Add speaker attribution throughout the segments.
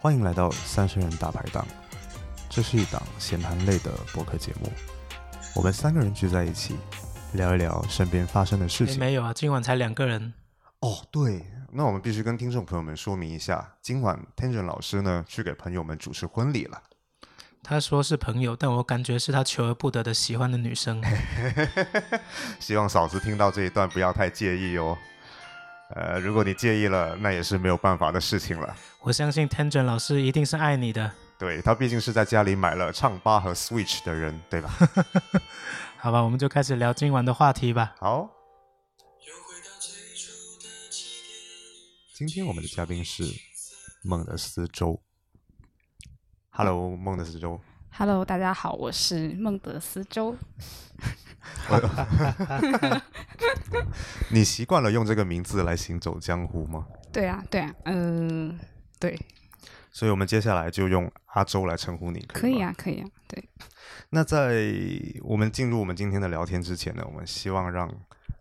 Speaker 1: 欢迎来到三十人大排档，这是一档闲谈类的播客节目。我们三个人聚在一起，聊一聊身边发生的事
Speaker 2: 也
Speaker 1: 情。
Speaker 2: 没有啊，今晚才两个人，
Speaker 1: 哦，对，那我们必须跟听众朋友们说明一下，今晚 Tangent 老师呢去给朋友们主持婚礼了。
Speaker 2: 他说是朋友，但我感觉是他求而不得的喜欢的女生。
Speaker 1: 希望嫂子听到这一段不要太介意哦。呃，如果你介意了，那也是没有办法的事情了。
Speaker 2: 我相信 Tangent 老师一定是爱你的，
Speaker 1: 对他毕竟是在家里买了唱吧和 Switch 的人，对吧？
Speaker 2: 好吧？我们就开始聊今晚的话题吧。
Speaker 1: 好。今天我们的嘉宾是孟德斯周。Hello，孟德斯周。
Speaker 3: Hello，大家好，我是孟德斯周。
Speaker 1: 你习惯了用这个名字来行走江湖吗？
Speaker 3: 对啊，对啊，嗯、对，
Speaker 1: 所以我们接下来就用阿周来称呼你，
Speaker 3: 可
Speaker 1: 吗
Speaker 3: 以啊，可以啊，对，
Speaker 1: 那在我们进入我们今天的聊天之前呢，我们希望让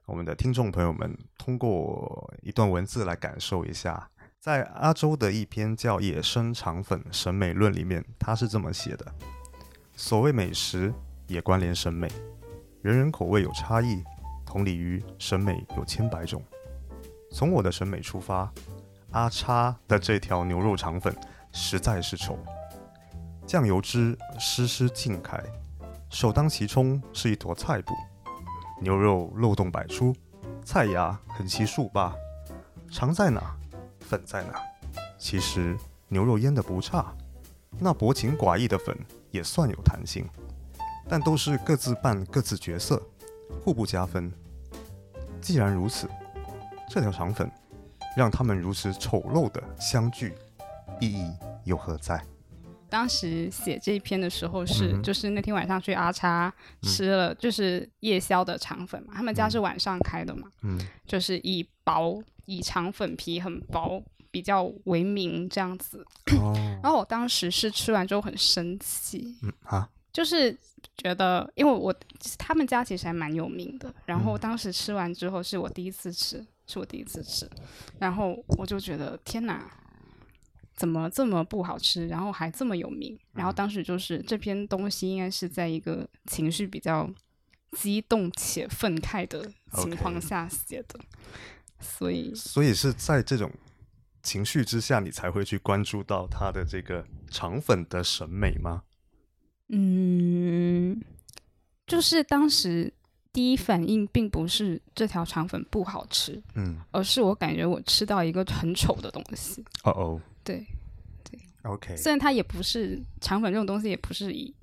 Speaker 1: 我们的听众朋友们通过一段文字来感受一下，在阿周的一篇叫《野生肠粉审美论》里面，他是这么写的：所谓美食，也关联审美，人人口味有差异，同理于审美有千百种。从我的审美出发，阿叉的这条牛肉肠粉实在是丑。酱油汁湿湿浸开，首当其冲是一坨菜脯，牛肉漏洞百出，菜芽横七竖八，肠在哪，粉在哪？其实牛肉腌的不差，那薄情寡义的粉也算有弹性，但都是各自扮各自角色，互不加分。既然如此，这条肠粉让他们如此丑陋的相聚，意义又何在？
Speaker 3: 当时写这一篇的时候是，
Speaker 1: 嗯哼嗯
Speaker 3: 就是那天晚上去阿叉吃了，就是夜宵的肠粉嘛，他们家是晚上开的嘛，
Speaker 1: 嗯，
Speaker 3: 就是以薄以肠粉皮很薄比较为名这样子。
Speaker 1: 哦，
Speaker 3: 然后我当时是吃完之后很生气，
Speaker 1: 嗯啊，
Speaker 3: 就是觉得，因为我他们家其实还蛮有名的，然后
Speaker 1: 嗯
Speaker 3: 当时吃完之后是我第一次吃，是我第一次吃，然后我就觉得天哪，怎么这么不好吃，然后还这么有名，然后
Speaker 1: 嗯
Speaker 3: 当时就是这篇东西应该是在一个情绪比较激动且愤慨的情
Speaker 1: OK
Speaker 3: 况下写的所以
Speaker 1: 所以是在这种情绪之下，你才会去关注到他的这个肠粉的审美吗？
Speaker 3: 嗯，就是当时第一反应并不是这条肠粉不好吃。
Speaker 1: 嗯，
Speaker 3: 而是我感觉我吃到一个很丑的东西。
Speaker 1: 哦哦
Speaker 3: 对，
Speaker 1: ，OK，
Speaker 3: 虽然它也不是肠粉这种东西，也不是以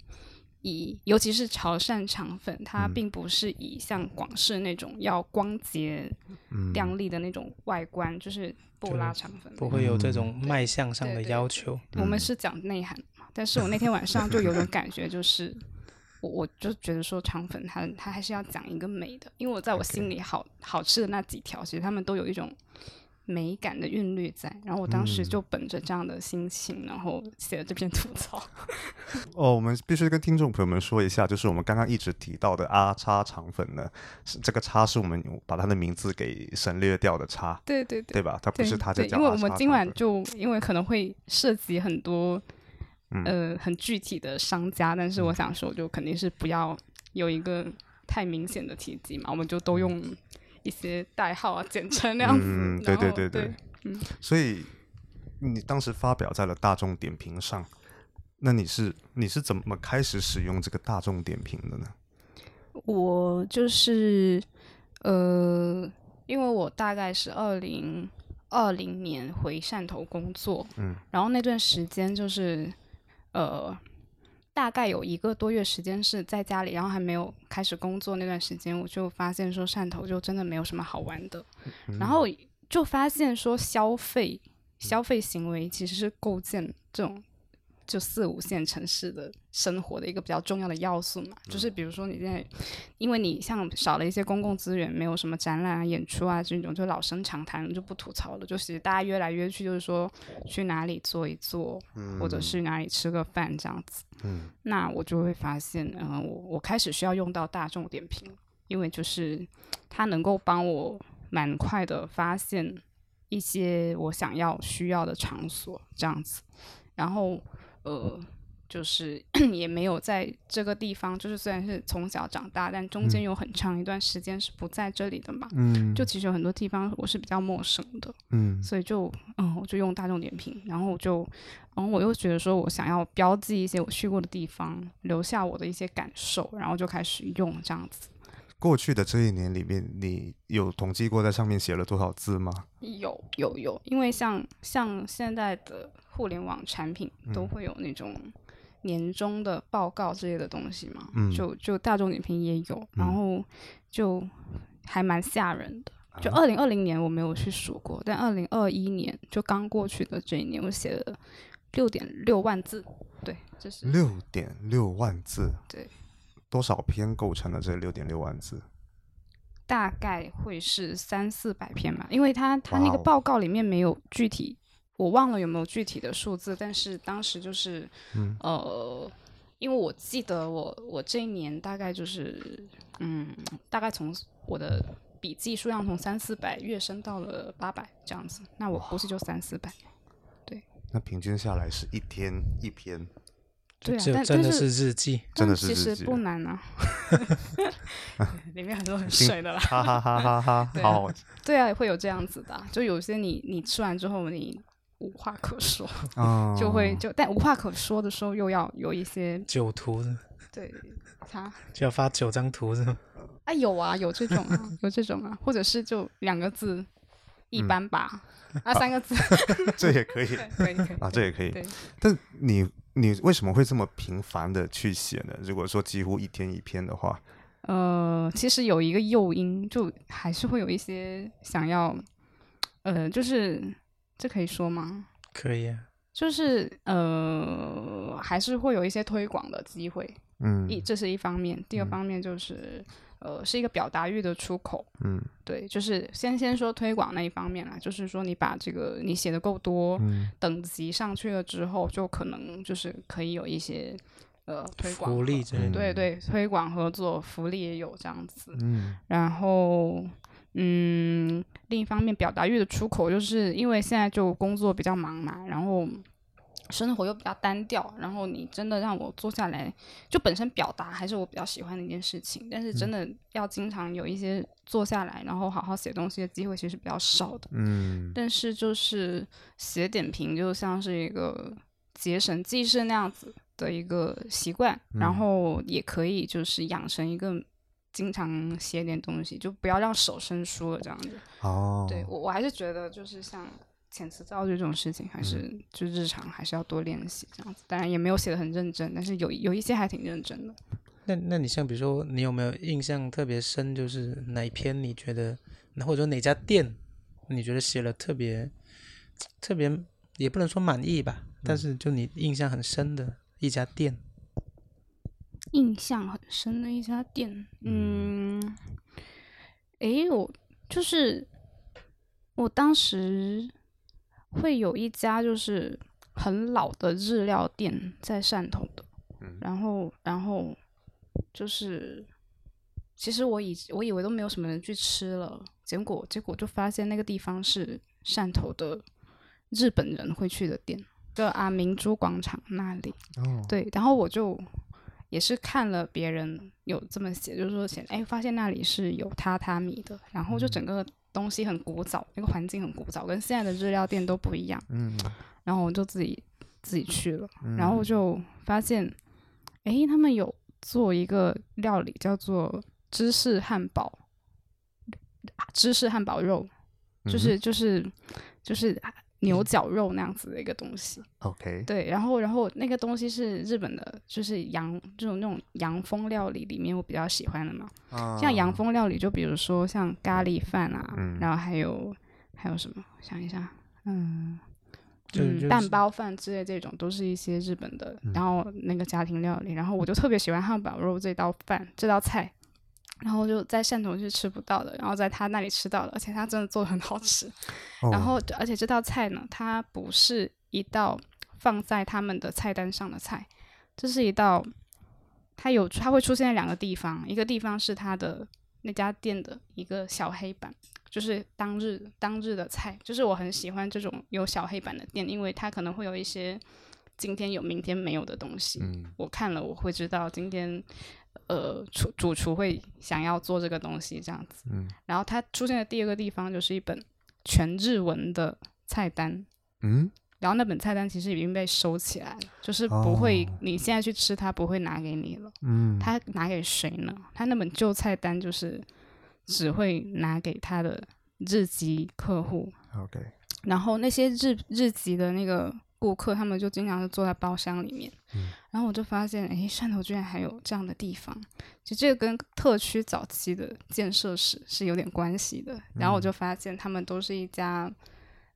Speaker 3: 以，尤其是潮汕肠粉，它
Speaker 1: 嗯
Speaker 3: 并不是以像广式那种要光洁
Speaker 1: 嗯
Speaker 3: 亮丽的那种外观，就是布拉肠粉。
Speaker 2: 不会有这种卖相上的
Speaker 3: 嗯对对
Speaker 2: 要求。
Speaker 3: 我们是讲内涵嘛，但是我那天晚上就有种感觉，就是。我我就觉得说肠粉它它还是要讲一个美的，因为我在我心里好好吃的那几条，其实他们都有一种美感的韵律在。然后我当时
Speaker 1: 嗯
Speaker 3: 就本着这样的心情，然后写了这篇吐槽。
Speaker 1: 哦，我们必须跟听众朋友们说一下，就是我们刚刚一直提到的阿叉肠粉呢，是这个叉是我们把他的名字给省略掉的叉，
Speaker 3: 对对对，
Speaker 1: 对吧？他不
Speaker 3: 对
Speaker 1: 是他在
Speaker 3: 对，
Speaker 1: 叫
Speaker 3: 因为
Speaker 1: 阿
Speaker 3: 我们
Speaker 1: 叉
Speaker 3: 今
Speaker 1: 肠
Speaker 3: 晚
Speaker 1: 粉
Speaker 3: 就因为可能会涉及很多
Speaker 1: 嗯
Speaker 3: 呃很具体的商家，但是我想说，就肯定是不要有一个太明显的体积嘛，我们就都用一些代号啊、简称那样子。
Speaker 1: 嗯，对
Speaker 3: 然
Speaker 1: 对
Speaker 3: 后
Speaker 1: 对
Speaker 3: 对嗯
Speaker 1: 对，所以你当时发表在了大众点评上，那你是你是怎么开始使用这个大众点评的呢？
Speaker 3: 我就是呃，因为我大概是二零二零年回汕头工作，
Speaker 1: 嗯，
Speaker 3: 然后那段时间就是呃，大概有一个多月时间是在家里，然后还没有开始工作那段时间，我就发现说汕头就真的没有什么好玩的， 然后就发现说消费消费行为其实是构建这种就四五线城市的生活的一个比较重要的要素嘛，就是比如说你现在，因为你像少了一些公共资源，没有什么展览啊、演出啊这种，就老生常谈，就不吐槽了。就其实大家约来约去，就是说去哪里坐一坐，或者是哪里吃个饭这样子。
Speaker 1: 嗯，
Speaker 3: 那我就会发现，嗯、我我开始需要用到大众点评，因为就是它能够帮我蛮快的发现一些我想要需要的场所这样子。然后呃，就是 也没有在这个地方，就是虽然是从小长大，但中间有很长一段时间是不在这里的嘛。
Speaker 1: 嗯，
Speaker 3: 就其实有很多地方我是比较陌生的，
Speaker 1: 嗯
Speaker 3: 所以就嗯，我就用大众点评，然后我就，然后我又觉得说我想要标记一些我去过的地方，留下我的一些感受，然后就开始用这样子。
Speaker 1: 过去的这一年里面，你有统计过在上面写了多少字吗？
Speaker 3: 有有有，因为像像现在的互联网产品
Speaker 1: 嗯
Speaker 3: 都会有那种年终的报告之类的东西嘛，
Speaker 1: 嗯
Speaker 3: 就就大众点评也有，然
Speaker 1: 嗯
Speaker 3: 后就还蛮吓人的。就
Speaker 1: 啊
Speaker 3: 二零二零年我没有去数过，但二零二一年就刚过去的这一年，我写了六点六万字，对，这是
Speaker 1: 六点六万字，
Speaker 3: 对，
Speaker 1: 多少篇构成了这六点六万字？
Speaker 3: 大概会是三四百篇吧，因为它它那
Speaker 1: 哇
Speaker 3: 个
Speaker 1: 哦
Speaker 3: 报告里面没有具体，我忘了有没有具体的数字，但是当时就是，
Speaker 1: 嗯
Speaker 3: 呃，因为我记得我我这一年大概就是，嗯，大概从我的笔记数量从三四百跃升到了八百这样子，那我估计就三四百，
Speaker 1: 那平均下来是一天一篇，
Speaker 3: 对啊
Speaker 2: 这，
Speaker 3: 但
Speaker 2: 真的
Speaker 3: 但是
Speaker 2: 日记，
Speaker 1: 真的
Speaker 3: 但
Speaker 1: 是
Speaker 3: 其
Speaker 1: 日
Speaker 3: 实
Speaker 1: 记
Speaker 3: 不 难啊， 里面很多很
Speaker 1: 心
Speaker 3: 水的啦。
Speaker 1: 哈哈哈哈哈
Speaker 3: 对
Speaker 1: 哈！
Speaker 3: 啊
Speaker 1: 好，
Speaker 3: 对啊，会有这样子的啊、就有些你你吃完之后你无话可说，
Speaker 1: 啊
Speaker 3: 就会就但无话可说的时候又要有一些
Speaker 2: 九图是吗
Speaker 3: 对他
Speaker 2: 就要发九张图是吗？
Speaker 3: 啊有啊有这种啊有这种啊，或者是就两个字
Speaker 1: 嗯
Speaker 3: 一 般吧，啊三个字
Speaker 1: 这也可以
Speaker 3: 对可以可以
Speaker 1: 啊，这也可以。
Speaker 3: 对
Speaker 1: 但你你为什么会这么频繁的去写呢？如果说几乎一天一篇的话，
Speaker 3: 呃，其实有一个诱因，就还是会有一些想要，呃，就是这可以说吗？
Speaker 2: 可以啊，
Speaker 3: 就是呃，还是会有一些推广的机会，
Speaker 1: 嗯
Speaker 3: 一这是一方面，第二
Speaker 1: 嗯
Speaker 3: 方面就是、呃，是一个表达欲的出口。
Speaker 1: 嗯
Speaker 3: 对，就是先先说推广那一方面啦，就是说你把这个你写的够多，
Speaker 1: 嗯
Speaker 3: 等级上去了之后，就可能就是可以有一些呃推广
Speaker 2: 福
Speaker 3: 合
Speaker 2: 利之类的，
Speaker 3: 对对，推广合作福利也有这样子。
Speaker 1: 嗯
Speaker 3: 然后，嗯，另一方面，表达欲的出口，就是因为现在就工作比较忙嘛，然后生活又比较单调，然后你真的让我坐下来，就本身表达还是我比较喜欢的一件事情，但是真的要经常有一些坐下来，然后好好写东西的机会，其实比较少的。
Speaker 1: 嗯
Speaker 3: 但是就是写点评，就像是一个节省记事那样子的一个习惯，然
Speaker 1: 嗯
Speaker 3: 后也可以就是养成一个经常写点东西，就不要让手生疏了这样子。
Speaker 1: 哦，
Speaker 3: 对我我还是觉得就是像。遣词造句这种事情，还是
Speaker 1: 嗯
Speaker 3: 就日常还是要多练习这样子。当然也没有写的很认真，但是有有一些还挺认真的。
Speaker 2: 那那你像比如说，你有没有印象特别深，就是哪一篇你觉得，那或者说哪家店，你觉得写了特别特别，也不能说满意吧，
Speaker 1: 嗯
Speaker 2: 但是就你印象很深的一家店，
Speaker 3: 印象很深的一家店，嗯，诶，我就是我当时会有一家就是很老的日料店在汕头的，然后然后就是其实我以我以为都没有什么人去吃了，结果结果就发现那个地方是汕头的日本人会去的店，就啊明珠广场那里。
Speaker 1: 哦，
Speaker 3: 对，然后我就也是看了别人有这么写，就是说写，哎，发现那里是有榻榻米的，然后就
Speaker 1: 嗯
Speaker 3: 整个东西很古早，那个环境很古早，跟现在的日料店都不一样。
Speaker 1: 嗯，
Speaker 3: 然后我就自己自己去了，
Speaker 1: 嗯
Speaker 3: 然后就发现，哎，他们有做一个料理叫做芝士汉堡，啊芝士汉堡肉，就
Speaker 1: 嗯
Speaker 3: 是就是就是牛角肉那样子的一个东西。
Speaker 1: OK，
Speaker 3: 对，然后然后那个东西是日本的，就是洋这种那种洋风料理里面我比较喜欢的嘛，像洋
Speaker 1: 啊，
Speaker 3: 风料理就比如说像咖喱饭啊，
Speaker 1: 嗯
Speaker 3: 然后还有还有什么？想一下，嗯。
Speaker 2: 就就
Speaker 3: 嗯，
Speaker 2: 是嗯
Speaker 3: 蛋包饭之类这种都是一些日本的，然后那个家庭料理，然后我就特别喜欢汉堡肉这道饭这道菜，然后就在汕头是吃不到的，然后在他那里吃到了，而且他真的做的很好吃，然
Speaker 1: 哦
Speaker 3: 后，而且这道菜呢，它不是一道放在他们的菜单上的菜，这是一道它有它会出现在两个地方，一个地方是它的那家店的一个小黑板，就是当日当日的菜，就是我很喜欢这种有小黑板的店，因为它可能会有一些今天有明天没有的东西。
Speaker 1: 嗯
Speaker 3: 我看了我会知道今天，呃，厨主厨会想要做这个东西这样子。
Speaker 1: 嗯
Speaker 3: 然后它出现的第二个地方就是一本全日文的菜单，
Speaker 1: 嗯，
Speaker 3: 然后那本菜单其实已经被收起来了，就是不会，
Speaker 1: 哦
Speaker 3: 你现在去吃它不会拿给你了，
Speaker 1: 嗯，
Speaker 3: 它拿给谁呢？它那本旧菜单就是只会拿给他的日籍客户，
Speaker 1: OK，
Speaker 3: 然后那些日日籍的那个顾客，他们就经常是坐在包厢里面。
Speaker 1: 嗯
Speaker 3: 然后我就发现，诶，汕头居然还有这样的地方，其实这个跟特区早期的建设史是有点关系的。然
Speaker 1: 嗯
Speaker 3: 后我就发现，他们都是一家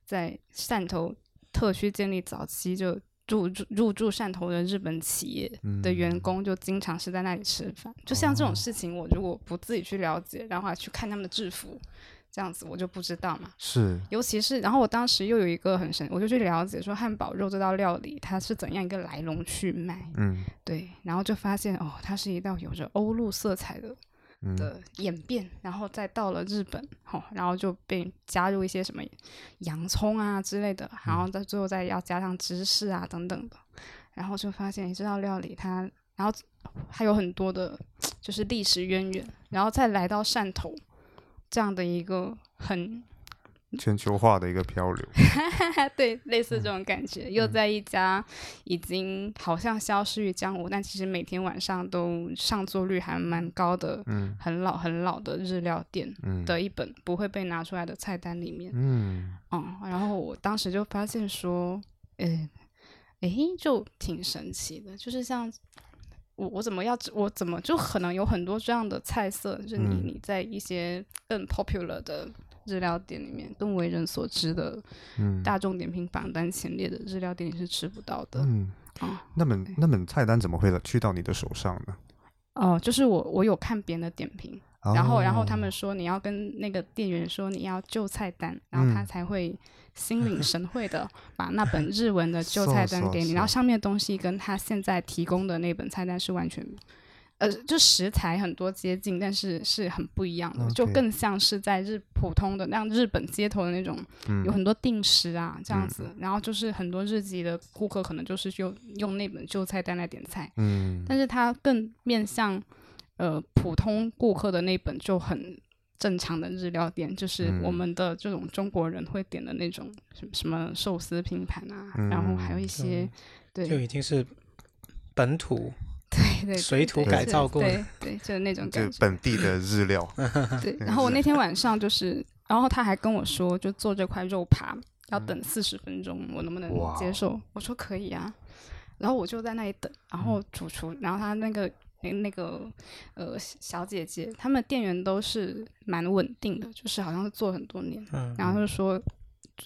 Speaker 3: 在汕头特区建立早期就入驻入驻汕头的日本企业，
Speaker 1: 嗯哦
Speaker 3: 的员，工就经常是在那里吃饭。就像这种事情，我如果不自己去了解，然后还去看他们的制服，这样子我就不知道嘛。
Speaker 1: 是
Speaker 3: 尤其是，然后我当时又有一个很神，我就去了解说汉堡肉这道料理它是怎样一个来龙去脉，
Speaker 1: 嗯
Speaker 3: 对，然后就发现哦，它是一道有着欧陆色彩的
Speaker 1: 嗯
Speaker 3: 的演变，然后再到了日本，哦，然后就被加入一些什么洋葱啊之类的，然
Speaker 1: 嗯
Speaker 3: 后再最后再要加上芝士啊等等的，然后就发现这道料理它，然后还有很多的，就是历史渊源，然后再来到汕头这样的一个很
Speaker 1: 全球化的一个漂 流，
Speaker 3: 对，类
Speaker 1: 嗯
Speaker 3: 似这种感觉，又在一家已经好像消失于江湖，但其实每天晚上都上座率还蛮高的，
Speaker 1: 嗯
Speaker 3: 很老很老的日料店
Speaker 1: 嗯
Speaker 3: 的一本不会被拿出来的菜单里面。
Speaker 1: 嗯
Speaker 3: 嗯，然后我当时就发现说，诶，诶，就挺神奇的，就是像我我怎么要我怎么就可能有很多这样的菜色，就是你
Speaker 1: 嗯
Speaker 3: 你在一些更 popular 的日料店里面，更为人所知的
Speaker 1: 嗯
Speaker 3: 大众点评榜单前列的日料店你是吃不到的。
Speaker 1: 嗯
Speaker 3: 哦，
Speaker 1: 那本那本菜单怎么会去到你的手上呢？
Speaker 3: 哦、就是我我有看别人的点评，然后然后他
Speaker 1: 哦
Speaker 3: 们说你要跟那个店员说你要旧菜单，然后他
Speaker 1: 嗯
Speaker 3: 才会心 领神会的把那本日文的旧
Speaker 1: 嗖
Speaker 3: 菜单给
Speaker 1: 嗖
Speaker 3: 你，然后
Speaker 1: 嗖
Speaker 3: 上面的东西跟他现在提供的那本菜单是完全。呃，就食材很多接近，但是是很不一样的就
Speaker 1: OK
Speaker 3: 更像是在日普通的让日本街头的那种
Speaker 1: 嗯
Speaker 3: 有很多定时啊这样子，然后就是很多日籍的顾客可能就是用用那本旧菜单来点菜，
Speaker 1: 嗯
Speaker 3: 但是它更面向呃普通顾客的那本就很正常的日料店，就是我
Speaker 1: 嗯
Speaker 3: 们的这种中国人会点的那种什么什么寿司拼盘啊，
Speaker 1: 嗯
Speaker 3: 然后还有一些
Speaker 2: 嗯
Speaker 3: 对
Speaker 2: 就
Speaker 3: 对
Speaker 2: 已经是本土
Speaker 3: 对对
Speaker 2: 水土
Speaker 3: 对
Speaker 2: 改
Speaker 3: 是
Speaker 2: 造过的
Speaker 3: 对对，就是那种感
Speaker 1: 就
Speaker 3: 觉。
Speaker 1: 本地的日 料，
Speaker 3: 对，
Speaker 2: 嗯
Speaker 3: 然后我那天晚上就是，然后他还跟我说，就做这块肉扒要
Speaker 2: 嗯
Speaker 3: 等四十分钟，我能不能
Speaker 1: 哇
Speaker 3: 接
Speaker 2: 哦
Speaker 3: 受？我说可以啊，然后我就在那里等，然后
Speaker 2: 嗯
Speaker 3: 主厨，然后他那个那那个呃小姐姐，他们店员都是蛮稳定的，就是好像是做很多年，
Speaker 2: 嗯
Speaker 3: 然后就说。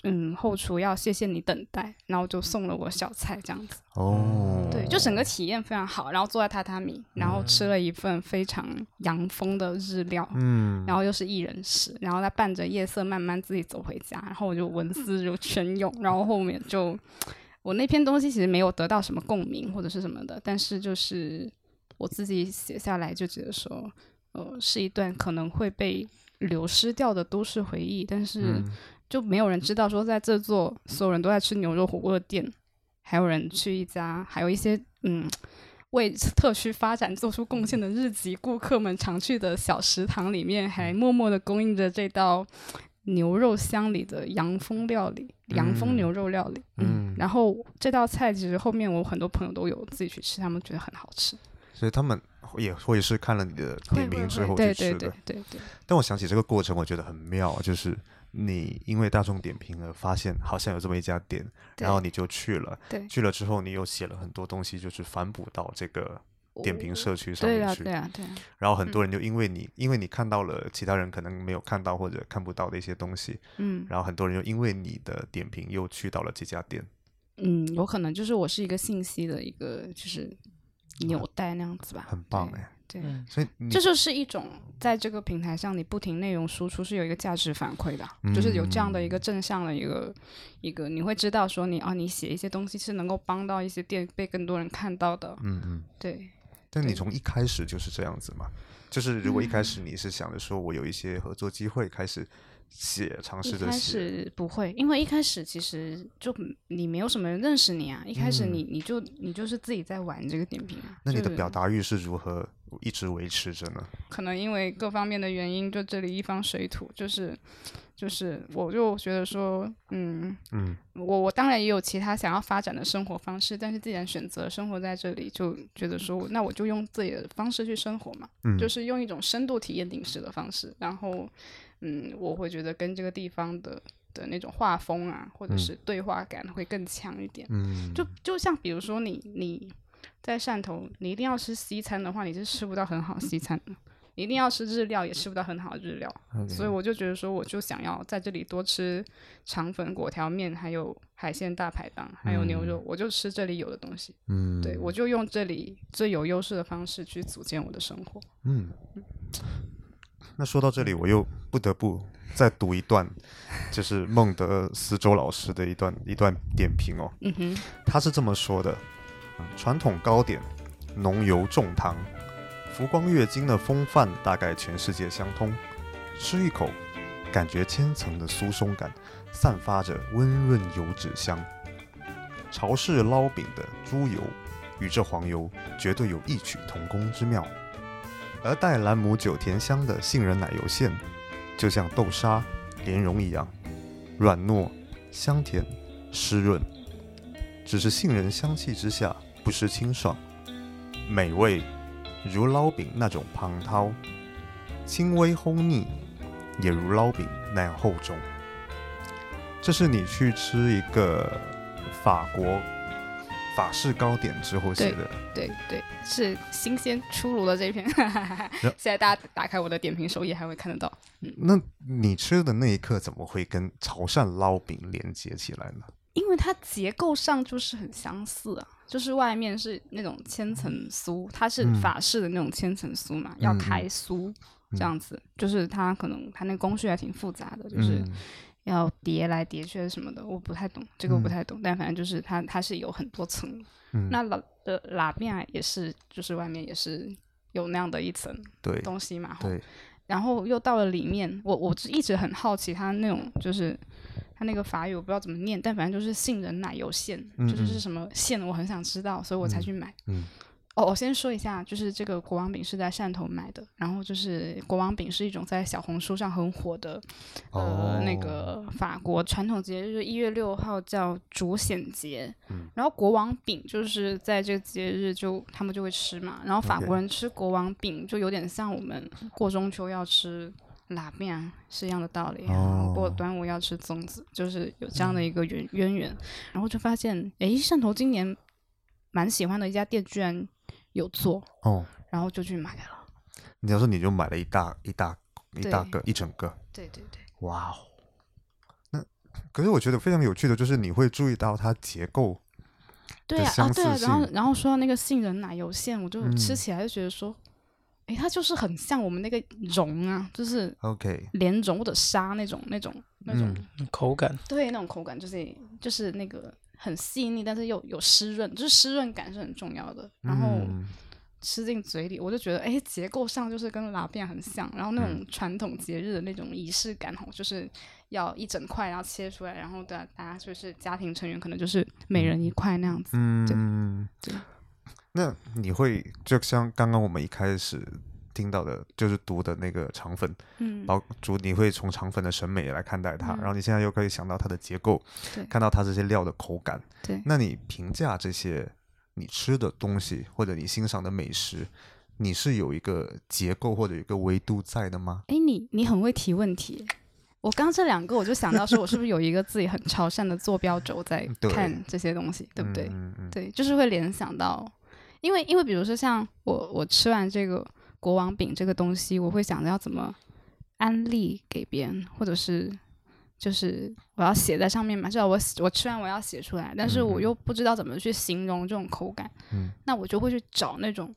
Speaker 3: 嗯，后厨要谢谢你等待，然后就送了我小菜这样子，
Speaker 1: 哦，
Speaker 3: 对，就整个体验非常好。然后坐在榻榻米，然后吃了一份非常洋风的日料，
Speaker 1: 嗯，
Speaker 3: 然后又是一人食，然后再伴着夜色慢慢自己走回家，然后我就
Speaker 1: 嗯
Speaker 3: 文思如泉涌，然后后面就我那篇东西其实没有得到什么共鸣或者是什么的，但是就是我自己写下来就觉得说，呃，是一段可能会被流失掉的都市回忆，但是
Speaker 1: 嗯
Speaker 3: 就没有人知道说在这座所有人都在吃牛肉火锅的店，还有人去一家，还有一些嗯。为特区发展做出贡献的日籍顾客们常去的小食堂里面，还默默的供应着这道牛肉香里的洋风料理，洋
Speaker 1: 嗯
Speaker 3: 风牛肉料理。
Speaker 1: 嗯
Speaker 3: 然后这道菜其实后面我很多朋友都有自己去吃，他们觉得很好吃。
Speaker 1: 所以他们也会是看了你的点评之后
Speaker 3: 对
Speaker 1: 去
Speaker 3: 对
Speaker 1: 吃
Speaker 3: 对
Speaker 1: 的。
Speaker 3: 对对，
Speaker 1: 但我想起这个过程，我觉得很妙，就是你因为大众点评而发现好像有这么一家店，然后你就去了。
Speaker 3: 对
Speaker 1: 去了之后，你又写了很多东西，就是反哺到这个点评社区上
Speaker 3: 哦对
Speaker 1: 面
Speaker 3: 啊
Speaker 1: 去。
Speaker 3: 对啊对啊，
Speaker 1: 然后很多人就因为你，因为你看到了其他人可能没有看到或者看不到的一些东西，
Speaker 3: 嗯
Speaker 1: 然后很多人就因为你的点评又去到了这家店。
Speaker 3: 嗯，有可能就是我是一个信息的一个就是纽带那样子吧。
Speaker 1: 嗯很棒
Speaker 3: 对
Speaker 1: 哎，
Speaker 3: 对。
Speaker 2: 嗯
Speaker 1: 所以你
Speaker 3: 这就是一种在这个平台上，你不停内容输出是有一个价值反馈的，就是有这样的一
Speaker 1: 嗯
Speaker 3: 个正向的一个一个，你会知道说你啊，你写一些东西是能够帮到一些店被更多人看到的，
Speaker 1: 嗯嗯，
Speaker 3: 对，
Speaker 1: 但你
Speaker 3: 对嗯
Speaker 1: 从一开啊始就是这样子嘛？就是如果一开始你是想着说我有一些合作机会，开始写，尝
Speaker 3: 一
Speaker 1: 试着
Speaker 3: 开
Speaker 1: 写，
Speaker 3: 始不会，因为一开始其实就你没有什么人认识你啊，一开始
Speaker 1: 嗯
Speaker 3: 你你就你就是自己在玩这个点评啊。
Speaker 1: 那你
Speaker 3: 就
Speaker 1: 的
Speaker 3: 是
Speaker 1: 表达欲是如何一直维持着呢？
Speaker 3: 可能因为各方面的原因，就这里一方水土，就是就是我就觉得说，嗯，
Speaker 1: 嗯，
Speaker 3: 我我当然也有其他想要发展的生活方式，但是既然选择生活在这里，就觉得说，那我就用自己的方式去生活嘛，
Speaker 1: 嗯
Speaker 3: 就是用一种深度体验饮食的方式。然后，嗯，我会觉得跟这个地方的的那种画风啊，或者是对话感会更强一点。
Speaker 1: 嗯，
Speaker 3: 就就像比如说你你在汕头，你一定要吃西餐的话，你是吃不到很好西餐的；你一定要吃日料，也吃不到很好的日料。所以我就觉得说，我就想要在这里多吃肠粉、果条面，还有海鲜大排档，还有牛肉，我就吃这里有的东西。
Speaker 1: 嗯，
Speaker 3: 对我就用这里最有优势的方式去组建我的生活。
Speaker 1: 嗯，那说到这里，我又不得不再读一段，就是孟德斯周老师的一段一段点评哦。
Speaker 3: 嗯哼，
Speaker 1: 他是这么说的：嗯传统糕点，浓油重糖，浮光月经的风范大概全世界相通。吃一口，感觉千层的酥松感，散发着温润油脂香。潮式捞饼的猪油与这黄油绝对有异曲同工之妙，而带兰姆酒甜香的杏仁奶油馅，就像豆沙、莲蓉一样，软糯、香甜、湿润。只是杏仁香气之下不失清爽，美味如捞饼那种庞涛，轻微烘腻也如捞饼那样厚重。这是你去吃一个法国法式糕点之后写的，
Speaker 3: 对对，是新鲜出炉的这篇， 现在大家打开我的点评首页还会看得到。
Speaker 1: 那你吃的那一刻怎么会跟潮汕捞饼连接起来呢？
Speaker 3: 因为它结构上就是很相似啊，就是外面是那种千层酥，它是
Speaker 1: 嗯
Speaker 3: 法式的那种千层酥嘛，要
Speaker 1: 嗯嗯嗯
Speaker 3: 开酥这样子，就是它可能它那工序还挺复杂的，就是
Speaker 1: 嗯
Speaker 3: 要叠来叠去什么的，我不太懂，这个我
Speaker 1: 嗯
Speaker 3: 不太懂，但反正就是它它是有很多层，
Speaker 1: 嗯
Speaker 3: 那拉的拉面啊也是，就是外面也是有那样的一层
Speaker 1: 对
Speaker 3: 东西嘛，吼
Speaker 1: 对，
Speaker 3: 然后又到了里面，我我一直很好奇它那种就是它那个法语我不知道怎么念，但反正就是杏仁奶油馅，
Speaker 1: 嗯
Speaker 3: 就是
Speaker 1: 嗯
Speaker 3: 是什么馅，我很想知道，所以我才去买。
Speaker 1: 嗯
Speaker 3: 哦，我先说一下，就是这个国王饼是在汕头买的，然后就是国王饼是一种在小红书上很火的，
Speaker 1: 哦
Speaker 3: 呃，那个法国传统节日一月六号叫主显节，
Speaker 1: 嗯
Speaker 3: 然后国王饼就是在这个节日就他们就会吃嘛，然后法
Speaker 1: OK
Speaker 3: 国人吃国王饼就有点像我们过中秋要吃拉面啊是一样的道理，然后过
Speaker 1: 哦嗯
Speaker 3: 端午要吃粽子，就是有这样的一个渊渊源，然后就发现，诶，汕头今年蛮喜欢的一家店居然有做，
Speaker 1: 哦，
Speaker 3: 然后就去买了，
Speaker 1: 你要说你就买了一大一大一大
Speaker 3: 对
Speaker 1: 个一整个，
Speaker 3: 对对对。
Speaker 1: 哇哦，那可是我觉得非常有趣的就是你会注意到它结构，
Speaker 3: 对
Speaker 1: 的
Speaker 3: 啊，
Speaker 1: 相
Speaker 3: 啊对啊，
Speaker 1: 似
Speaker 3: 然后
Speaker 1: 性
Speaker 3: 然后说到那个杏仁奶油馅，我就
Speaker 1: 嗯
Speaker 3: 吃起来就觉得说，诶，它就是很像我们那个蓉啊，就是
Speaker 1: OK，
Speaker 3: 莲蓉或者沙那种那种那种，
Speaker 1: 嗯
Speaker 2: 口感
Speaker 3: 对，那种口感就是就是那个很细腻，但是又有湿润，就是湿润感是很重要的。然后
Speaker 1: 嗯
Speaker 3: 吃进嘴里，我就觉得诶，结构上就是跟拉面很像，然后那
Speaker 1: 嗯
Speaker 3: 种传统节日的那种仪式感哦，就是要一整块然后切出来，然后大大家就是家庭成员可能就是每人一块那样子。
Speaker 1: 嗯，
Speaker 3: 对
Speaker 1: 那你会就像刚刚我们一开始听到的，就是读的那个肠粉，
Speaker 3: 嗯，
Speaker 1: 包主你会从肠粉的审美来看待它，然后你现在又可以想到它的结构
Speaker 3: 对，
Speaker 1: 看到它这些料的口感，
Speaker 3: 对。
Speaker 1: 那你评价这些你吃的东西或者你欣赏的美食，你是有一个结构或者有一个维度在的吗？
Speaker 3: 哎，你你很会提问题。我刚这两个，我就想到说，我是不是有一个自己很潮汕的坐标轴在
Speaker 1: 对
Speaker 3: 看这些东西，对不对？
Speaker 1: 嗯嗯
Speaker 3: 对，就是会联想到，因为因为比如说像我我吃完这个国王饼这个东西，我会想着要怎么安利给别人，或者是就是我要写在上面嘛，至少我写我吃完我要写出来，但是我又不知道怎么去形容这种口感，
Speaker 1: 嗯
Speaker 3: 那我就会去找那种。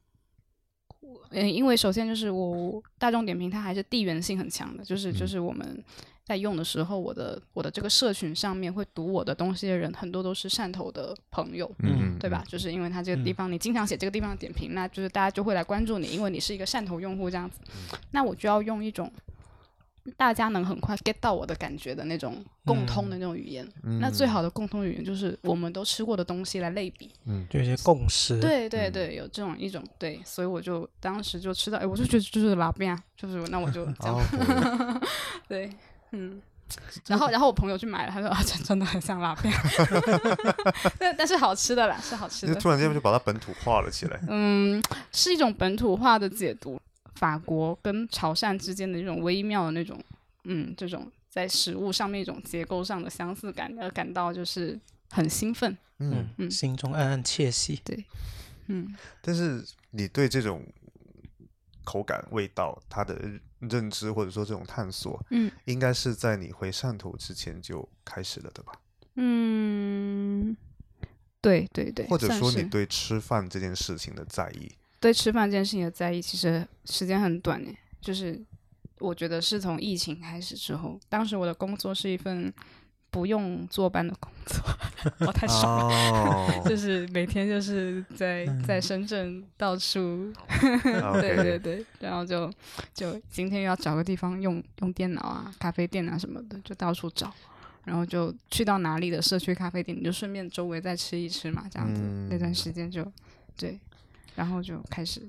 Speaker 3: 嗯，因为首先就是我大众点评它还是地缘性很强的，就是
Speaker 1: 嗯
Speaker 3: 就是我们在用的时候，我的我的这个社群上面会读我的东西的人，很多都是汕头的朋友，
Speaker 1: 嗯，嗯
Speaker 3: 对吧？？就是因为它这个地方，你经常写这个地方的点评，
Speaker 1: 嗯
Speaker 3: 那就是大家就会来关注你，因为你是一个汕头用户这样子。那我就要用一种大家能很快 get 到我的感觉的那种共通的那种语言。
Speaker 1: 嗯
Speaker 3: 那最好的共通语言就是我们都吃过的东西来类比。
Speaker 2: 就有一些共识。，
Speaker 3: 对对
Speaker 1: 嗯
Speaker 3: 对，有这种一种对，所以我就当时就吃到，哎，我就觉得就是拉面啊，就是那我就这样，
Speaker 1: 哦，
Speaker 3: 对，嗯。 然后，然后我朋友去买了，他说啊，真真的很像拉面， 但但是好吃的啦，是好吃
Speaker 1: 就
Speaker 3: 的。
Speaker 1: 突然间就把它本土化了起来。
Speaker 3: 嗯，是一种本土化的解读，法国跟潮汕之间的这种微妙的那种，嗯，这种在食物上面一种结构上的相似感，而感到就是很兴奋。
Speaker 1: 嗯，
Speaker 2: 嗯，心中暗暗窃喜。
Speaker 3: 嗯，
Speaker 1: 但是你对这种口感、味道、它的认知，或者说这种探索，
Speaker 3: 嗯，
Speaker 1: 应该是在你回汕头之前就开始了的吧？
Speaker 3: 嗯，对对对，
Speaker 1: 或者
Speaker 3: 算
Speaker 1: 说
Speaker 3: 是
Speaker 1: 你对吃饭这件事情的在意？
Speaker 3: 对吃饭这件事情的在意，其实时间很短诶，就是我觉得是从疫情开始之后，当时我的工作是一份不用坐班的工作， 我太爽了。
Speaker 1: 哦嗯
Speaker 3: 就是每天就是在在深圳到处， 对对
Speaker 1: ，OK，
Speaker 3: 对，然后就就今天要找个地方用用电脑啊、咖啡店啊什么的，就到处找，然后就去到哪里的社区咖啡店，你就顺便周围再吃一吃嘛，这样子、那段
Speaker 1: 嗯
Speaker 3: 时间就对，然后就开始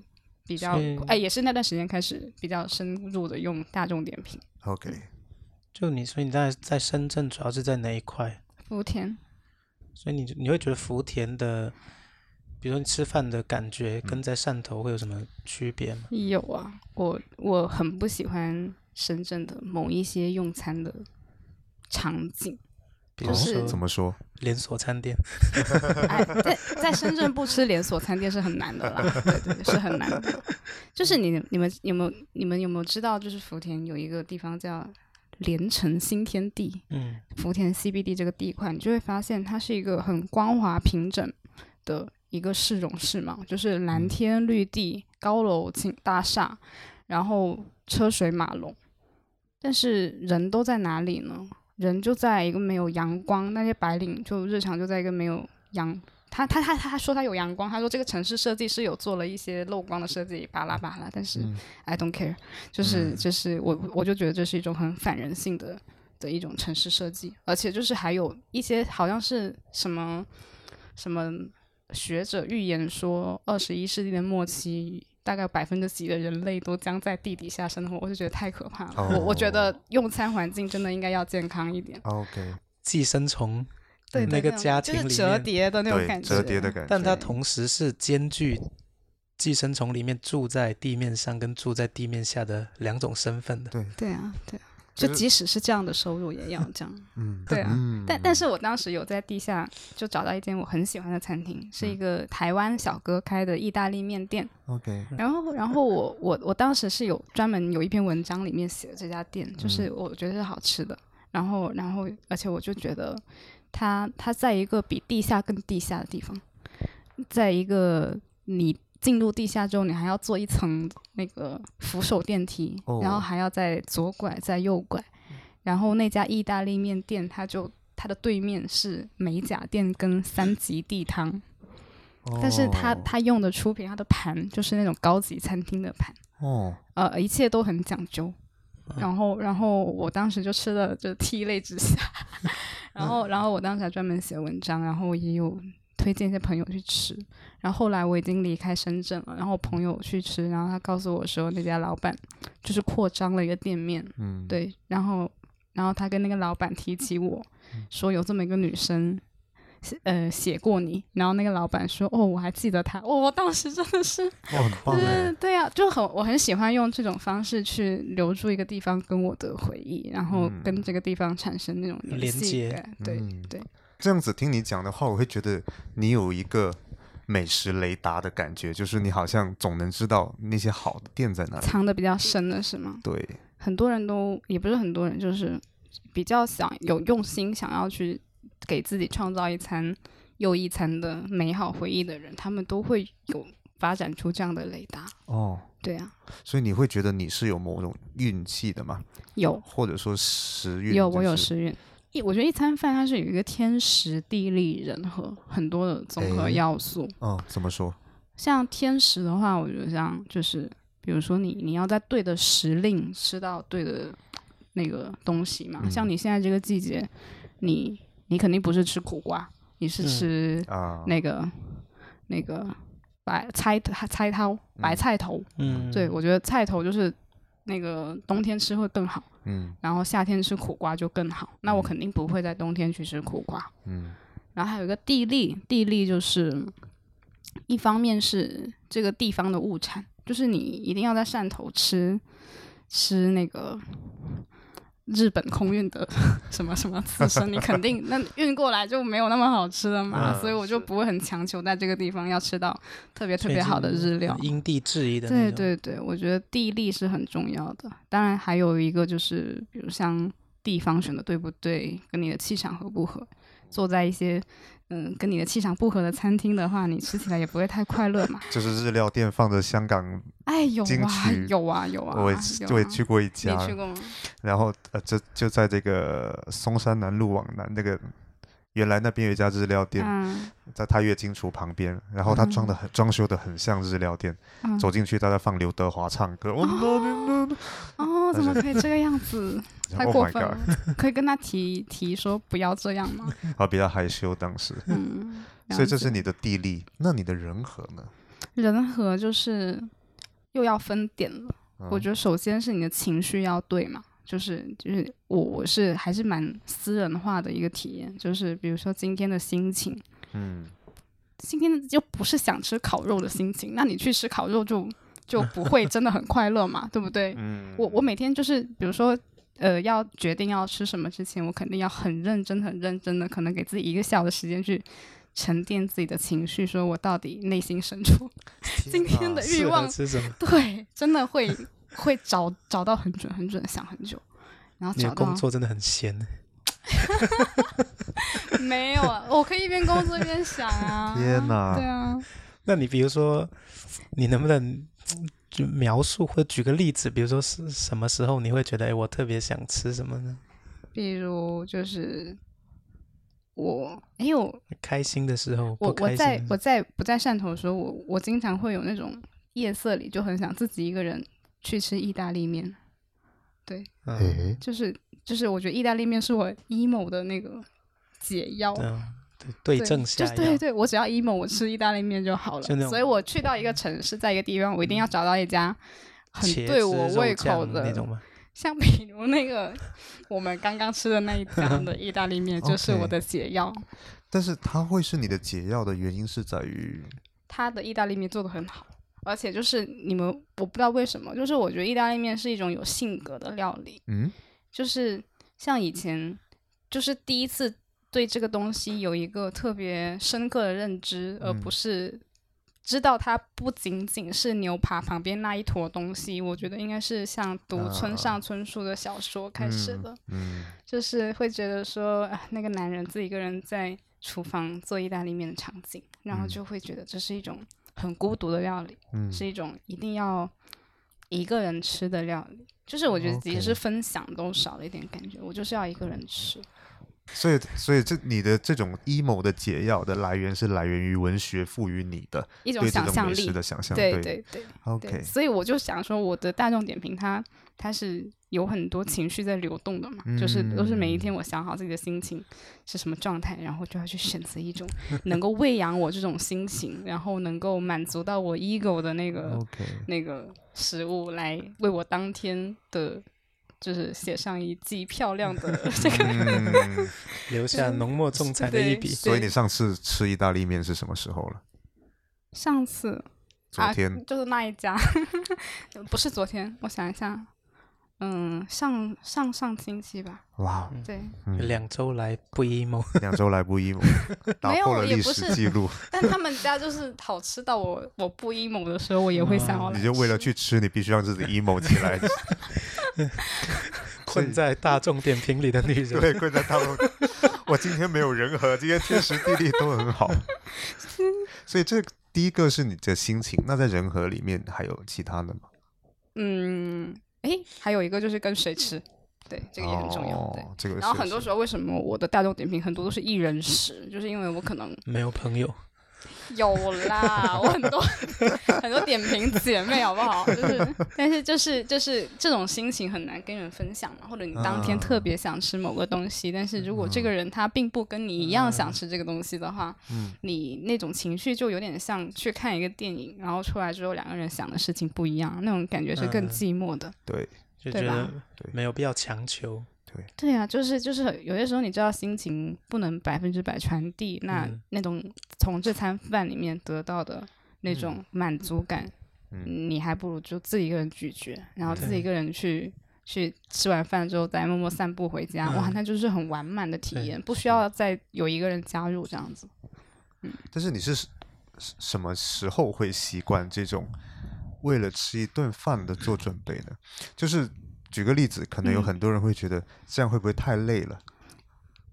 Speaker 3: 比较
Speaker 2: 所以，
Speaker 3: 哎，也是那段时间开始比较深入的用大众点评，
Speaker 1: ，OK，
Speaker 2: 就你，所以你在在深圳主要是在哪一块？
Speaker 3: 福田，
Speaker 2: 所以你就你会觉得福田的，比如说你吃饭的感
Speaker 1: 嗯
Speaker 2: 觉跟在汕头会有什么区别吗？
Speaker 3: 有啊，我我很不喜欢深圳的某一些用餐的场景，
Speaker 2: 比
Speaker 3: 就
Speaker 2: 如
Speaker 3: 是
Speaker 1: 哦怎
Speaker 2: 说
Speaker 1: 么说？
Speaker 2: 连锁餐店，
Speaker 3: 哎，在在深圳不吃连锁餐店是很难的啦，对对对，是很难的。就是你你们有没有你们有没有知道，就是福田有一个地方叫连城新天地，
Speaker 2: 嗯，
Speaker 3: 福田 CBD 这个地块，你就会发现它是一个很光滑平整的一个市容市貌，就是蓝天绿地、高楼景大厦，然后车水马龙。但是人都在哪里呢？人就在一个没有阳光，那些白领就日常就在一个没有阳。他他他他说他有阳光，他说这个城市设计师有做了一些漏光的设计，巴拉巴拉。但是、I don't care，就是、就是我我就觉得这是一种很反人性的的一种城市设计，而且就是还有一些好像是什么什么学者预言说，二十一世纪的末期，大概百分之几的人类都将在地底下生活，我就觉得太可怕了。我我觉
Speaker 1: 哦
Speaker 3: 得用餐环境真的应该要健康一点，
Speaker 1: OK，
Speaker 2: 寄生虫，
Speaker 3: 对
Speaker 2: 那
Speaker 3: 对
Speaker 2: 个
Speaker 3: 种
Speaker 2: 家
Speaker 3: 就
Speaker 2: 庭
Speaker 3: 是
Speaker 2: 里
Speaker 3: 折
Speaker 2: 面，
Speaker 3: 叠的那种
Speaker 1: 对，
Speaker 3: 感觉，
Speaker 1: 折叠的感觉，
Speaker 2: 但它
Speaker 3: 对
Speaker 2: 同时是兼具寄生虫里面住在地面上跟住在地面下的两种身份的。
Speaker 1: 对，
Speaker 3: 对啊，对啊，
Speaker 1: 就
Speaker 3: 就是即使是这样的收入也要 这样，
Speaker 1: 嗯，
Speaker 3: 对啊。
Speaker 1: 嗯，
Speaker 3: 但但是我当时有在地下就找到一间我很喜欢的餐厅，是
Speaker 2: 嗯
Speaker 3: 一个台湾小哥开的意大利面店。
Speaker 1: 嗯 OK，
Speaker 3: 然后然后我我我当时是有专门有一篇文章里面写的这家店，就是我觉得是好吃的。然后然后而且我就觉得它它在一个比地下更地下的地方，在一个你。进入地下之后，你还要坐一层那个扶手电梯，
Speaker 1: 哦
Speaker 3: 然后还要再左拐再右拐，然后那家意大利面店，它就它的对面是美甲店跟三级地汤，但是它
Speaker 1: 哦
Speaker 3: 它用的出品，它的盘就是那种高级餐厅的盘，
Speaker 1: 哦，
Speaker 3: 呃，一切都很讲究。然后，然后我当时就吃的就涕泪之下， 然后，然后我当时还专门写文章，然后也有推荐一些朋友去吃。然后后来我已经离开深圳了，然后朋友去吃，然后他告诉我说那家老板就是扩张了一个店面，
Speaker 1: 嗯，
Speaker 3: 对，然后然后他跟那个老板提起我
Speaker 2: 嗯
Speaker 3: 说有这么一个女生，呃，写过你，然后那个老板说哦，我还记得她，哦，我当时真 的是，
Speaker 1: 哇，很棒哎
Speaker 3: 嗯，，对啊，就很我很喜欢用这种方式去留住一个地方跟我的回忆，然后跟这个地方产生那种
Speaker 2: 嗯连
Speaker 3: 系
Speaker 2: 接
Speaker 3: 感，对
Speaker 1: 嗯
Speaker 3: 对，
Speaker 1: 这样子听你讲的话，我会觉得你有一个美食雷达的感觉，就是你好像总能知道那些好的店在哪里。
Speaker 3: 藏的比较深的是吗？
Speaker 1: 对，
Speaker 3: 很多人都也不是很多人，就是比较想有用心想要去给自己创造一餐又一餐的美好回忆的人，他们都会有发展出这样的雷达。
Speaker 1: 哦，
Speaker 3: 对啊，
Speaker 1: 所以你会觉得你是有某种运气的嘛，
Speaker 3: 有
Speaker 1: 或者说时运？
Speaker 3: 有我有
Speaker 1: 时。
Speaker 3: 时运。一我觉得一餐饭它是有一个天时地利人和很多的综合
Speaker 1: 哎
Speaker 3: 要素。
Speaker 1: 哦，怎么说？
Speaker 3: 像天时的话，我觉得像就是比如说你你要在对的时令吃到对的那个东西嘛。
Speaker 2: 嗯
Speaker 3: 像你现在这个季节，你你肯定不是吃苦瓜，你是
Speaker 2: 嗯
Speaker 3: 吃
Speaker 1: 啊，
Speaker 3: 那个、那个白菜菜头白菜头。
Speaker 2: 嗯，
Speaker 3: 对，我觉得菜头就是那个冬天吃会更好，
Speaker 1: 嗯
Speaker 3: 然后夏天吃苦瓜就更好。那我
Speaker 1: 嗯
Speaker 3: 肯定不会在冬天去吃苦瓜。
Speaker 1: 嗯
Speaker 3: 然后还有一个地利，地利就是一方面是这个地方的物产，就是你一定要在汕头吃吃那个日本空运的 什么什么刺身，你肯定那运过来就没有那么好吃了嘛，
Speaker 1: 嗯
Speaker 3: 所以我就不会很强求在这个地方要吃到特别特别好的日料。
Speaker 2: 因地制宜的那
Speaker 3: 对
Speaker 2: 种，
Speaker 3: 对对，我觉得地利是很重要的，当然还有一个就是，比如像地方选的对不对，跟你的气场合不合。坐在一些嗯跟你的气场不合的餐厅的话，你吃起来也不会太快乐嘛。
Speaker 1: 就是日料店放着香港，
Speaker 3: 哎，有
Speaker 1: 金
Speaker 3: 啊
Speaker 1: 曲，
Speaker 3: 有啊，有啊，
Speaker 1: 我也
Speaker 3: 有
Speaker 1: 我也
Speaker 3: 啊
Speaker 1: 去过一家，
Speaker 3: 你去过吗？
Speaker 1: 然后呃，就就在这个松山南路往南那个，原来那边有一家日料店，
Speaker 3: 嗯，
Speaker 1: 在太月金厨旁边，然后它装的很、装修的很像日料店，
Speaker 3: 嗯
Speaker 1: 走进去他在放刘德华唱歌，我
Speaker 3: 哦，怎么
Speaker 1: 但
Speaker 3: 可以这个样子？太
Speaker 1: Oh
Speaker 3: 过
Speaker 1: my
Speaker 3: 分了
Speaker 1: god！，
Speaker 3: 可以跟他提提说不要这样吗？
Speaker 1: 好，比较害羞当时，
Speaker 3: 嗯，
Speaker 1: 所以这
Speaker 3: 了
Speaker 1: 是
Speaker 3: 解
Speaker 1: 你的地利，那你的人和呢？
Speaker 3: 人和就是又要分点了。我觉
Speaker 1: 得
Speaker 3: 得首先是你的情绪要对嘛，就是就是我我是还是蛮私人化的一个体验，就是比如说今天的心情，
Speaker 1: 嗯，
Speaker 3: 今天就不是想吃烤肉的心情，那你去吃烤肉就就不会真的很快乐嘛，对不对？
Speaker 1: 嗯
Speaker 3: 我我每天就是比如说。呃，要决定要吃什么之前，我肯定要很认真、很认真的，可能给自己一个小的时间去沉淀自己的情绪，说我到底内心深处今
Speaker 1: 哪
Speaker 3: 天的
Speaker 2: 适
Speaker 3: 欲
Speaker 2: 合
Speaker 3: 望
Speaker 2: 吃什么？
Speaker 3: 对，真的会会找找到很准很准，想很久，然后
Speaker 2: 你
Speaker 3: 找
Speaker 2: 的
Speaker 3: 到
Speaker 2: 工作真的很闲，
Speaker 3: 没有啊？我可以一边工作一边想 啊。
Speaker 1: 天哪
Speaker 3: 对啊，
Speaker 2: 那你比如说，你能不能就描述或者举个例子，比如说是什么时候你会觉得，哎，我特别想吃什么呢？
Speaker 3: 比如就是我，哎呦，
Speaker 2: 开心的时候，
Speaker 3: 我
Speaker 2: 不
Speaker 3: 我
Speaker 2: 开
Speaker 3: 在
Speaker 2: 心
Speaker 3: 我
Speaker 2: 的时
Speaker 3: 在不在汕头的时候，我我经常会有那种夜色里就很想自己一个人去吃意大利面，
Speaker 2: 候，嗯，
Speaker 1: 诶，
Speaker 3: 就是就是我觉得意大利面是我 emo 的那个解药。
Speaker 2: 对啊，对对症下
Speaker 3: 就
Speaker 2: 药，
Speaker 3: 对对，我只要 emo，我吃意大利面就好了
Speaker 2: 就那。种嗯
Speaker 3: 所以我去到一个城市，在一个地方，我一定要找到一家很
Speaker 2: 茄
Speaker 3: 对
Speaker 2: 子
Speaker 3: 我
Speaker 2: 肉
Speaker 3: 胃口
Speaker 2: 酱那种
Speaker 3: 的，
Speaker 2: 吗？
Speaker 3: 像比如那 个我们刚刚吃的那一家的意大利面，就是我的解药。
Speaker 1: 但是它会是你的解药的原因是在于，
Speaker 3: 它的意大利面做的很好，而且就是你们，我不知道为什么，就是我觉得意大利面是一种有性格的料理，
Speaker 1: 嗯
Speaker 3: 就是像以前，就是第一次对这个东西有一个特别深刻的认知，而
Speaker 1: 嗯
Speaker 3: 不是知道它不仅仅是牛扒旁边那一坨东西。我觉得应该是像读村上春树的小说开始的，
Speaker 1: 啊嗯，
Speaker 3: 就是会觉得说、啊、那个男人自己一个人在厨房做意大利面的场景，然
Speaker 1: 嗯
Speaker 3: 后就会觉得这是一种很孤独的料理。
Speaker 1: 嗯
Speaker 3: 是一种一定要一个人吃的料理。就是我觉得，即
Speaker 1: OK
Speaker 3: 使是分享都少了一点感觉，我就是要一个人吃。
Speaker 1: 所以，所以这你的这种 emo 的解药的来源是来源于文学赋予你的
Speaker 3: 一种
Speaker 1: 对这
Speaker 3: 想
Speaker 1: 种
Speaker 3: 象
Speaker 1: 美
Speaker 3: 力
Speaker 1: 食的想象，
Speaker 3: 对对对
Speaker 1: o
Speaker 3: 对
Speaker 1: k
Speaker 3: 所以我就想说，我的大众点评它它是有很多情绪在流动的嘛，就是都是每一
Speaker 1: 嗯
Speaker 3: 天我想好自己的心情是什么状态，然后就要去选择一种能够喂养我这种心情，然后能够满足到我 ego 的那个
Speaker 1: OK，
Speaker 3: 那个食物来为我当天的，就是写上一记漂亮的 这个。
Speaker 1: 嗯，
Speaker 2: 留下浓墨重彩的
Speaker 3: 对
Speaker 2: 一笔。
Speaker 1: 所以你上次吃意大利面是什么时候了？
Speaker 3: 上次
Speaker 1: 昨天、
Speaker 3: 啊、就是那一家， 不是昨天，我想一下，嗯，上上上星期吧，
Speaker 1: 哇，
Speaker 3: 对，
Speaker 1: 嗯
Speaker 2: 两周来 不 emo，
Speaker 1: 两周来不 emo，打
Speaker 3: 没有
Speaker 1: 破了
Speaker 3: 也
Speaker 1: 历
Speaker 3: 不
Speaker 1: 史
Speaker 3: 是
Speaker 1: 记 录，
Speaker 3: 但他们家就是好吃到我我不 emo 的时候，我也会想要来
Speaker 1: 嗯你就为了
Speaker 3: 吃
Speaker 1: 去吃，你必须让自己 emo 起 来，
Speaker 2: 困在大众点评里的女人，
Speaker 1: 对，跪在 大陆。我今天没有人和，今天天时地利都很 好，所以这第一个是你的心情。那在人和里面还有其他的吗？
Speaker 3: 嗯，诶，还有一个就是跟谁吃，对，这个也很重要，对。
Speaker 1: 哦、这个
Speaker 3: 然后很多
Speaker 1: 是
Speaker 3: 时候，为什么我的大众点评很多都是一人食，就是因为我可能
Speaker 2: 没有朋友，
Speaker 3: 有啦，我很多 很多点评姐妹，好 不好？就是，但是就是就是这种心情很难跟人分享嘛，或者你当天
Speaker 1: 啊
Speaker 3: 特别想吃某个东西，但是如果这个人他并不跟你一样想吃这个东西的话，
Speaker 1: 嗯
Speaker 3: 你那种情绪就有点像去看一个电影，然后出来之后两个人想的事情不一样，那种感觉是
Speaker 1: 哎
Speaker 3: 更
Speaker 2: 嗯
Speaker 3: 寂寞的。
Speaker 1: 对，
Speaker 2: 就
Speaker 3: 对
Speaker 2: 觉
Speaker 3: 吧
Speaker 2: 得
Speaker 1: 对
Speaker 2: 没有必要强求。
Speaker 3: 对啊，就是就是有些时候你知道心情不能百分之百传递，那、
Speaker 2: 嗯
Speaker 3: 那种从这餐饭里面得到的
Speaker 2: 嗯
Speaker 3: 那种满足感，
Speaker 1: 嗯
Speaker 3: 你还不如就自己一个人咀嚼，然后自己
Speaker 2: 对
Speaker 3: 一个人去。去吃完饭之后再默默散步回家，哇，
Speaker 2: 嗯
Speaker 3: 那就是很完满的体
Speaker 2: 对
Speaker 3: 验，不需要再有一个人加入这样子。
Speaker 1: 但是你是什什什么时候会习惯这种为了吃一顿饭的做准备呢？就是举个例子，可能有
Speaker 3: 嗯
Speaker 1: 很多人会觉得这样会不会太累了？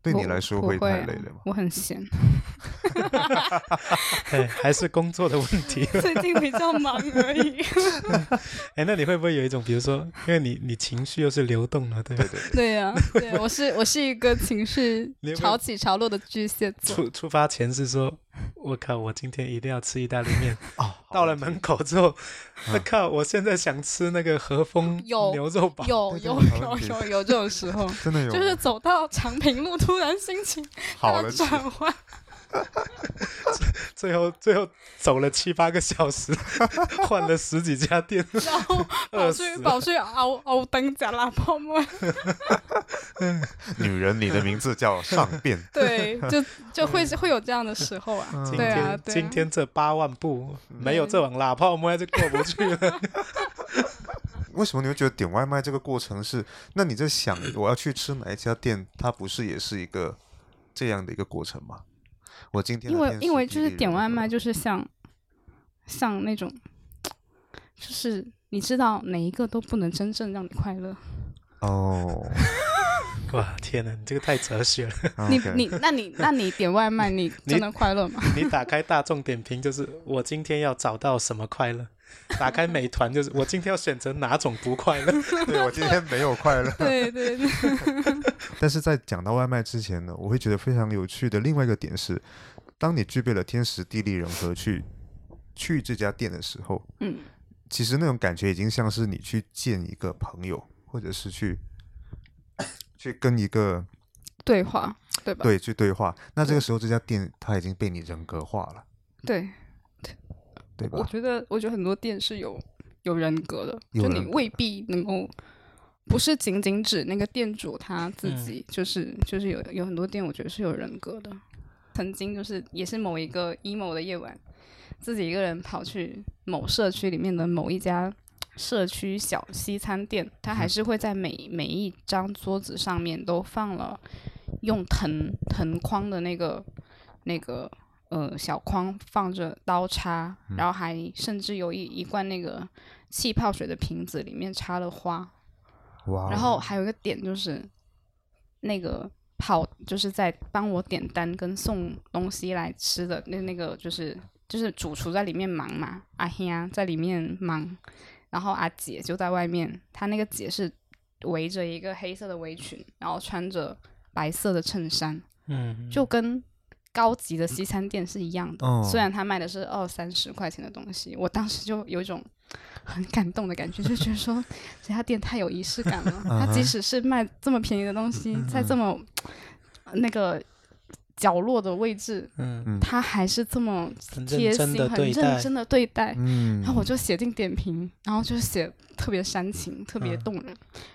Speaker 1: 对你
Speaker 3: 我
Speaker 1: 来说
Speaker 3: 不会
Speaker 1: 太
Speaker 3: 啊
Speaker 1: 累了吗？
Speaker 3: 我 很闲，
Speaker 2: 对，哎还是工作的问题。
Speaker 3: 最近比较忙而已。
Speaker 2: 哎，那你会不会有一种，比如说，因为你你情绪又是流动的，对吧？
Speaker 3: 对呀、对，我是我是一个情绪
Speaker 2: 你有没有
Speaker 3: 潮起潮落的巨蟹座。
Speaker 2: 出出发前是说，我靠，我今天一定要吃意大利面。
Speaker 1: 哦，
Speaker 2: 到了门口之后，我靠，我现在想吃那个和风
Speaker 3: 嗯有
Speaker 2: 牛肉堡。
Speaker 3: 有
Speaker 1: 对对
Speaker 3: 有
Speaker 1: 对好
Speaker 3: 有
Speaker 1: 问题
Speaker 3: 有有这种时候，
Speaker 1: 真 的有
Speaker 3: 就是
Speaker 1: 吗
Speaker 3: 走到长平路，突然心情
Speaker 1: 好
Speaker 3: 大
Speaker 1: 了起来，
Speaker 3: 转 换，
Speaker 2: 最后最后走了七八个小时， 换了十几家店。
Speaker 3: 然后跑
Speaker 2: 饿
Speaker 3: 去
Speaker 2: 死了
Speaker 3: 跑去熬熬灯加拉泡沫，。
Speaker 1: 女人，你的名字叫上变
Speaker 3: 对，就就会
Speaker 1: 嗯
Speaker 3: 会有这样的时候啊。
Speaker 2: 今
Speaker 3: 对
Speaker 2: 天、
Speaker 3: 啊对啊
Speaker 2: 今天这八万步没有这碗喇叭，我们还是过不去了。
Speaker 1: 为什么你会觉得点外卖这个过程是？那你在想我要去吃哪一家店，它不是也是一个这样的一个过程吗？我今天
Speaker 3: 因
Speaker 1: 的嗯
Speaker 3: 为
Speaker 1: 天时
Speaker 3: 因为
Speaker 1: 地
Speaker 3: 就是
Speaker 1: 利
Speaker 3: 点
Speaker 1: 人
Speaker 3: 外
Speaker 1: 和
Speaker 3: 卖，就是像像那种，就是你知道哪一个都不能真正让你快乐。
Speaker 1: 啊哦，
Speaker 2: 哇，天哪，你这个太哲学 了！
Speaker 3: 你
Speaker 1: OK
Speaker 3: 你那你那你点 外卖，你真的快乐吗？。
Speaker 2: 你打开大众点评就是我今天要找到什么快乐，打开美团就是我今天要选择哪种不快 乐。
Speaker 1: 对我今天没有快乐
Speaker 3: 对对对，
Speaker 1: 但是在讲到外卖之前呢，我会觉得非常有趣的另外一个点是，当你具备了天时地利人和去去这家店的时候，
Speaker 3: 嗯，
Speaker 1: 其实那种感觉已经像是你去见一个朋友，或者是去去跟一个
Speaker 3: 对话对吧？
Speaker 1: 对去对话。那这个时候，这家店它已经被你人格化了，
Speaker 3: 对，
Speaker 1: 对
Speaker 3: 我
Speaker 1: 吧？
Speaker 3: 觉得，我觉得很多店是有有人格的，
Speaker 1: 有
Speaker 3: 就
Speaker 1: 人
Speaker 3: 你
Speaker 1: 格
Speaker 3: 未必能够，不是仅仅指那个店主他自
Speaker 2: 嗯
Speaker 3: 己，就是就是有有很多店，我觉得是有人格的。曾经就是也是某一个 emo 的夜晚，自己一个人跑去某社区里面的某一家社区小西餐店，它还是会在每每一张桌子上面都放了用藤藤框的那个那个呃小框放着刀叉，然后还甚至有一一罐那个气泡水的瓶子，里面插了花。
Speaker 1: 哇哦，
Speaker 3: 然后还有一个点就是，那个跑就是在帮我点单跟送东西来吃的那那个就是就是主厨在里面忙嘛，阿兄在里面忙，然后阿姐就在外面，她那个姐是围着一个黑色的围裙，然后穿着白色的衬衫，
Speaker 2: 嗯，
Speaker 3: 就跟高级的西餐店是一样的。
Speaker 1: 哦
Speaker 3: 虽然他卖的是二三十块钱的东西，我当时就有一种很感动的感觉，就觉 得说这家店太有仪式感了。
Speaker 1: 嗯
Speaker 3: 他
Speaker 1: 哼
Speaker 3: 即使是卖这么便宜的东西，
Speaker 2: 嗯
Speaker 3: 在这么呃那个角落的位置，
Speaker 2: 嗯，
Speaker 3: 他还是这么
Speaker 2: 很
Speaker 3: 贴
Speaker 2: 认
Speaker 3: 心、
Speaker 2: 真的
Speaker 3: 很
Speaker 2: 对
Speaker 3: 认
Speaker 2: 待，
Speaker 3: 真的对待。
Speaker 1: 嗯，
Speaker 3: 然后我就写进点评，然后就写特别煽情、特别
Speaker 2: 嗯
Speaker 3: 动人。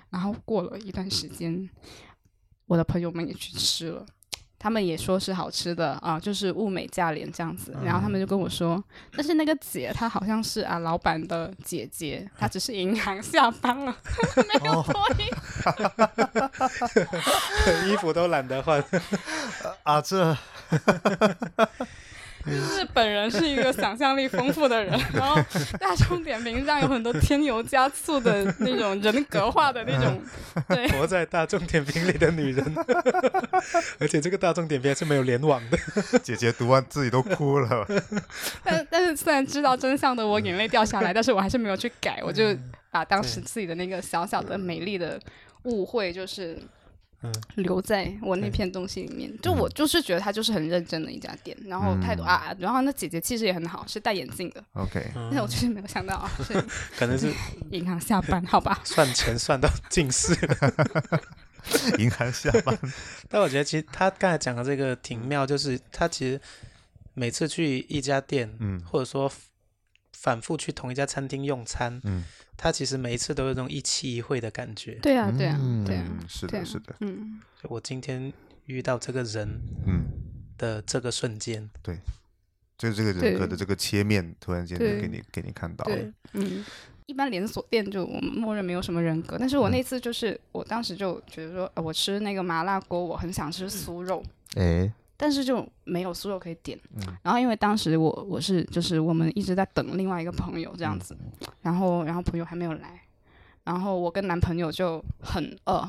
Speaker 3: 然后过了一段时间，我的朋友们也去吃了，他们也说是好吃的啊，就是物美价廉这样子。然后他们就跟我说，但是那个姐她好像是啊老板的姐姐，她只是银行下班了， 没有脱衣。
Speaker 2: 衣服都懒得 换。
Speaker 1: 啊，这
Speaker 3: 就是本人是一个想象力丰富的人，然后大众点评上有很多添油加醋的那种人格化的那种，对。
Speaker 2: 活在大众点评里的女 人，而且这个大众点评还是没有联网的。
Speaker 1: 姐姐读完自己都哭 了，
Speaker 3: 但但是虽然知道真相的我眼泪掉下来，但是我还是没有去改，我就把当时自己的那个小小的美丽的误会，就是
Speaker 2: 嗯
Speaker 3: 留在我那片东西里面。就我就是觉得它就是很认真的一家店，然后态度
Speaker 1: 嗯
Speaker 3: 啊，然后那姐姐气质也很好，是戴眼镜的。
Speaker 1: OK，
Speaker 2: 嗯
Speaker 3: 但我就是没有想到啊，是
Speaker 2: 可能是
Speaker 3: 银行下班，好吧？
Speaker 2: 算钱算到近视了。
Speaker 1: 银行下班，
Speaker 2: 但我觉得其实他刚才讲的这个挺妙，就是他其实每次去一家店，
Speaker 1: 嗯
Speaker 2: 或者说反复去同一家餐厅用餐，
Speaker 1: 嗯，
Speaker 2: 他其实每一次都有这种一期一会的感觉。
Speaker 3: 对 啊，对啊，对啊，
Speaker 1: 嗯，是的，
Speaker 3: 对啊
Speaker 1: 是的，
Speaker 3: 嗯，
Speaker 2: 我今天遇到这个人
Speaker 1: 嗯，
Speaker 2: 的这个瞬间，
Speaker 1: 就这个人
Speaker 3: 对
Speaker 1: 格的这个切面，突然间就
Speaker 3: 对
Speaker 1: 给你给你看到了
Speaker 3: 对，，嗯。一般连锁店就我们默认没有什么人格，但是我那次就是，我当时就觉得说，呃我吃那个麻辣锅，我很想吃酥肉，
Speaker 1: 哎，
Speaker 3: 但是就没有酥肉可以点。
Speaker 1: 嗯
Speaker 3: 然后因为当时我我是就是我们一直在等另外一个朋友这样子，然后然后朋友还没有来，然后我跟男朋友就很饿，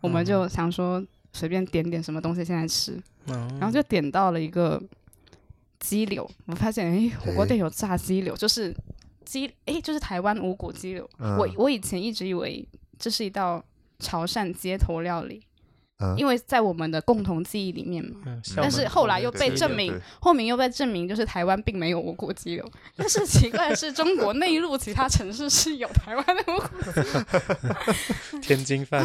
Speaker 3: 我们就想说随便点点什么东西现在吃，
Speaker 2: 嗯，
Speaker 3: 然后就点到了一个鸡柳，我发现诶火锅店有炸鸡柳，就是鸡诶就是台湾五谷鸡柳，
Speaker 1: 嗯
Speaker 3: 我我以前一直以为这是一道潮汕街头料理。
Speaker 1: 嗯
Speaker 3: 因为在我们的共同记忆里面嘛，
Speaker 2: 嗯，像
Speaker 3: 但
Speaker 2: 我
Speaker 3: 是
Speaker 2: 们
Speaker 3: 后来又被
Speaker 1: 对
Speaker 3: 证
Speaker 1: 对
Speaker 3: 明
Speaker 1: 对
Speaker 3: 后面又被证明就是台湾并没有无骨鸡柳，但是奇怪的是，中国内陆其他城市是有台湾的无骨。
Speaker 2: 天津 饭、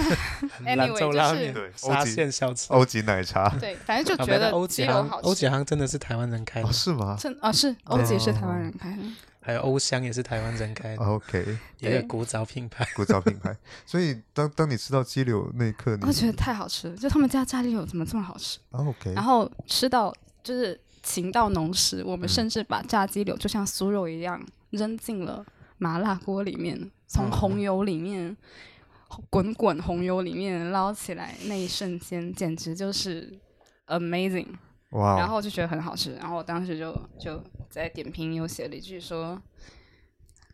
Speaker 2: 兰
Speaker 3: Anyway，
Speaker 2: 州
Speaker 3: 就
Speaker 2: 拉
Speaker 3: 是
Speaker 2: 面
Speaker 1: 对、
Speaker 2: 沙
Speaker 1: 欧吉
Speaker 2: 县小吃。
Speaker 1: 欧吉奶 茶，
Speaker 3: 对，反正
Speaker 2: 啊
Speaker 3: 就
Speaker 2: 没有
Speaker 3: 觉
Speaker 2: 但
Speaker 3: 得
Speaker 2: 欧
Speaker 3: 鸡
Speaker 2: 几
Speaker 3: 柳
Speaker 2: 行，
Speaker 3: 好
Speaker 2: 欧啊
Speaker 3: 吃
Speaker 2: 几。行真的是台湾人开的
Speaker 1: 哦，，是吗
Speaker 3: 真啊是欧姐是台湾人哎开的，
Speaker 2: 还有欧香也是台湾人
Speaker 3: 哦
Speaker 2: 开的，
Speaker 1: 哦？OK，
Speaker 2: 一个
Speaker 3: 对
Speaker 2: 古早品牌。
Speaker 1: 古早品牌。所以当当你吃到鸡柳那一刻，你
Speaker 3: 我觉得太好吃了，就他们家炸鸡柳怎么这么好吃？
Speaker 1: 啊 OK，
Speaker 3: 然后吃到就是情到浓时，我们
Speaker 1: 嗯
Speaker 3: 甚至把炸鸡柳就像酥肉一样扔进了麻辣锅里面，从
Speaker 2: 嗯
Speaker 3: 红油里面滚滚红油里面捞起来，那一瞬间简直就是 amazing。
Speaker 1: 哇哦，
Speaker 3: 然后就觉得很好吃，然后我当时就就在点评有写了一句说，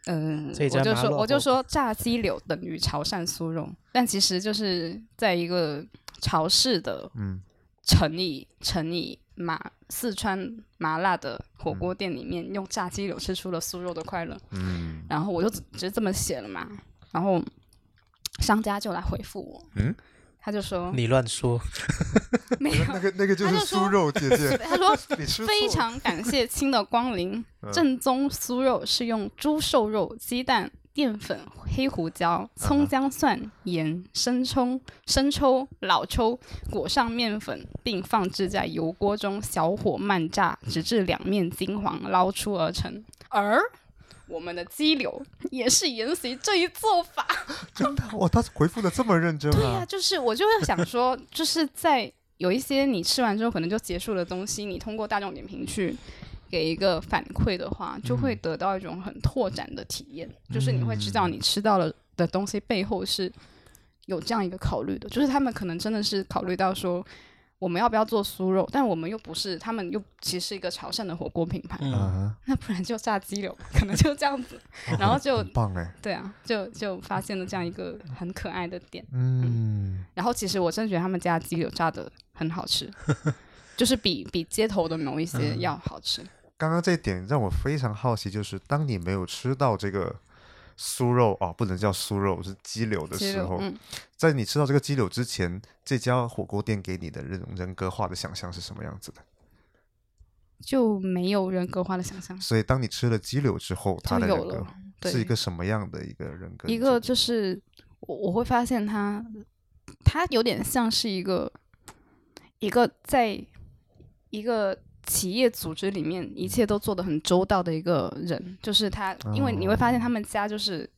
Speaker 3: 嗯、
Speaker 2: 这家
Speaker 3: 我就
Speaker 2: 麻
Speaker 3: 说
Speaker 2: 辣
Speaker 3: 我就
Speaker 2: 火
Speaker 3: 说炸鸡柳等于潮汕酥肉，但其实就是在一个潮式的
Speaker 1: 嗯
Speaker 3: 乘以乘以麻四川麻辣的火锅店里面，用炸鸡柳吃出了酥肉的快乐。
Speaker 1: 嗯
Speaker 3: 然后我就只只是这么写了嘛，然后商家就来回复我，
Speaker 1: 嗯，
Speaker 3: 他就说
Speaker 2: 你乱说，
Speaker 3: 没有，
Speaker 1: 那个那个就
Speaker 3: 嗯他
Speaker 1: 是
Speaker 3: 就说
Speaker 1: 酥肉姐姐，
Speaker 3: 他说
Speaker 1: 你吃嗯
Speaker 3: 非
Speaker 1: 错
Speaker 3: 常感谢亲的光 临。正宗酥肉是用猪瘦肉、鸡蛋、淀粉、黑胡椒、
Speaker 1: 嗯
Speaker 3: 葱
Speaker 1: 哼
Speaker 3: 姜蒜、盐、生抽、生抽、老抽裹上面粉，并放置在油锅中小火慢炸，直至两面金黄，捞出而成。而我们的鸡柳也是沿袭这一做法。
Speaker 1: 真的哇，他回复的这么认真
Speaker 3: 对呀、
Speaker 1: 啊，
Speaker 3: 就是我就会想说，就是在有一些你吃完之后可能就结束的东西，你通过大众点评去给一个反馈的话，就会得到一种很拓展的体验，就是你会知道你吃到了的东西背后是有这样一个考虑的，就是他们可能真的是考虑到说。我们要不要做酥肉？但我们又不是，他们又其实是一个潮汕的火锅品牌，
Speaker 2: 嗯，
Speaker 1: 啊，
Speaker 3: 那不然就炸鸡柳吧，可能就这样子。然后就
Speaker 1: 很棒哎，
Speaker 3: 对啊，就就发现了这样一个很可爱的点。
Speaker 1: 嗯，
Speaker 3: 然后其实我真的觉得他们家的鸡柳炸的很好 吃，就是比比街头的某一些
Speaker 1: 嗯
Speaker 3: 要好吃。
Speaker 1: 刚刚这一点让我非常好奇，就是当你没有吃到这个酥肉哦，不能叫酥肉，是鸡柳的
Speaker 3: 鸡
Speaker 1: 时
Speaker 3: 柳
Speaker 1: 候，，
Speaker 3: 嗯，
Speaker 1: 在你吃到这个鸡柳之前，这家火锅店给你的人人格化的想象是什么样子的？
Speaker 3: 就没有人格化的想象，
Speaker 1: 所以当你吃了鸡柳之后，他
Speaker 3: 嗯就
Speaker 1: 的
Speaker 3: 有
Speaker 1: 人格
Speaker 3: 了。对，
Speaker 1: 是一个什么样的一个人格？
Speaker 3: 一
Speaker 1: 你觉
Speaker 3: 个
Speaker 1: 得
Speaker 3: 就是我我会发现它，它有点像是一个一个在一个企业组织里面一切都做得很周到的一个人，就是他，因为你会发现他们家就是。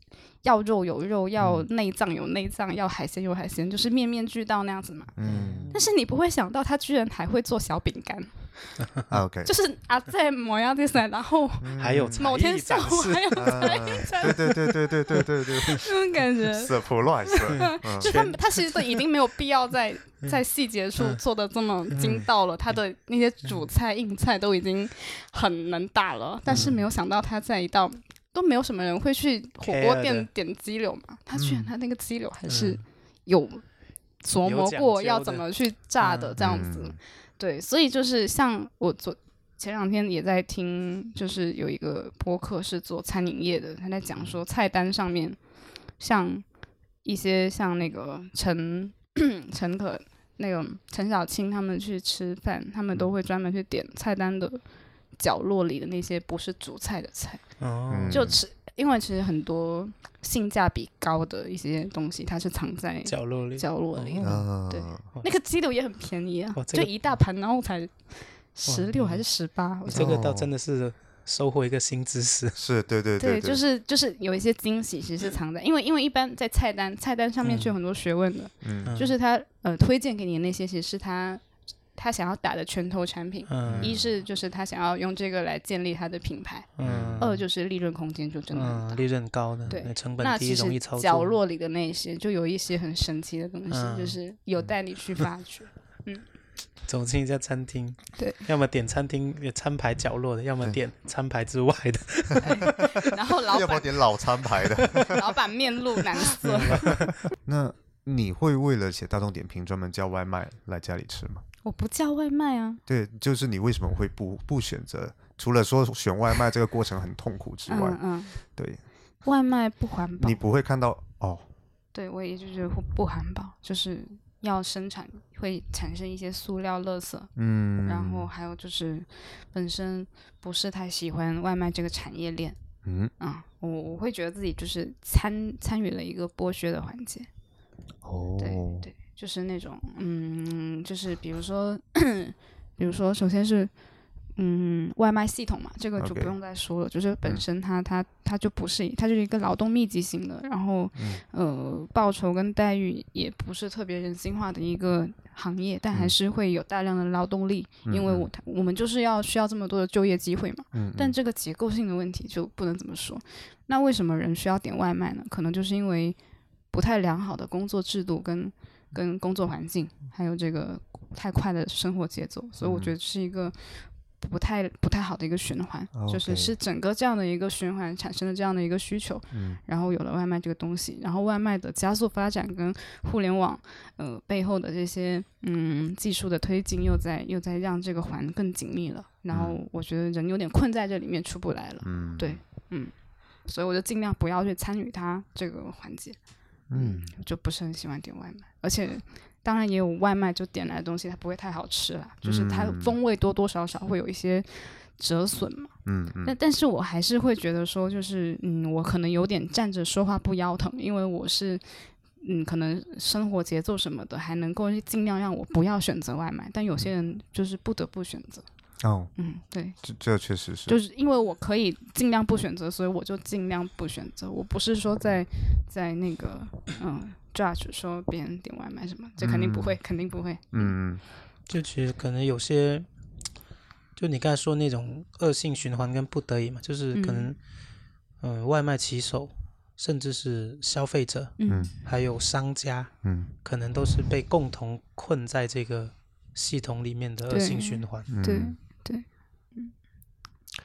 Speaker 3: 要肉有肉，要内脏有内脏，要海鲜有海鲜，就是面面俱到那样子嘛。
Speaker 1: 嗯
Speaker 3: 但是你不会想到他居然还会做小饼干，
Speaker 1: 啊 OK，
Speaker 3: 就是啊，在某样地方，然后
Speaker 2: 还有
Speaker 3: 某天下午还 有
Speaker 1: 啊
Speaker 3: 才艺展
Speaker 1: 对对对对对对对对
Speaker 3: 那种感觉，
Speaker 1: ，surprise，嗯
Speaker 3: 就他们，他其实都已经没有必要在
Speaker 2: 嗯
Speaker 3: 在细节处做的这么精到了，他的那些主菜、硬菜都已经很能打了，但是
Speaker 2: 嗯
Speaker 3: 没有想到他在一道都没有什么人会去火
Speaker 2: Care
Speaker 3: 锅
Speaker 2: 的
Speaker 3: 店点鸡柳嘛，他居然他那个鸡柳还是
Speaker 2: 嗯
Speaker 3: 有琢
Speaker 2: 有
Speaker 3: 磨
Speaker 2: 讲
Speaker 3: 过
Speaker 2: 究
Speaker 3: 要
Speaker 2: 的
Speaker 3: 怎么去炸的
Speaker 2: 嗯
Speaker 3: 这样子，对，所以就是像我昨前两天也在听，就是有一个播客是做餐饮业的，他在讲说菜单上面像一些像那个陈 陈可那个陈小青他们去吃饭，他们都会专门去点菜单的角落里的那些不是主菜的菜，
Speaker 2: 哦，
Speaker 1: 嗯
Speaker 3: 就吃。因为其实很多性价比高的一些东西，它是藏在
Speaker 2: 角落里，
Speaker 3: 角落里。
Speaker 2: 嗯
Speaker 1: 啊，
Speaker 3: 对那个鸡柳也很便宜啊
Speaker 2: 哇，哦这
Speaker 3: 就
Speaker 2: 个
Speaker 3: 一大盘，然后才十
Speaker 2: 你
Speaker 3: 六还是十八？我
Speaker 2: 这个倒
Speaker 1: 哦
Speaker 2: 真的是收获一个新知识。
Speaker 1: 是对对对，
Speaker 3: 对，就是就是有一些惊喜，其实是藏在，因为因为一般在菜单菜单上面是有很多学问的，
Speaker 1: 嗯
Speaker 3: 就是他呃推荐给你的那些，其实是他他想要打的拳头产品。
Speaker 2: 嗯
Speaker 3: 一是就是他想要用这个来建立他的品牌，
Speaker 2: 嗯，
Speaker 3: 二就是利润空间就真的很
Speaker 2: 嗯
Speaker 3: 大。
Speaker 2: 利润高的，
Speaker 3: 对
Speaker 2: 那成
Speaker 3: 那
Speaker 2: 本低，
Speaker 3: 其
Speaker 2: 容易
Speaker 3: 实
Speaker 2: 操作。
Speaker 3: 角落里的那些，就有一些很神奇的东西，
Speaker 2: 嗯
Speaker 3: 就是有带你去发掘。
Speaker 2: 走进一家餐厅，
Speaker 3: 对，
Speaker 2: 要么点餐厅呃餐牌角落的，要么
Speaker 1: 对
Speaker 2: 点餐牌之外 的。
Speaker 3: 然后老
Speaker 1: 要不要
Speaker 3: 板
Speaker 1: 点老餐牌 的？
Speaker 3: 老板面露难色，
Speaker 1: 那你会为了写大众点评专门叫外卖来家里吃吗？
Speaker 3: 我不叫外卖啊，
Speaker 1: 对，就是你为什么会不不选择？除了说选外卖这个过程很痛苦之外，
Speaker 3: 嗯嗯，
Speaker 1: 对
Speaker 3: 外卖不环保
Speaker 1: 你。不会看到哦，
Speaker 3: 对，我也就觉得不不环保，就是要生产会产生一些塑料垃圾，
Speaker 1: 嗯，
Speaker 3: 然后还有就是本身不是太喜欢外卖这个产业链
Speaker 1: 嗯
Speaker 3: 啊、我我会觉得自己就是参参与了一个剥削的环节，
Speaker 1: 哦，
Speaker 3: 对、对，就是那种嗯，就是比如说， 比如说，首先是。嗯，外卖系统嘛，这个就不
Speaker 1: OK
Speaker 3: 用再说了。就是本
Speaker 1: 嗯
Speaker 3: 身它它它就不是，它就是一个劳动密集型的，然后
Speaker 1: 嗯
Speaker 3: 呃，报酬跟待遇也不是特别人性化的一个行业，但还
Speaker 1: 嗯
Speaker 3: 是会有大量的劳动力，因为
Speaker 1: 嗯嗯
Speaker 3: 我它我们就是要需要这么多的就业机会嘛。
Speaker 1: 嗯，
Speaker 3: 但
Speaker 1: 嗯
Speaker 3: 这个结构性的问题就不能这么说。那为什么人需要点外卖呢？可能就是因为不太良好的工作制度跟跟工作环境，还有这个太快的生活节奏，所以我
Speaker 1: 嗯
Speaker 3: 觉得是一个不太不太好的一个循环，就是
Speaker 1: OK
Speaker 3: 是整个这样的一个循环产生了这样的一个需求，
Speaker 1: 嗯
Speaker 3: 然后有了外卖这个东西，然后外卖的加速发展跟互联网呃背后的这些嗯技术的推进，又在又在让这个环更紧密了。然后我觉得人有点困在这里面出不来了，
Speaker 1: 嗯
Speaker 3: 对所以我就尽量不要去参与它这个环节，
Speaker 1: 嗯
Speaker 3: 就不是很喜欢点外卖，而且。当然也有外卖就点来的东西，它不会太好吃啦，就是它的
Speaker 1: 嗯
Speaker 3: 风味多多少少会有一些折损嘛。
Speaker 1: 嗯嗯
Speaker 3: 但但是我还是会觉得说，就是嗯，我可能有点站着说话不腰疼，因为我是嗯，可能生活节奏什么的还能够尽量让我不要选择外卖，但有些人就是不得不选择，
Speaker 1: 哦，
Speaker 3: 嗯，对，
Speaker 1: 这这确实是，
Speaker 3: 就是因为我可以尽量不选择，所以我就尽量不选择，我不是说在在那个嗯 judge 说别人点外卖什么，这肯定不会，肯定不会，
Speaker 1: 嗯嗯
Speaker 2: 就其实可能有些，就你刚才说那种恶性循环跟不得已嘛，就是可能，嗯、外卖骑手甚至是消费者，
Speaker 3: 嗯
Speaker 2: 还有商家，
Speaker 1: 嗯
Speaker 2: 可能都是被共同困在这个系统里面的恶
Speaker 3: 对
Speaker 2: 性循环。
Speaker 1: 嗯，
Speaker 3: 对
Speaker 1: 嗯
Speaker 3: 对。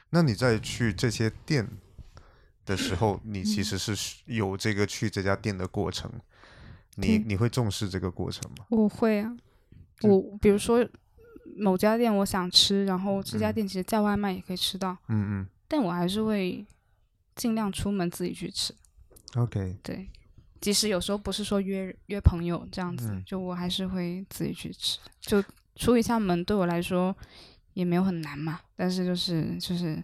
Speaker 1: 那你在去这些店的时候，你
Speaker 3: 嗯
Speaker 1: 其实是有这个去这家店的过程，你
Speaker 3: 对
Speaker 1: 你会重视这个过程吗？
Speaker 3: 我会啊，
Speaker 1: 就
Speaker 3: 我比如说某家店我想吃，然后这家店其实叫外卖也可以吃到，
Speaker 1: 嗯
Speaker 3: 但我还是会尽量出门自己去吃。
Speaker 1: 嗯，OK，
Speaker 3: 对，即使有时候不是说约约朋友这样子，
Speaker 1: 嗯
Speaker 3: 就我还是会自己去吃，就出一下门对我来说也没有很难嘛。但是就是就是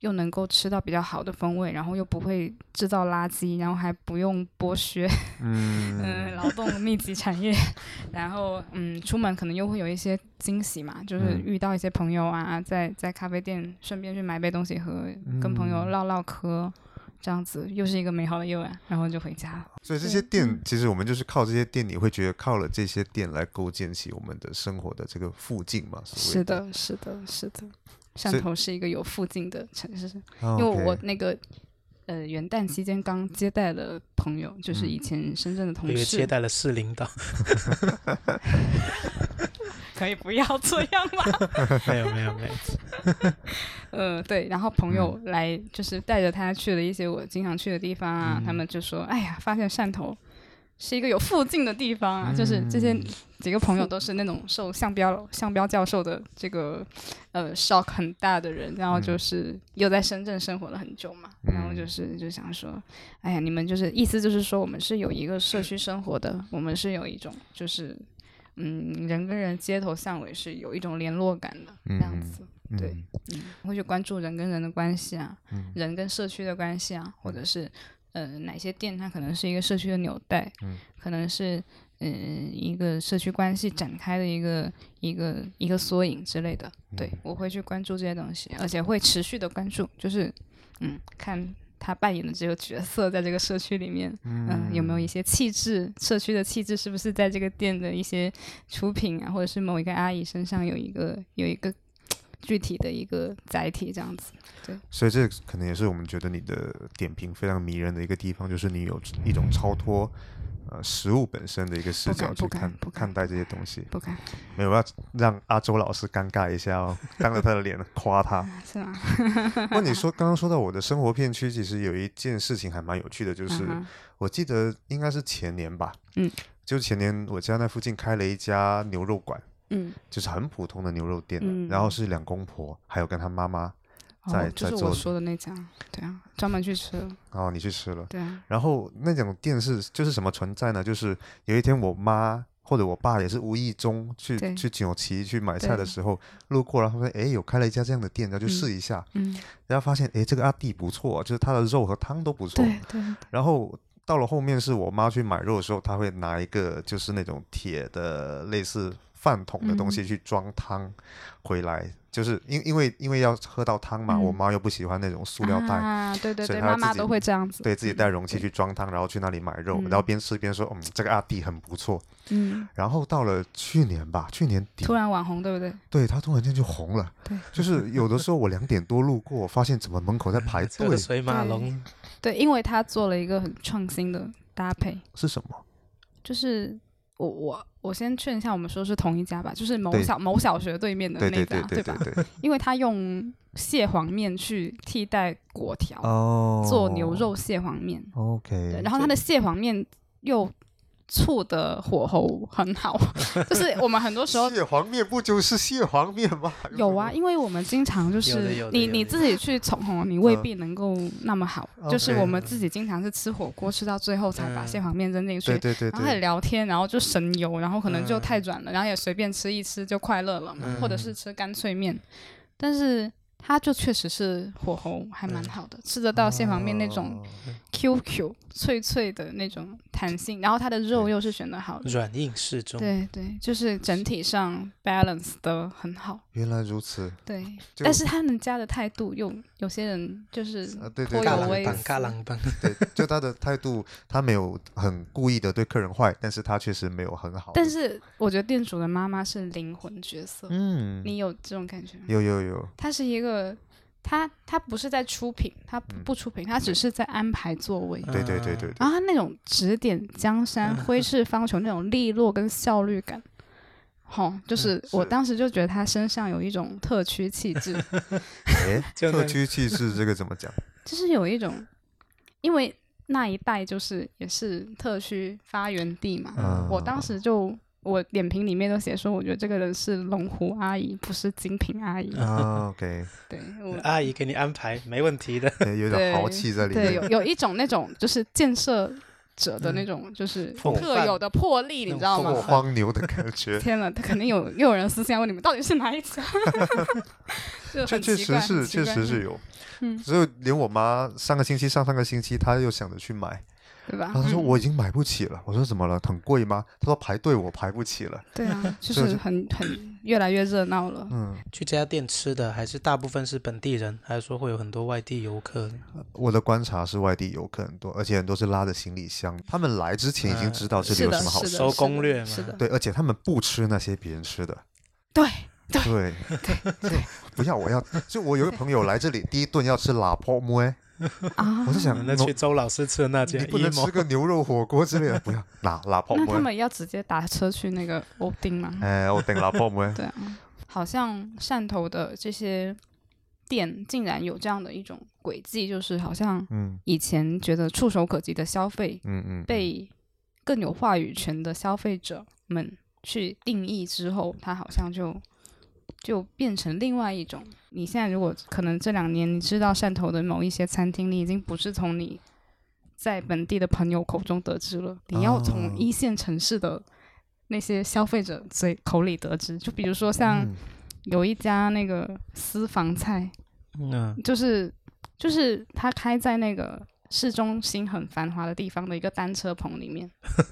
Speaker 3: 又能够吃到比较好的风味，然后又不会制造垃圾，然后还不用剥削， 嗯，
Speaker 1: 嗯
Speaker 3: 劳动密集产业，然后嗯，出门可能又会有一些惊喜嘛，就是
Speaker 1: 嗯
Speaker 3: 遇到一些朋友啊，在在咖啡店顺便去买杯东西喝，跟朋友
Speaker 1: 嗯
Speaker 3: 唠唠嗑，这样子又是一个美好的夜晚，然后就回家了。
Speaker 1: 所以这些
Speaker 3: 对
Speaker 1: 店
Speaker 3: 嗯
Speaker 1: 其实我们就是靠这些店，你会觉得靠了这些店来构建起我们的生活的这个附近嘛？所谓
Speaker 3: 是，的，是的，是的，
Speaker 1: 所
Speaker 3: 汕
Speaker 1: 以
Speaker 3: 头是一个有附近的城市，
Speaker 1: 因
Speaker 3: 因为我那个。呃，元旦期间刚接待了朋友，就是
Speaker 1: 嗯
Speaker 3: 以前深圳的
Speaker 2: 我
Speaker 3: 同
Speaker 2: 以为
Speaker 3: 事
Speaker 2: 接，待了市领导，
Speaker 3: 可以不要这样吗？
Speaker 2: 没有没有没有，
Speaker 3: 呃，对，然后朋友来就是带着他去了一些我经常去的地方啊，他们就说：“哎呀，发现汕头是一个有附近的地方啊，就是这些几个朋友都是那种受项标项标教授的这个呃 shock 很大的人，然后就是又在深圳生活了很久嘛，然后就是就想说，哎呀，你们就是意思就是说我们是有一个社区生活的，我们是有一种就是嗯人跟人街头巷尾是有一种联络感的这样子。对
Speaker 1: 嗯
Speaker 3: 嗯，会去关注人跟人的关系啊，人跟社区的关系啊，或者是呃哪些店它可能是一个社区的纽带，可能是嗯、呃一个社区关系展开的一个一个一个缩影之类的。对我会去关注这些东西，而且会持续的关注，就是嗯看。他扮演的这个角色在这个社区里面，嗯、有没有一些气质？社区的气质是不是在这个店的一些出品啊，或者是某一个阿姨身上有一个有一个具体的一个载体这样子。
Speaker 1: 所以这可能也是我们觉得你的点评非常迷人的一个地方，就是你有一种超脱呃食物本身的一个视
Speaker 3: 不
Speaker 1: 角
Speaker 3: 敢不
Speaker 1: 去
Speaker 3: 敢
Speaker 1: 看
Speaker 3: 不敢
Speaker 1: 看待这些东西。
Speaker 3: 不敢
Speaker 1: 没有要让阿周老师尴尬一下 哦，当着他的脸夸他。
Speaker 3: 是吗？
Speaker 1: 那你说刚刚说到我的生活片区，其实有一件事情还蛮有趣的，就是、
Speaker 3: 嗯哼
Speaker 1: 我记得应该是前年吧，
Speaker 3: 嗯，
Speaker 1: 就前年我家那附近开了一家牛肉馆，
Speaker 3: 嗯，
Speaker 1: 就是很普通的牛肉店，
Speaker 3: 嗯
Speaker 1: 然后是两公婆还有跟她妈妈，在
Speaker 3: 哦，就
Speaker 1: 在
Speaker 3: 是
Speaker 1: 做
Speaker 3: 我说的那家，对啊，专门去吃了，
Speaker 1: 然后你去吃了。
Speaker 3: 对啊，
Speaker 1: 然后那种店是就是什么存在呢？就是有一天我妈或者我爸也是无意中去
Speaker 3: 对
Speaker 1: 去九旗去买菜
Speaker 3: 对
Speaker 1: 的时候路过，然后发现诶有开了一家这样的店，然后就
Speaker 3: 嗯
Speaker 1: 试一下，
Speaker 3: 嗯，
Speaker 1: 然后发现诶这个阿弟不错，就是他的肉和汤都不错。
Speaker 3: 对对，
Speaker 1: 然后到了后面是我妈去买肉的时候，她会拿一个就是那种铁的类似饭桶的东
Speaker 3: 嗯
Speaker 1: 西去装汤回来，就是因因为因为要喝到汤嘛，我
Speaker 3: 嗯
Speaker 1: 妈又不喜欢那种塑料袋，
Speaker 3: 啊，对对
Speaker 1: 所以
Speaker 3: 对，
Speaker 1: 他
Speaker 3: 妈妈
Speaker 1: 自己
Speaker 3: 都会这样子，
Speaker 1: 对自己带容器
Speaker 3: 对
Speaker 1: 去装汤，然后去那里买肉，
Speaker 3: 嗯
Speaker 1: 然后边吃边说，嗯，这个阿弟很不错。
Speaker 3: 嗯，
Speaker 1: 然后到了去年吧，去年底
Speaker 3: 突，然网红对不对？
Speaker 1: 对他突然间就红了，
Speaker 3: 对
Speaker 1: 就是有的时候我两点多路过，发现怎么门口在 排
Speaker 2: 这个
Speaker 1: 队，
Speaker 2: 水马龙，
Speaker 3: 对，因为他做了一个很创新的搭配，
Speaker 1: 是什么？
Speaker 3: 就是我我我先劝一下，我们说是同一家吧，就是某
Speaker 1: 对
Speaker 3: 小某小学对面的
Speaker 1: 对
Speaker 3: 那
Speaker 1: 对
Speaker 3: 家
Speaker 1: 对，对
Speaker 3: 吧？
Speaker 1: 对对，
Speaker 3: 因为他用蟹黄面去替代果条，
Speaker 1: 哦
Speaker 3: 做牛肉蟹黄面，对
Speaker 1: ，OK，
Speaker 3: 然后它的蟹黄面又醋的火候很好， 就是我们很 多时候
Speaker 1: 蟹黄面不就是蟹黄面吗？
Speaker 3: 有啊，因为我们经常就
Speaker 2: 有的
Speaker 3: 是
Speaker 2: 有的
Speaker 3: 你
Speaker 2: 有
Speaker 3: 你
Speaker 2: 的
Speaker 3: 自己去宠红，你
Speaker 1: 嗯
Speaker 3: 未必能够那么好，
Speaker 1: 哦
Speaker 3: 就是我们自己经常是吃火锅吃到最后才把
Speaker 2: 嗯
Speaker 3: 蟹黄面扔进去
Speaker 1: 对。对对
Speaker 3: 然后开始
Speaker 1: 对，
Speaker 3: 聊天，然后就神游，然后可能就
Speaker 2: 嗯
Speaker 3: 太转了，然后也随便吃一吃就快乐了嘛，
Speaker 2: 嗯
Speaker 3: 或者是吃干脆面，但是它就确实是火候还蛮
Speaker 2: 嗯
Speaker 3: 好的，吃得到蟹黄面那
Speaker 1: 哦
Speaker 3: 种 Q Q 脆脆的那种弹性，然后它的肉
Speaker 1: 对
Speaker 3: 又是选的好的，
Speaker 2: 软硬适中。
Speaker 3: 对对，就是整体上 balance 的很好，
Speaker 1: 原来如此，
Speaker 3: 对。
Speaker 1: 就
Speaker 3: 但是他们家的态度又有些人就是
Speaker 1: 啊对对
Speaker 3: 嗯颇
Speaker 1: 对
Speaker 2: 嘎
Speaker 3: 有
Speaker 2: 啷
Speaker 3: 微
Speaker 2: 帮，
Speaker 3: 词
Speaker 2: 嘎，啷帮，
Speaker 1: 对，就他的态度，他没有很故意的对客人坏，但是他确实没有很好。
Speaker 3: 但，是我觉得店主的妈妈是灵魂角色，
Speaker 1: 嗯，
Speaker 3: 你有这种感觉吗？
Speaker 1: 有有有，
Speaker 3: 她是一个。她她不是在出品，她不
Speaker 1: 嗯
Speaker 3: 不出品，她只是在安排座位。
Speaker 2: 嗯
Speaker 1: 对对对 对
Speaker 3: 然
Speaker 1: 对，
Speaker 3: 后他那种指点江山、挥斥方遒那种利落跟效率感，好、就是我
Speaker 1: 是
Speaker 3: 当时就觉得他身上有一种特区气质，
Speaker 1: 诶，
Speaker 2: 就
Speaker 1: 特
Speaker 2: 那
Speaker 1: 区气势这个怎么讲？
Speaker 3: 就是有一种，因为那一带就是也是特区发源地嘛，
Speaker 1: 嗯
Speaker 3: 我当时就。我点评里面都写说，我觉得这个人是龙湖阿姨，不是精品阿姨。
Speaker 1: 啊，OK，
Speaker 3: 对，我
Speaker 2: 阿姨给你安排，没问题的。
Speaker 1: 诶有点
Speaker 3: 对
Speaker 1: 豪气在里
Speaker 3: 对，有
Speaker 1: 面。
Speaker 3: 有一种那种就是建设者的那种，就是
Speaker 2: 风
Speaker 3: 特
Speaker 2: 范
Speaker 3: 有的魄力，你
Speaker 2: 那种
Speaker 3: 知道吗
Speaker 1: 做？荒牛的感 觉，
Speaker 3: 天呐，他肯定有又有人私信问你们到底是哪一家，
Speaker 1: 确
Speaker 3: 就很
Speaker 1: 确
Speaker 3: 奇
Speaker 1: 实
Speaker 3: 怪，很
Speaker 1: 是，
Speaker 3: 奇怪
Speaker 1: 确实是，有。
Speaker 3: 嗯
Speaker 1: 所以连我妈上个星期、上上个星期，她又想着去买，
Speaker 3: 对吧
Speaker 1: 然后？她说
Speaker 3: 嗯
Speaker 1: 我已经买不起了。我说怎么了？很贵吗？她说排队我排不起了。
Speaker 3: 对 啊，就
Speaker 1: 所以
Speaker 3: 是很很越来越热闹了。
Speaker 1: 嗯，
Speaker 2: 去这家店吃的还是大部分是本地人，还是说会有很多外地游客？
Speaker 1: 我的观察是，外地游客很多，而且很多是拉着行李箱，他们来之前已经
Speaker 2: 嗯
Speaker 1: 知道这里
Speaker 3: 是
Speaker 1: 有
Speaker 3: 的，
Speaker 1: 什么好
Speaker 3: 是
Speaker 1: 吃，
Speaker 3: 的，
Speaker 2: 搜
Speaker 3: 是的
Speaker 2: 攻略嘛
Speaker 3: 是的，
Speaker 1: 对，而且他们不吃那些别人吃的，
Speaker 3: 对
Speaker 1: 对 就不要， 我要就我有个朋友来这里第一顿要吃辣泡馍，
Speaker 3: 啊
Speaker 1: 我。在想，
Speaker 2: 那去周老师吃的那家
Speaker 1: 你不能吃
Speaker 2: ，emo
Speaker 1: 个牛肉火锅之类的， 不要辣辣泡
Speaker 3: 那他
Speaker 1: 馍，
Speaker 3: 们要直接打车去那个欧丁吗？
Speaker 1: 哎，我顶辣泡馍，
Speaker 3: 对啊，好像汕头的这些店竟然有这样的一种轨迹，就是好 像
Speaker 1: 嗯
Speaker 3: 以前觉得触手可及的消费
Speaker 1: 嗯嗯，嗯
Speaker 3: 被更有话语权的消费者们去定义之后，它好像就就变成另外一种。你现在如果可能这两年你知道汕头的某一些餐厅，你已经不是从你在本地的朋友口中得知了，你要
Speaker 1: 哦
Speaker 3: 从一线城市的那些消费者嘴口里得知。就比如说像
Speaker 1: 嗯
Speaker 3: 有一家那个私房菜，
Speaker 2: 嗯
Speaker 3: 就是就是他开在那个市中心很繁华的地方的一个单车棚里面，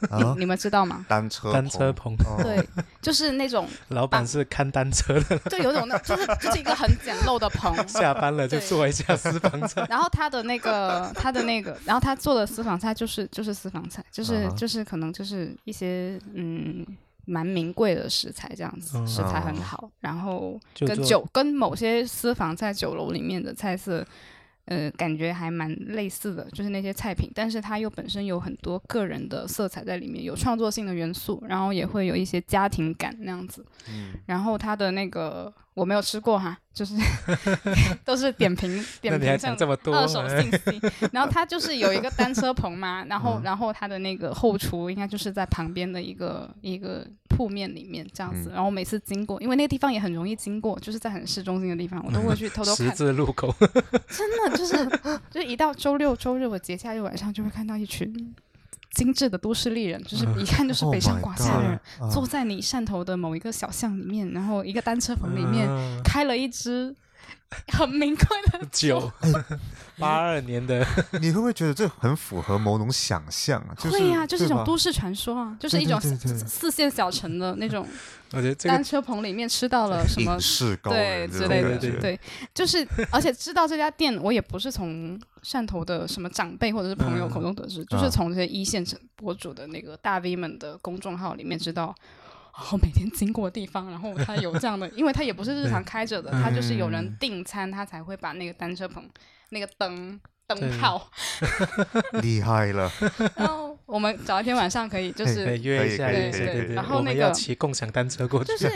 Speaker 1: 啊，
Speaker 3: 你们知道吗？
Speaker 1: 单车
Speaker 2: 单车
Speaker 1: 棚
Speaker 2: 棚，
Speaker 1: 哦
Speaker 3: 对，就是那种，
Speaker 2: 老
Speaker 3: 啊
Speaker 2: 板是看单车的，
Speaker 3: 就有种那，就是就是一个很简陋的棚，
Speaker 2: 下班了就做一下私房菜。
Speaker 3: 然后他的那个，他的那个，然后他做的私房菜就是就是私房菜，就是、
Speaker 2: 嗯
Speaker 1: 啊哈
Speaker 3: 就是可能就是一些嗯蛮名贵的食材这样子，食材很
Speaker 1: 哦
Speaker 3: 好，然后
Speaker 2: 嗯就
Speaker 3: 跟
Speaker 2: 做
Speaker 3: 酒跟某些私房菜酒楼里面的菜色，呃，感觉还蛮类似的，就是那些菜品，但是它又本身有很多个人的色彩在里面，有创作性的元素，然后也会有一些家庭感那样子。
Speaker 1: 嗯
Speaker 3: 然后它的那个我没有吃过哈，就是 都是点 评
Speaker 2: 那
Speaker 3: 点
Speaker 2: 你还
Speaker 3: 评上
Speaker 2: 讲这么多？
Speaker 3: 二手信 息。然后它就是有一个单车棚嘛，然
Speaker 2: 嗯
Speaker 3: 后然后它的那个后厨应该就是在旁边的一个一个铺面里面这样子。
Speaker 1: 嗯
Speaker 3: 然后每次经过，因为那个地方也很容易经过，就是在很市中心的地方，我都会去偷 偷
Speaker 2: 十
Speaker 3: 看。
Speaker 2: 字路口，
Speaker 3: 真的就是 就是一到周六周日，我节假日晚上就会看到一群。精致的都市丽人，就是
Speaker 2: 嗯
Speaker 3: 一看就是北上广下的人，
Speaker 1: Oh my god，
Speaker 3: 坐
Speaker 1: 啊
Speaker 3: 在你汕头的某一个小巷里面，然后一个单车棚里
Speaker 1: 嗯
Speaker 3: 面、
Speaker 2: 嗯
Speaker 3: 开了一支很名贵的
Speaker 2: 九八二年的，
Speaker 1: 你会不会觉得这很符合某种想象啊？就是
Speaker 3: 会呀，就是一
Speaker 1: 对吧
Speaker 3: 种都市传说啊，就是
Speaker 1: 对
Speaker 3: 一
Speaker 1: 对
Speaker 3: 种
Speaker 1: 对对
Speaker 3: 四四线小城的那种
Speaker 2: 我觉得这
Speaker 3: 单
Speaker 2: 个
Speaker 3: 车棚里面吃到了什么
Speaker 1: 影。视高
Speaker 3: 对
Speaker 1: 人这
Speaker 3: 之
Speaker 1: 种
Speaker 3: 类的，
Speaker 1: 感
Speaker 2: 对
Speaker 1: 觉，
Speaker 3: 对，就是，而且知道这家店，我也不是从汕头的什么长辈或者是朋友口
Speaker 1: 嗯
Speaker 3: 中得知，
Speaker 1: 啊
Speaker 3: 就是从这些一线城博主的那个大 V 们的公众号里面知道，哦，每天经过的地方，然后他有这样的，因为他也不是日常开着的，他就是有
Speaker 1: 嗯
Speaker 3: 人订餐，他才会把那个单车棚那个灯灯
Speaker 2: 对
Speaker 3: 泡，
Speaker 1: 厉害了，
Speaker 3: 然后我们找一天晚上可以就是
Speaker 2: 对约一下，
Speaker 1: 可以
Speaker 2: 约一
Speaker 3: 可
Speaker 2: 下
Speaker 3: 以可以
Speaker 2: 对对，
Speaker 3: 然后
Speaker 2: 我
Speaker 3: 那
Speaker 2: 们要
Speaker 3: 个
Speaker 2: 骑共享单车过去
Speaker 3: 就，是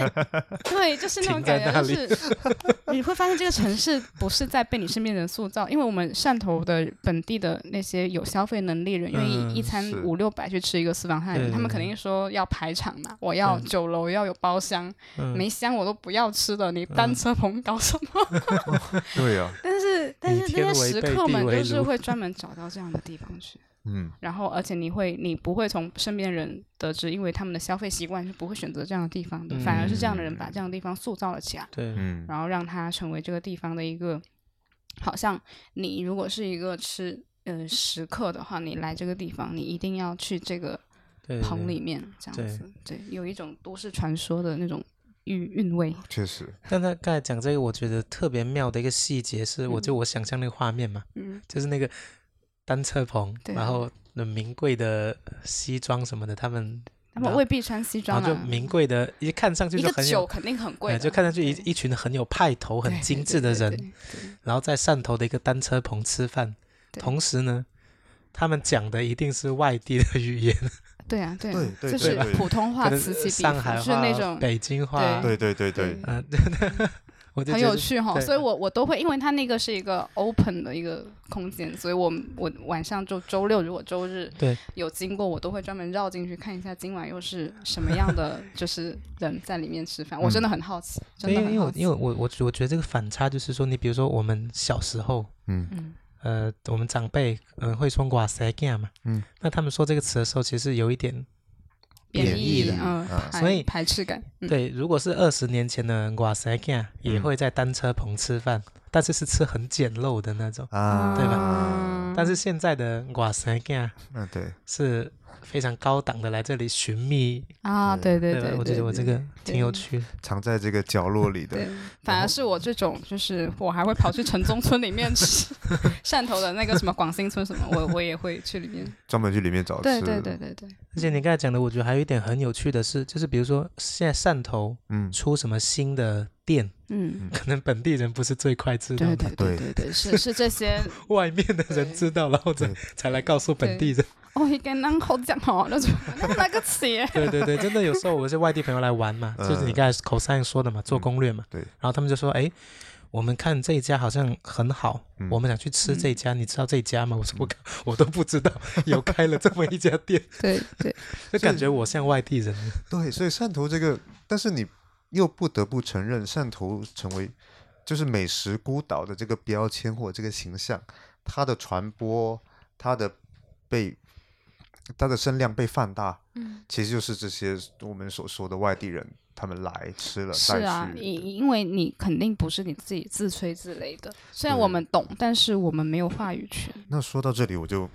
Speaker 3: 对，就是那种
Speaker 2: 停在
Speaker 3: 感觉，
Speaker 2: 那
Speaker 3: 就是 你会发现这个城市不是在被你身边人塑造，因为我们汕头的本地的那些有消费能力人，愿
Speaker 2: 嗯
Speaker 3: 意一餐
Speaker 1: 是
Speaker 3: 五六百去吃一个私房菜
Speaker 2: 对，
Speaker 3: 他们
Speaker 2: 对
Speaker 3: 肯定说要排场嘛，我要
Speaker 2: 对
Speaker 3: 酒楼要有包厢，
Speaker 2: 嗯
Speaker 3: 没香我都不要吃的，你单车棚搞什么？
Speaker 1: 对啊呀，
Speaker 3: 但是但
Speaker 2: 以
Speaker 3: 是
Speaker 2: 天
Speaker 3: 那些
Speaker 2: 为
Speaker 3: 食
Speaker 2: 被
Speaker 3: 客
Speaker 2: 地
Speaker 3: 们
Speaker 2: 为
Speaker 3: 就是
Speaker 2: 炉
Speaker 3: 会专门找到这样的地方去。
Speaker 1: 嗯，
Speaker 3: 然后，而且你会，你不会从身边人得知，因为他们的消费习惯是不会选择这样的地方的，反而是这样
Speaker 2: 嗯
Speaker 3: 的人把这样的地方塑造了起来。
Speaker 2: 对，
Speaker 1: 嗯，
Speaker 3: 然后让它成为这个地方的一个，好像你如果是一个吃呃食客的话，你来这个地方，你一定要去这个
Speaker 2: 对
Speaker 3: 棚里。面这样子，对，有一种都市传说的那种韵韵味。
Speaker 1: 确实，
Speaker 2: 但他刚才讲这个，我觉得特别妙的一个细节是，我
Speaker 3: 嗯
Speaker 2: 就我想象那个画面嘛，
Speaker 3: 嗯，
Speaker 2: 就是那个单车棚，
Speaker 3: 对
Speaker 2: 然后那名贵的西装什么的，他们
Speaker 3: 他们
Speaker 2: 然后
Speaker 3: 未必穿西
Speaker 2: 然
Speaker 3: 装
Speaker 2: 后就
Speaker 3: 啊，
Speaker 2: 名贵的，一看上去
Speaker 3: 一
Speaker 2: 就
Speaker 3: 个
Speaker 2: 很
Speaker 3: 酒
Speaker 2: 有，
Speaker 3: 肯定很贵
Speaker 2: 哎
Speaker 3: 的，
Speaker 2: 就看上去一
Speaker 3: 对
Speaker 2: 一群很有派头、很
Speaker 3: 对
Speaker 2: 精
Speaker 3: 对
Speaker 2: 致的
Speaker 3: 对对
Speaker 2: 人，
Speaker 3: 对对
Speaker 2: 然后在汕头的一个单车棚吃饭，
Speaker 3: 对
Speaker 2: 同时呢，他们讲的一定是外地的语言，
Speaker 3: 对啊，对啊
Speaker 1: 对对
Speaker 3: 就
Speaker 1: 对
Speaker 3: 是
Speaker 1: 对
Speaker 3: 普通
Speaker 2: 可
Speaker 3: 话
Speaker 2: 能
Speaker 3: 此起彼
Speaker 2: 上海
Speaker 3: 伏，
Speaker 2: 话、
Speaker 3: 是那种
Speaker 2: 北京话，
Speaker 1: 对对对对
Speaker 3: 对，
Speaker 2: 嗯， 我就
Speaker 3: 很
Speaker 2: 觉
Speaker 3: 有
Speaker 2: 得
Speaker 3: 趣哈、
Speaker 2: 对
Speaker 3: 所以我我都会，因为它那个是一个 open 的一个空间，所以我我晚上就周六如果周日
Speaker 2: 对
Speaker 3: 有经过，我都会专门绕进去看一下今晚又是什么样 的就是人在里面吃饭，我真的很好奇，
Speaker 2: 嗯对，
Speaker 3: 真
Speaker 2: 因
Speaker 3: 的
Speaker 2: 为
Speaker 3: 很
Speaker 2: 因为
Speaker 3: 好
Speaker 2: 我
Speaker 3: 奇。
Speaker 2: 因为我我我觉得这个反差就是说，你比如说我们小时候，
Speaker 1: 嗯
Speaker 3: 嗯，
Speaker 2: 呃，我们长辈嗯、呃会说“瓜塞干”嘛，
Speaker 1: 嗯，
Speaker 2: 那他们说这个词的时候，其实有一点
Speaker 3: 贬
Speaker 1: 贬义
Speaker 3: 义
Speaker 1: 的
Speaker 3: 嗯
Speaker 1: 啊，
Speaker 3: 排
Speaker 2: 所以
Speaker 3: 排斥感，嗯，
Speaker 2: 对，如果是二十年前的瓜塞干，也
Speaker 1: 嗯
Speaker 2: 会在单车棚吃饭，但是是吃很简陋的那种。
Speaker 1: 啊，
Speaker 3: 嗯
Speaker 2: 对
Speaker 3: 吧
Speaker 2: 但是现在的瓜塞干
Speaker 1: 嗯，对，
Speaker 2: 是非常高档的，来这里寻觅，
Speaker 3: 啊，对对
Speaker 2: 吧
Speaker 3: 对，
Speaker 2: 我觉
Speaker 3: 对
Speaker 2: 得我这
Speaker 3: 对
Speaker 2: 个挺有趣的。
Speaker 1: 藏在这个角落里的
Speaker 3: 对，反而是我这种，就是我还会跑去城中村里面吃汕头的那个什么广兴村什么，我我也会去里面。
Speaker 1: 专门去里面找
Speaker 3: 对
Speaker 1: 吃，
Speaker 3: 对对，对对，
Speaker 2: 而且你刚才讲的，我觉得还有一点很有趣的是，就是比如说现在汕头
Speaker 1: 嗯，
Speaker 2: 出什么新的店，
Speaker 3: 嗯。
Speaker 2: 可能本地人不是最快知道
Speaker 3: 对
Speaker 2: 的，
Speaker 1: 对
Speaker 3: 对对对对，是是这些。
Speaker 2: 外面的人
Speaker 3: 对
Speaker 2: 知道，然后才
Speaker 1: 对
Speaker 2: 才来告诉本地人。
Speaker 3: 哦，一个人口讲哦，那种那个词，
Speaker 2: 对对对，真的有时候我是外地朋友来玩嘛，就是你刚才口上说的嘛，做攻略嘛。
Speaker 1: 对
Speaker 2: 然后他们就说：“哎，我们看这一家好像很好，
Speaker 1: 嗯
Speaker 2: 我们想去吃这一家，你知道这一家吗？我说我靠，我都不 知道有开了这么一家店，
Speaker 3: 对 对，
Speaker 2: 就感觉我像外地人。
Speaker 1: 对，所以汕头这个，但是你又不得不承认，汕头成为就是美食孤岛的这个标签或者这个形象，它的传播，它的被它的声量被放大，
Speaker 3: 嗯，
Speaker 1: 其实就是这些我们所说的外地人，他们来吃了
Speaker 3: 是
Speaker 1: 再
Speaker 3: 啊，
Speaker 1: 去。
Speaker 3: 因因为你肯定不是你自己自吹自擂的，虽然
Speaker 1: 对
Speaker 3: 我们懂，但是我们没有话语权。
Speaker 1: 那说到这里，我就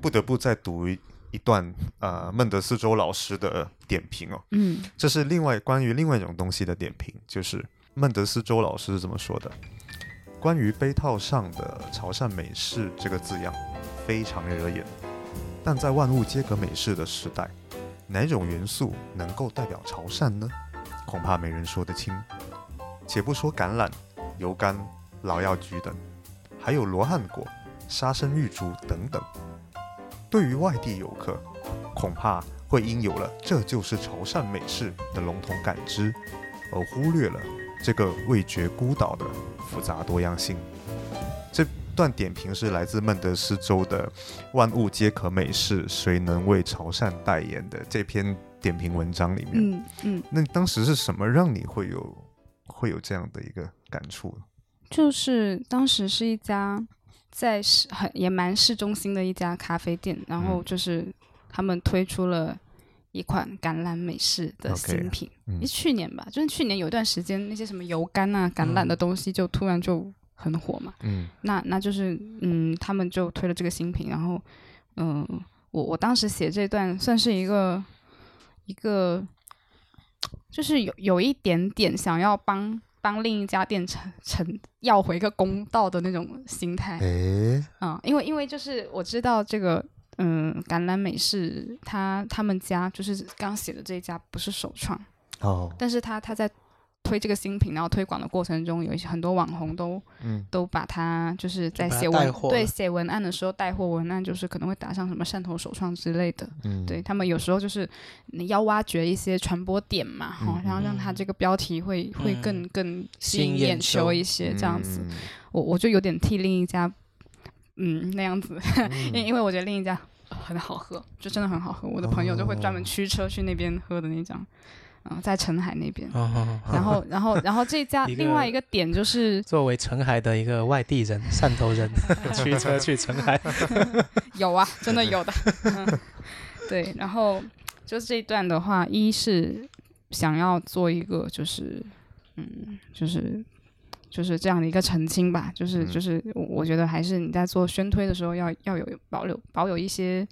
Speaker 1: 不得不再读一一段呃孟德斯鸠老师的点评哦。
Speaker 3: 嗯
Speaker 1: 这是另外关于另外一种东西的点评，就是孟德斯鸠老师是这么说的：关于杯套上的“潮汕美式”这个字样，非常惹眼。但在万物皆可美式的时代，哪种元素能够代表潮汕呢？恐怕没人说得清。且不说橄榄、油柑、老药菊等，还有罗汉果、沙参玉竹等等。对于外地游客，恐怕会因有了“这就是潮汕美式”的笼统感知，而忽略了这个味觉孤岛的复杂多样性。这段点评是来自孟德斯鸠的“万物皆可美式，谁能为潮汕代言”的这篇点评文章里面。
Speaker 3: 嗯嗯，
Speaker 1: 那当时是什么让你会有会有这样的一个感触？
Speaker 3: 就是当时是一家在市很也蛮市中心的一家咖啡店，然后
Speaker 1: 嗯
Speaker 3: 就是他们推出了一款橄榄美式的
Speaker 1: OK，
Speaker 3: 新品，
Speaker 1: 嗯
Speaker 3: 也是去年吧，就是去年有一段时间那些什么油柑啊、橄榄的东西就突然就很火嘛，
Speaker 1: 嗯
Speaker 3: 那那就是嗯，他们就推了这个新品，然后嗯、我我当时写这段算是一个一个，就是有有一点点想要帮帮另一家店成成要回个公道的那种心态
Speaker 1: 哎诶，
Speaker 3: 啊、因为因为就是我知道这个。嗯，橄榄美式，他他们家就是刚写的这一家不是首创，
Speaker 1: 哦，
Speaker 3: 但是他他在推这个新品，然后推广的过程中，有一些很多网红都
Speaker 1: 嗯
Speaker 3: 都把它就是在
Speaker 2: 把它
Speaker 3: 写
Speaker 2: 带
Speaker 3: 文
Speaker 2: 货
Speaker 3: 对
Speaker 2: 了
Speaker 3: 写文案的时候带货文案，就是可能会打上什么汕头首创之类的。
Speaker 1: 嗯，
Speaker 3: 对他们有时候就是你要挖掘一些传播点嘛，哈、
Speaker 1: 嗯
Speaker 3: 然后让它这个标题会、会更
Speaker 2: 嗯
Speaker 3: 更
Speaker 2: 吸
Speaker 3: 吸引
Speaker 2: 引
Speaker 3: 眼
Speaker 2: 眼
Speaker 3: 球
Speaker 2: 球
Speaker 3: 一些这样子。
Speaker 1: 嗯
Speaker 3: 我我就有点替另一家，嗯那 样子， 因、因为我觉得另一家很好喝，就真的很好喝。我的朋友就会专门
Speaker 1: 哦
Speaker 3: 驱车去那边喝的那家，嗯、在澄海那边。
Speaker 2: 哦，
Speaker 3: 然后，然后，然后这家
Speaker 2: 一
Speaker 3: 另外
Speaker 2: 个
Speaker 3: 一个点就是
Speaker 2: 作为澄海的一个外地人、汕头 人，驱车去澄海，
Speaker 3: 有啊，真的有的。嗯、对，然后就这一段的话，一是想要做一个就是，嗯，就是就是这样的一个澄清吧，就是
Speaker 1: 嗯
Speaker 3: 就是我我觉得还是你在做宣推的时候要要有保留保有一些。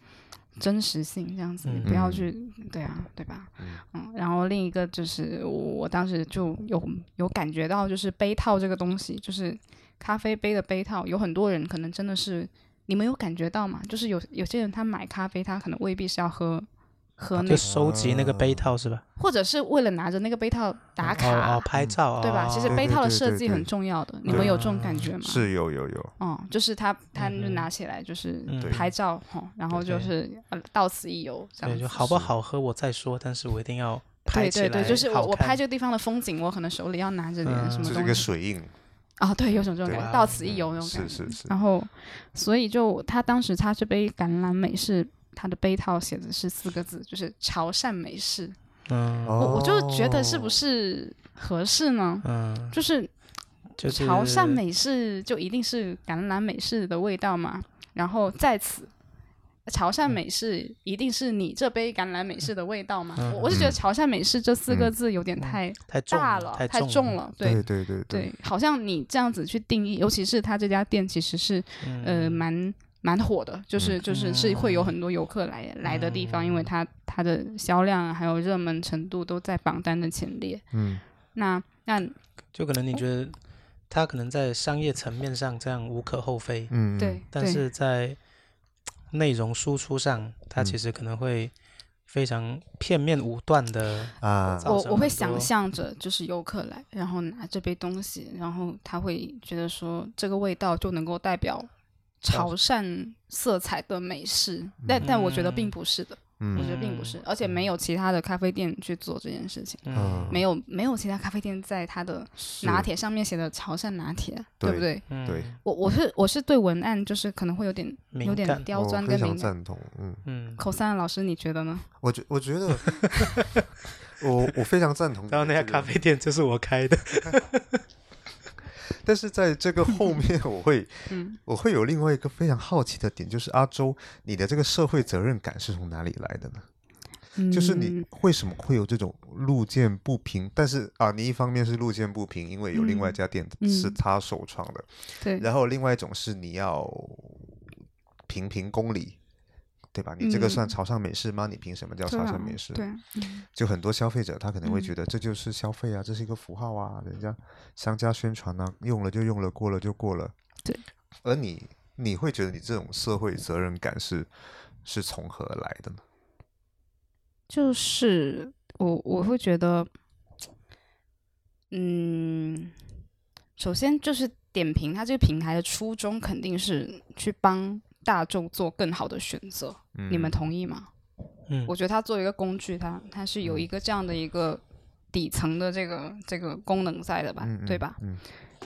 Speaker 3: 真实性这样子，你不要
Speaker 1: 嗯
Speaker 3: 去，对啊，对吧？
Speaker 1: 嗯
Speaker 3: 嗯，然后另一个就是我我当时就有有感觉到，就是杯套这个东西，就是咖啡杯的杯套，有很多人可能真的是你们有感觉到吗？就是有有些人他买咖啡，他可能未必是要喝喝那
Speaker 2: 啊就，收集
Speaker 1: 哦
Speaker 2: 那个杯套是吧？
Speaker 3: 或者是为了拿着那个杯套打卡，嗯
Speaker 2: 哦哦，拍照哦
Speaker 3: 对吧？其实
Speaker 1: 对
Speaker 3: 杯
Speaker 1: 对
Speaker 3: 套的
Speaker 1: 对
Speaker 3: 设
Speaker 1: 对
Speaker 3: 计
Speaker 1: 对
Speaker 3: 很重要的，你们有这种感觉吗？
Speaker 1: 是有有有，
Speaker 3: 哦、就是他他就
Speaker 2: 嗯
Speaker 3: 拿起来就是
Speaker 2: 嗯
Speaker 1: 对
Speaker 3: 拍照哈、然后就
Speaker 2: 对
Speaker 3: 是呃到此一游这样
Speaker 2: 对，
Speaker 3: 子
Speaker 2: 就。好不好喝我再说，但是我一定要拍
Speaker 3: 对
Speaker 2: 起来好
Speaker 3: 对
Speaker 2: 看。
Speaker 3: 对，就是我我拍这个地方的风景，我可能手里要拿着点
Speaker 2: 嗯
Speaker 3: 什么
Speaker 1: 这是一
Speaker 3: 东
Speaker 1: 个
Speaker 3: 西
Speaker 1: 水印，
Speaker 3: 啊、对，有种这种
Speaker 1: 对
Speaker 3: 感觉，
Speaker 2: 吧
Speaker 3: 到此一
Speaker 1: 嗯
Speaker 3: 游那种感
Speaker 1: 是
Speaker 3: 觉。
Speaker 1: 是是，
Speaker 3: 然后，所以就他当时他这杯橄榄美式，他的杯套写的是四个字，就是潮汕美式。
Speaker 2: 嗯
Speaker 3: 我我就觉得是
Speaker 1: 哦
Speaker 3: 不是合适呢？
Speaker 2: 嗯，
Speaker 3: 就是
Speaker 2: 就是
Speaker 3: 潮汕美式就一定是橄榄美式的味道嘛？然后在此，潮
Speaker 2: 嗯
Speaker 3: 汕美式一定是你这杯橄榄美式的味道嘛？
Speaker 2: 嗯
Speaker 3: 我我是觉得
Speaker 1: 嗯
Speaker 3: 潮汕美式这四个字有点
Speaker 2: 嗯
Speaker 3: 太
Speaker 2: 太重
Speaker 3: 大
Speaker 2: 了，
Speaker 3: 太
Speaker 2: 重
Speaker 3: 重，了，对
Speaker 1: 对对对
Speaker 3: 对，好像你这样子去定义，尤其是他这家店其实是、
Speaker 2: 嗯
Speaker 3: 呃蛮蛮火的，就是就是是会有很多游客来、来的地方，因
Speaker 2: 嗯
Speaker 3: 为它它的销量啊还有热门程度都在榜单的前列。
Speaker 1: 嗯，
Speaker 3: 那那
Speaker 2: 就可能你觉得他可能在商业层面上这样无可厚非，
Speaker 1: 嗯，
Speaker 3: 对
Speaker 2: 但
Speaker 3: 对
Speaker 2: 是在内容输出上，它其
Speaker 1: 嗯
Speaker 2: 实可能会非常片面武断的。
Speaker 1: 啊，
Speaker 2: 造
Speaker 3: 我
Speaker 2: 成
Speaker 3: 我会
Speaker 2: 很
Speaker 3: 想
Speaker 2: 多
Speaker 3: 象着就是游客来，然后拿这杯东西，然后他会觉得说这个味道就能够代表。潮汕色彩的美式，但但我觉得并
Speaker 2: 嗯
Speaker 3: 不是的，我
Speaker 1: 嗯
Speaker 3: 觉得并不是，而且没有其他的咖啡店去做这件事情，
Speaker 2: 嗯
Speaker 3: 没有没有其他咖啡店在它的拿铁上面写的潮汕拿铁，对不
Speaker 1: 对
Speaker 3: 对？
Speaker 2: 嗯
Speaker 1: 对，
Speaker 3: 我我是我是对文案就是可能会有点有
Speaker 2: 敏
Speaker 3: 点
Speaker 2: 感，
Speaker 3: 刁钻
Speaker 1: 我
Speaker 3: 跟啊
Speaker 1: 非
Speaker 3: 敏
Speaker 1: 常
Speaker 3: 感。
Speaker 1: 赞同，嗯，
Speaker 2: 嗯，
Speaker 3: 口三老师，你觉得呢？
Speaker 1: 我觉我觉得，我我非常赞同你的这个。
Speaker 2: 然后那家咖啡店就是我开的，
Speaker 1: 但是在这个后 面，我会
Speaker 3: 嗯，
Speaker 1: 我会有另外一个非常好奇的点，就是阿周，你的这个社会责任感是从哪里来的呢？ 就是你
Speaker 3: 嗯
Speaker 1: 为什么会有这种路见不平？但是啊，你一方面是路见不平，因为有另外一
Speaker 3: 嗯
Speaker 1: 家店是
Speaker 3: 嗯
Speaker 1: 他首创的，
Speaker 3: 对，
Speaker 1: 然后另外一种是你要评评公理，对吧？你这个算
Speaker 3: 嗯
Speaker 1: 潮汕美食吗？你凭什么叫
Speaker 3: 对
Speaker 1: 潮
Speaker 3: 啊
Speaker 1: 汕美食？
Speaker 3: 对啊，嗯
Speaker 1: 就很多消费者他可能会
Speaker 3: 嗯
Speaker 1: 觉得这就是消费啊，这是一个符号啊，人家商家宣传啊，用了就用了，过了就过了。
Speaker 3: 对。
Speaker 1: 而你你会觉得你这种社会责任感是是从何而来的呢？
Speaker 3: 就是我我会觉得，嗯，首先就是点评，它这个平台的初衷肯定是去帮大众做更好的选择，你
Speaker 1: 嗯
Speaker 3: 们同意吗？
Speaker 2: 嗯
Speaker 3: 我觉得它作为一个工具，它它是
Speaker 1: 嗯
Speaker 3: 有一个这样的一个底层的这个这个功能在的吧，
Speaker 1: 嗯，嗯
Speaker 3: 对吧？？
Speaker 1: 嗯，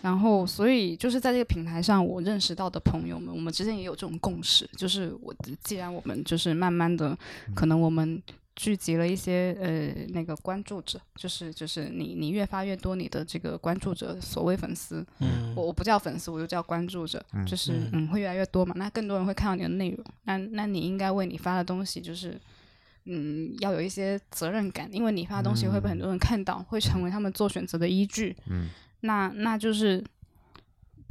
Speaker 3: 然后，所以就是在这个平台上，我认识到的朋友们，我们之间也有这种共识，就是我既然我们就是慢慢的，
Speaker 1: 嗯
Speaker 3: 可能我们聚集了一些呃那个关注者，就是就是你你越发越多你的这个关注者，所谓粉丝，
Speaker 2: 嗯
Speaker 3: 我我不叫粉丝，我就叫关注者，
Speaker 1: 嗯
Speaker 3: 就是
Speaker 2: 嗯
Speaker 3: 嗯会越来越多嘛，那更多人会看到你的内容，那那你应该为你发的东西就是。嗯，要有一些责任感，因为你发的东西会
Speaker 2: 嗯
Speaker 3: 被很多人看到，会成为他们做选择的依据。
Speaker 1: 嗯，
Speaker 3: 那那就是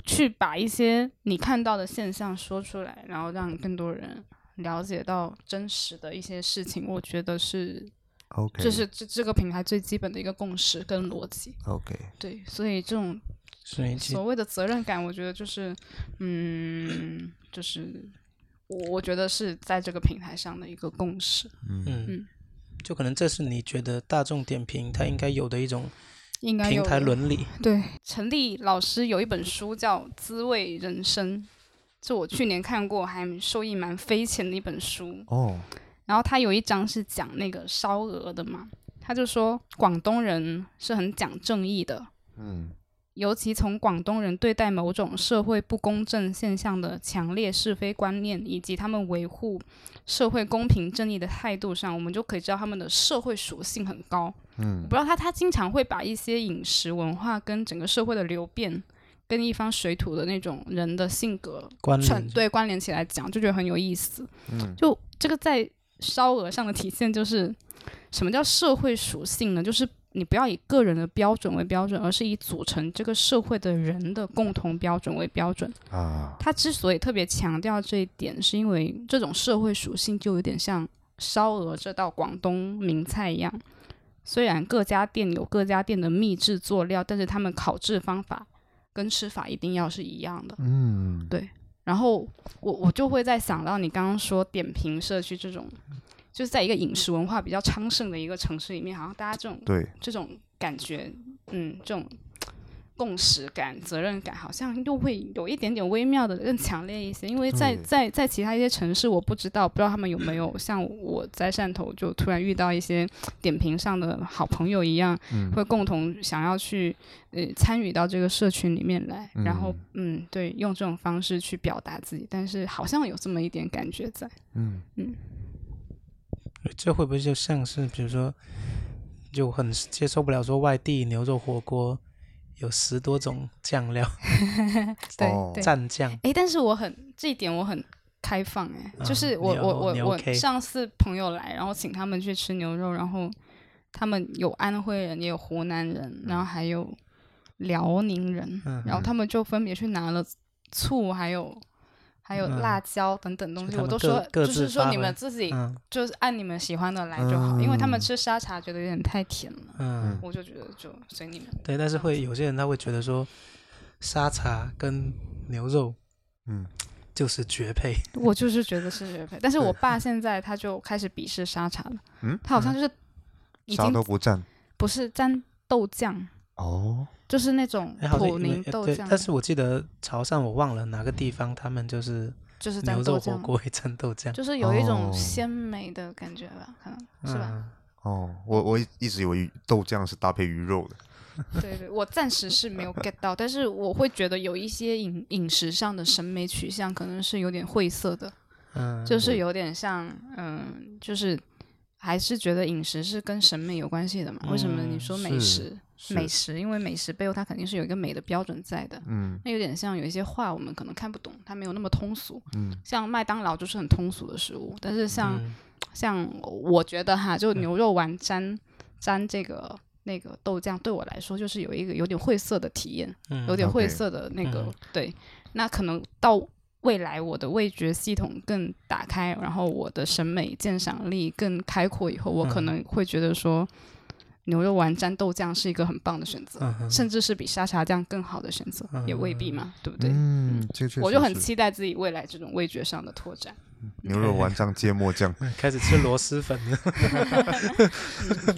Speaker 3: 去把一些你看到的现象说出来，然后让更多人了解到真实的一些事情。我觉得是，
Speaker 1: OK，
Speaker 3: 这是这这个平台最基本的一个共识跟逻辑。
Speaker 1: OK，
Speaker 3: 对，所以这种
Speaker 2: 所以其
Speaker 3: 所谓的责任感，我觉得就是，嗯，就是我我觉得是在这个平台上的一个共识，
Speaker 2: 嗯
Speaker 3: 嗯，
Speaker 2: 就可能这是你觉得大众点评它应该有的一种
Speaker 3: 应该
Speaker 2: 平
Speaker 3: 有
Speaker 2: 台伦理，
Speaker 3: 对，陈立老师有一本书叫《滋味人生》，这我去年看过，还受益蛮匪浅的一本书。
Speaker 1: 哦，
Speaker 3: 然后他有一章是讲那个烧鹅的嘛，他就说广东人是很讲正义的，
Speaker 1: 嗯
Speaker 3: 尤其从广东人对待某种社会不公正现象的强烈是非观念，以及他们维护社会公平正义的态度上，我们就可以知道他们的社会属性很高。我
Speaker 1: 嗯
Speaker 3: 不知道他他经常会把一些饮食文化跟整个社会的流变，跟一方水土的那种人的性格
Speaker 2: 关
Speaker 3: 串
Speaker 2: 联
Speaker 3: 对关联起来讲，就觉得很有意思。
Speaker 1: 嗯
Speaker 3: 就这个在烧鹅上的体现就是，什么叫社会属性呢？就是你不要以个人的标准为标准，而是以组成这个社会的人的共同标准为标准。
Speaker 1: 啊，
Speaker 3: 他之所以特别强调这一点，是因为这种社会属性就有点像烧鹅这道广东名菜一样。虽然各家店有各家店的秘制佐料，但是他们烤制方法跟吃法一定要是一样的。
Speaker 1: 嗯
Speaker 3: 然后我我就会在想到你刚刚说点评社区这种，就是在一个饮食文化比较昌盛的一个城市里面，好像大家这种
Speaker 1: 对，
Speaker 3: 这种感觉，嗯，这种共识感、责任感，好像又会有一点点微妙的更强烈一些。因为在
Speaker 1: 对
Speaker 3: 在在其他一些城市，我不知道，不知道他们有没有像我在汕头就突然遇到一些点评上的好朋友一样，
Speaker 1: 嗯
Speaker 3: 会共同想要去呃参与到这个社群里面来，然后嗯，对，用这种方式去表达自己，但是好像有这么一点感觉在，
Speaker 1: 嗯
Speaker 2: 这会不会就像是比如说，就很接受不了说外地牛肉火锅有十多种酱 料
Speaker 3: 对、
Speaker 1: 哦
Speaker 3: 对。
Speaker 2: 蘸酱，
Speaker 3: 诶，但是我很这一点我很开放诶，就是
Speaker 2: 嗯
Speaker 3: 我
Speaker 2: 你
Speaker 3: 我
Speaker 2: O-
Speaker 3: 我
Speaker 2: 你
Speaker 3: 我
Speaker 2: OK
Speaker 3: 上次朋友来，然后请他们去吃牛肉，然后他们有安徽人，也有湖南人，然后还有辽宁人，
Speaker 2: 嗯
Speaker 3: 然后他们就分别去拿了醋，还有。还有
Speaker 2: 嗯
Speaker 3: 辣椒等等东
Speaker 2: 就
Speaker 3: 西，
Speaker 2: 他
Speaker 3: 我
Speaker 2: 们
Speaker 3: 都
Speaker 2: 各
Speaker 3: 说，
Speaker 2: 各
Speaker 3: 就
Speaker 2: 自
Speaker 3: 是说
Speaker 2: 发
Speaker 3: 你
Speaker 2: 挥
Speaker 3: 们自己
Speaker 2: 嗯
Speaker 3: 就是按你们喜欢的来就好，因为他们吃沙茶觉得有点太甜了，
Speaker 2: 嗯，
Speaker 3: 我就觉得就随你们。
Speaker 2: 对，但是会有些人他会觉得说沙茶跟牛肉
Speaker 1: 嗯，
Speaker 2: 就是绝配，
Speaker 3: 我就是觉得是绝配，但是我爸现在他就开始鄙视沙茶了。
Speaker 1: 嗯
Speaker 3: 他好像就是已
Speaker 1: 啥
Speaker 3: 经
Speaker 1: 都不蘸
Speaker 3: 不是沾豆酱，
Speaker 1: 哦，
Speaker 3: 就是那种
Speaker 2: 哎，好像
Speaker 3: 普
Speaker 2: 因为
Speaker 3: 宁
Speaker 2: 呃
Speaker 3: 豆
Speaker 2: 对
Speaker 3: 酱。
Speaker 2: 但是我记得潮汕我忘了哪个地方他们就是
Speaker 3: 就是沾
Speaker 2: 牛
Speaker 3: 豆
Speaker 2: 肉火
Speaker 3: 浆，
Speaker 2: 锅也蘸豆浆，
Speaker 3: 就是有一种
Speaker 1: 哦
Speaker 3: 鲜美的感觉吧，可能是吧？
Speaker 2: 嗯
Speaker 1: 哦，我我一一直以为鱼豆酱是搭配鱼肉的。
Speaker 3: 对对，我暂时是没有 get 到，但是我会觉得有一些饮饮食上的审美取向可能是有点晦涩的，
Speaker 2: 嗯，
Speaker 3: 就是有点像，嗯，就是还是觉得饮食是跟审美有关系的嘛？为什么你
Speaker 2: 嗯
Speaker 3: 说美
Speaker 1: 是
Speaker 3: 食？美
Speaker 1: 是
Speaker 3: 食，因为美食背后它肯定是有一个美的标准在的。
Speaker 1: 嗯
Speaker 3: 那有点像有一些话我们可能看不懂，它没有那么通俗。
Speaker 1: 嗯
Speaker 3: 像麦当劳就是很通俗的食物，但是像、
Speaker 2: 嗯
Speaker 3: 像我觉得哈，就牛肉丸沾沾这个那个豆酱，对我来说就是有一个有点晦涩的体验，
Speaker 2: 嗯
Speaker 3: 有点
Speaker 1: OK
Speaker 3: 晦涩的那个、
Speaker 2: 嗯
Speaker 3: 对。那可能到未来我的味觉系统更打开，然后我的审美鉴赏力更开阔以后，我可
Speaker 2: 嗯
Speaker 3: 能会觉得说。牛肉丸沾豆酱是一个很棒的选择，
Speaker 2: 嗯哼
Speaker 3: 甚至是比沙茶酱更好的选择，也未必嘛，对不对？
Speaker 1: 嗯，这确
Speaker 3: 我
Speaker 1: 实
Speaker 3: 就很
Speaker 1: 是
Speaker 3: 期待自己未来这种味觉上的拓展。
Speaker 1: 牛肉丸酱芥末酱。
Speaker 2: 嗯开始吃螺蛳粉了，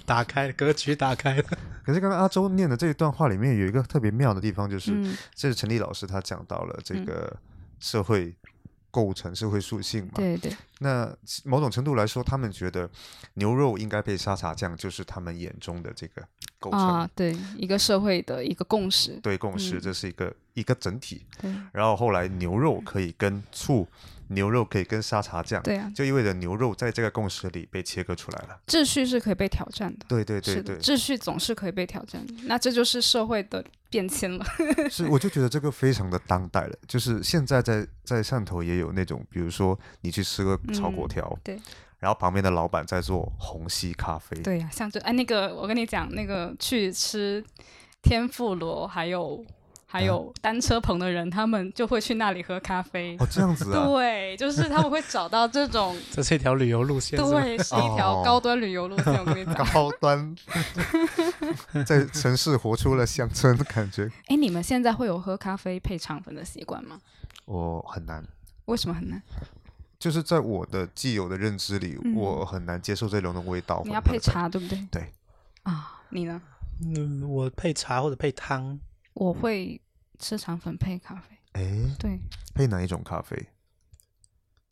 Speaker 2: 打开了 格局，打开了，
Speaker 1: 可是刚刚阿周念的这一段话里面有一个特别妙的地方，就是、
Speaker 3: 嗯
Speaker 1: 这是陈丽老师他讲到了这
Speaker 3: 嗯
Speaker 1: 个社会构成、社会属性嘛。
Speaker 3: 对对，
Speaker 1: 那其某种程度来说，他们觉得牛肉应该配沙茶酱，就是他们眼中的这个构成。
Speaker 3: 啊，对，一个社会的一个共识。
Speaker 1: 对共识，
Speaker 3: 嗯
Speaker 1: 这是一个一个整体。
Speaker 3: 对
Speaker 1: 然后后来牛肉可以跟醋，牛肉可以跟沙茶酱，
Speaker 3: 对啊，
Speaker 1: 就意味着牛肉在这个共识里被切割出来了。
Speaker 3: 秩序是可以被挑战的。
Speaker 1: 对对对
Speaker 3: 是的，
Speaker 1: 对，
Speaker 3: 秩序总是可以被挑战的。那这就是社会的变迁了。
Speaker 1: 是，我就觉得这个非常的当代了。就是现在在在汕头也有那种，比如说你去吃个炒粿
Speaker 3: 嗯
Speaker 1: 条，
Speaker 3: 对，
Speaker 1: 然后旁边的老板在做虹吸咖啡，
Speaker 3: 对呀、像这哎，那个我跟你讲，那个去吃天妇罗，还有还
Speaker 1: 嗯
Speaker 3: 有单车棚的人，他们就会去那里喝 咖啡。
Speaker 1: 哦，这样子啊，
Speaker 3: 对，就是他们会找到这种，
Speaker 2: 这是一条旅游路线，是吧？
Speaker 3: 对，是一条
Speaker 1: 哦
Speaker 3: 高端旅游路线。我跟你讲，
Speaker 1: 高端， 在城市活出了乡村的感觉。
Speaker 3: 哎，你们现在会有喝咖啡配肠粉的习惯吗？
Speaker 1: 我很难，
Speaker 3: 为什么很难？
Speaker 1: 就是在我的既有的认知里，
Speaker 3: 嗯
Speaker 1: 我很难接受这种的味道。
Speaker 3: 你要配，茶，对不对？
Speaker 1: 对。
Speaker 3: 啊，你呢？
Speaker 2: 嗯，我配茶或者配汤，
Speaker 3: 我会吃肠粉配咖啡。
Speaker 1: 哎，
Speaker 3: 对，
Speaker 1: 配哪一种咖 啡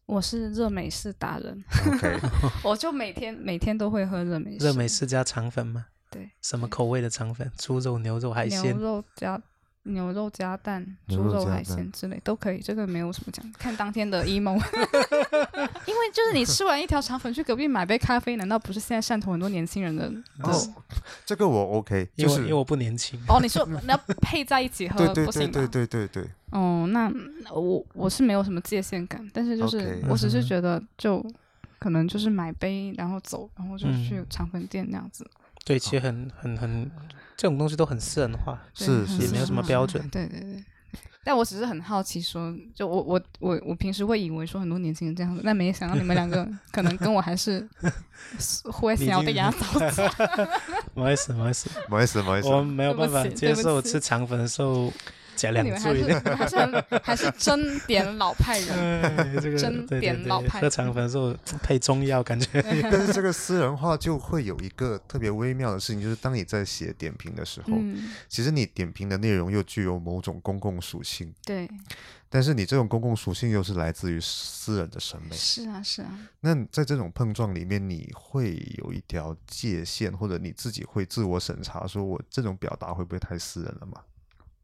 Speaker 3: 我是热美式达人，
Speaker 1: ？OK，
Speaker 3: 我就每天每天都会喝热美式。
Speaker 2: 热美式加肠粉吗？
Speaker 3: 对，
Speaker 2: 什么口味的肠粉？猪肉、牛肉、海鲜
Speaker 3: 牛？肉加牛肉加蛋、
Speaker 1: 牛
Speaker 3: 猪
Speaker 1: 肉
Speaker 3: 肉、
Speaker 1: 加
Speaker 3: 海
Speaker 1: 蛋
Speaker 3: 鲜之类都可以，这个没有什么讲，看当天的 emo。因为就是你吃完一条肠粉，去隔壁买杯咖啡，难道不是现在汕头很多年轻人的？
Speaker 1: 哦，这个我 OK，
Speaker 2: 因
Speaker 1: 就
Speaker 2: 为
Speaker 1: 是
Speaker 2: 因为我不年轻，
Speaker 3: 哦，你说你要配在一起喝
Speaker 1: 对对
Speaker 3: 不
Speaker 1: 对
Speaker 3: 行吗
Speaker 1: 对？对对对，
Speaker 3: 哦，那那我我是没有什么界限感，但是就是
Speaker 1: OK
Speaker 3: 我只
Speaker 2: 嗯
Speaker 3: 是
Speaker 2: 哼
Speaker 3: 觉得就可能就是买杯然后走，然后就
Speaker 2: 嗯
Speaker 3: 去肠粉店那样子，
Speaker 2: 对，其实很很很，这种东西都很私人化。
Speaker 3: 对
Speaker 1: 是
Speaker 3: 很
Speaker 1: 是
Speaker 2: 也没有
Speaker 3: 适
Speaker 2: 什么
Speaker 3: 合
Speaker 2: 标准
Speaker 3: 对对对。但我只是很好奇说就我我我我平时会以为说很多年轻人这样子，但没想到你们两个可能跟我还是互
Speaker 2: 你已
Speaker 3: 相的
Speaker 2: 经
Speaker 3: 压倒者。
Speaker 2: 不好意思，不好意思，
Speaker 1: 不好意思不好意思，
Speaker 2: 我没有办法
Speaker 3: 对不起
Speaker 2: 接受
Speaker 3: 对不起
Speaker 2: 吃肠粉受假
Speaker 3: 那
Speaker 2: 两
Speaker 3: 你们还
Speaker 2: 罪
Speaker 3: 是。 还是很还是真点老派人，
Speaker 2: 哎，这个
Speaker 3: 真
Speaker 2: 对对
Speaker 3: 点老
Speaker 2: 对，
Speaker 3: 派
Speaker 2: 喝肠粉的时候配中药，感觉
Speaker 1: 但是这个私人化就会有一个特别微妙的事情，就是当你在写点评的时候，
Speaker 3: 嗯，
Speaker 1: 其实你点评的内容又具有某种公共属性，
Speaker 3: 对，
Speaker 1: 但是你这种公共属性又是来自于私人的审美。
Speaker 3: 是啊是啊，
Speaker 1: 那你在这种碰撞里面，你会有一条界限，或者你自己会自我审查，说我这种表达会不会太私人了嘛？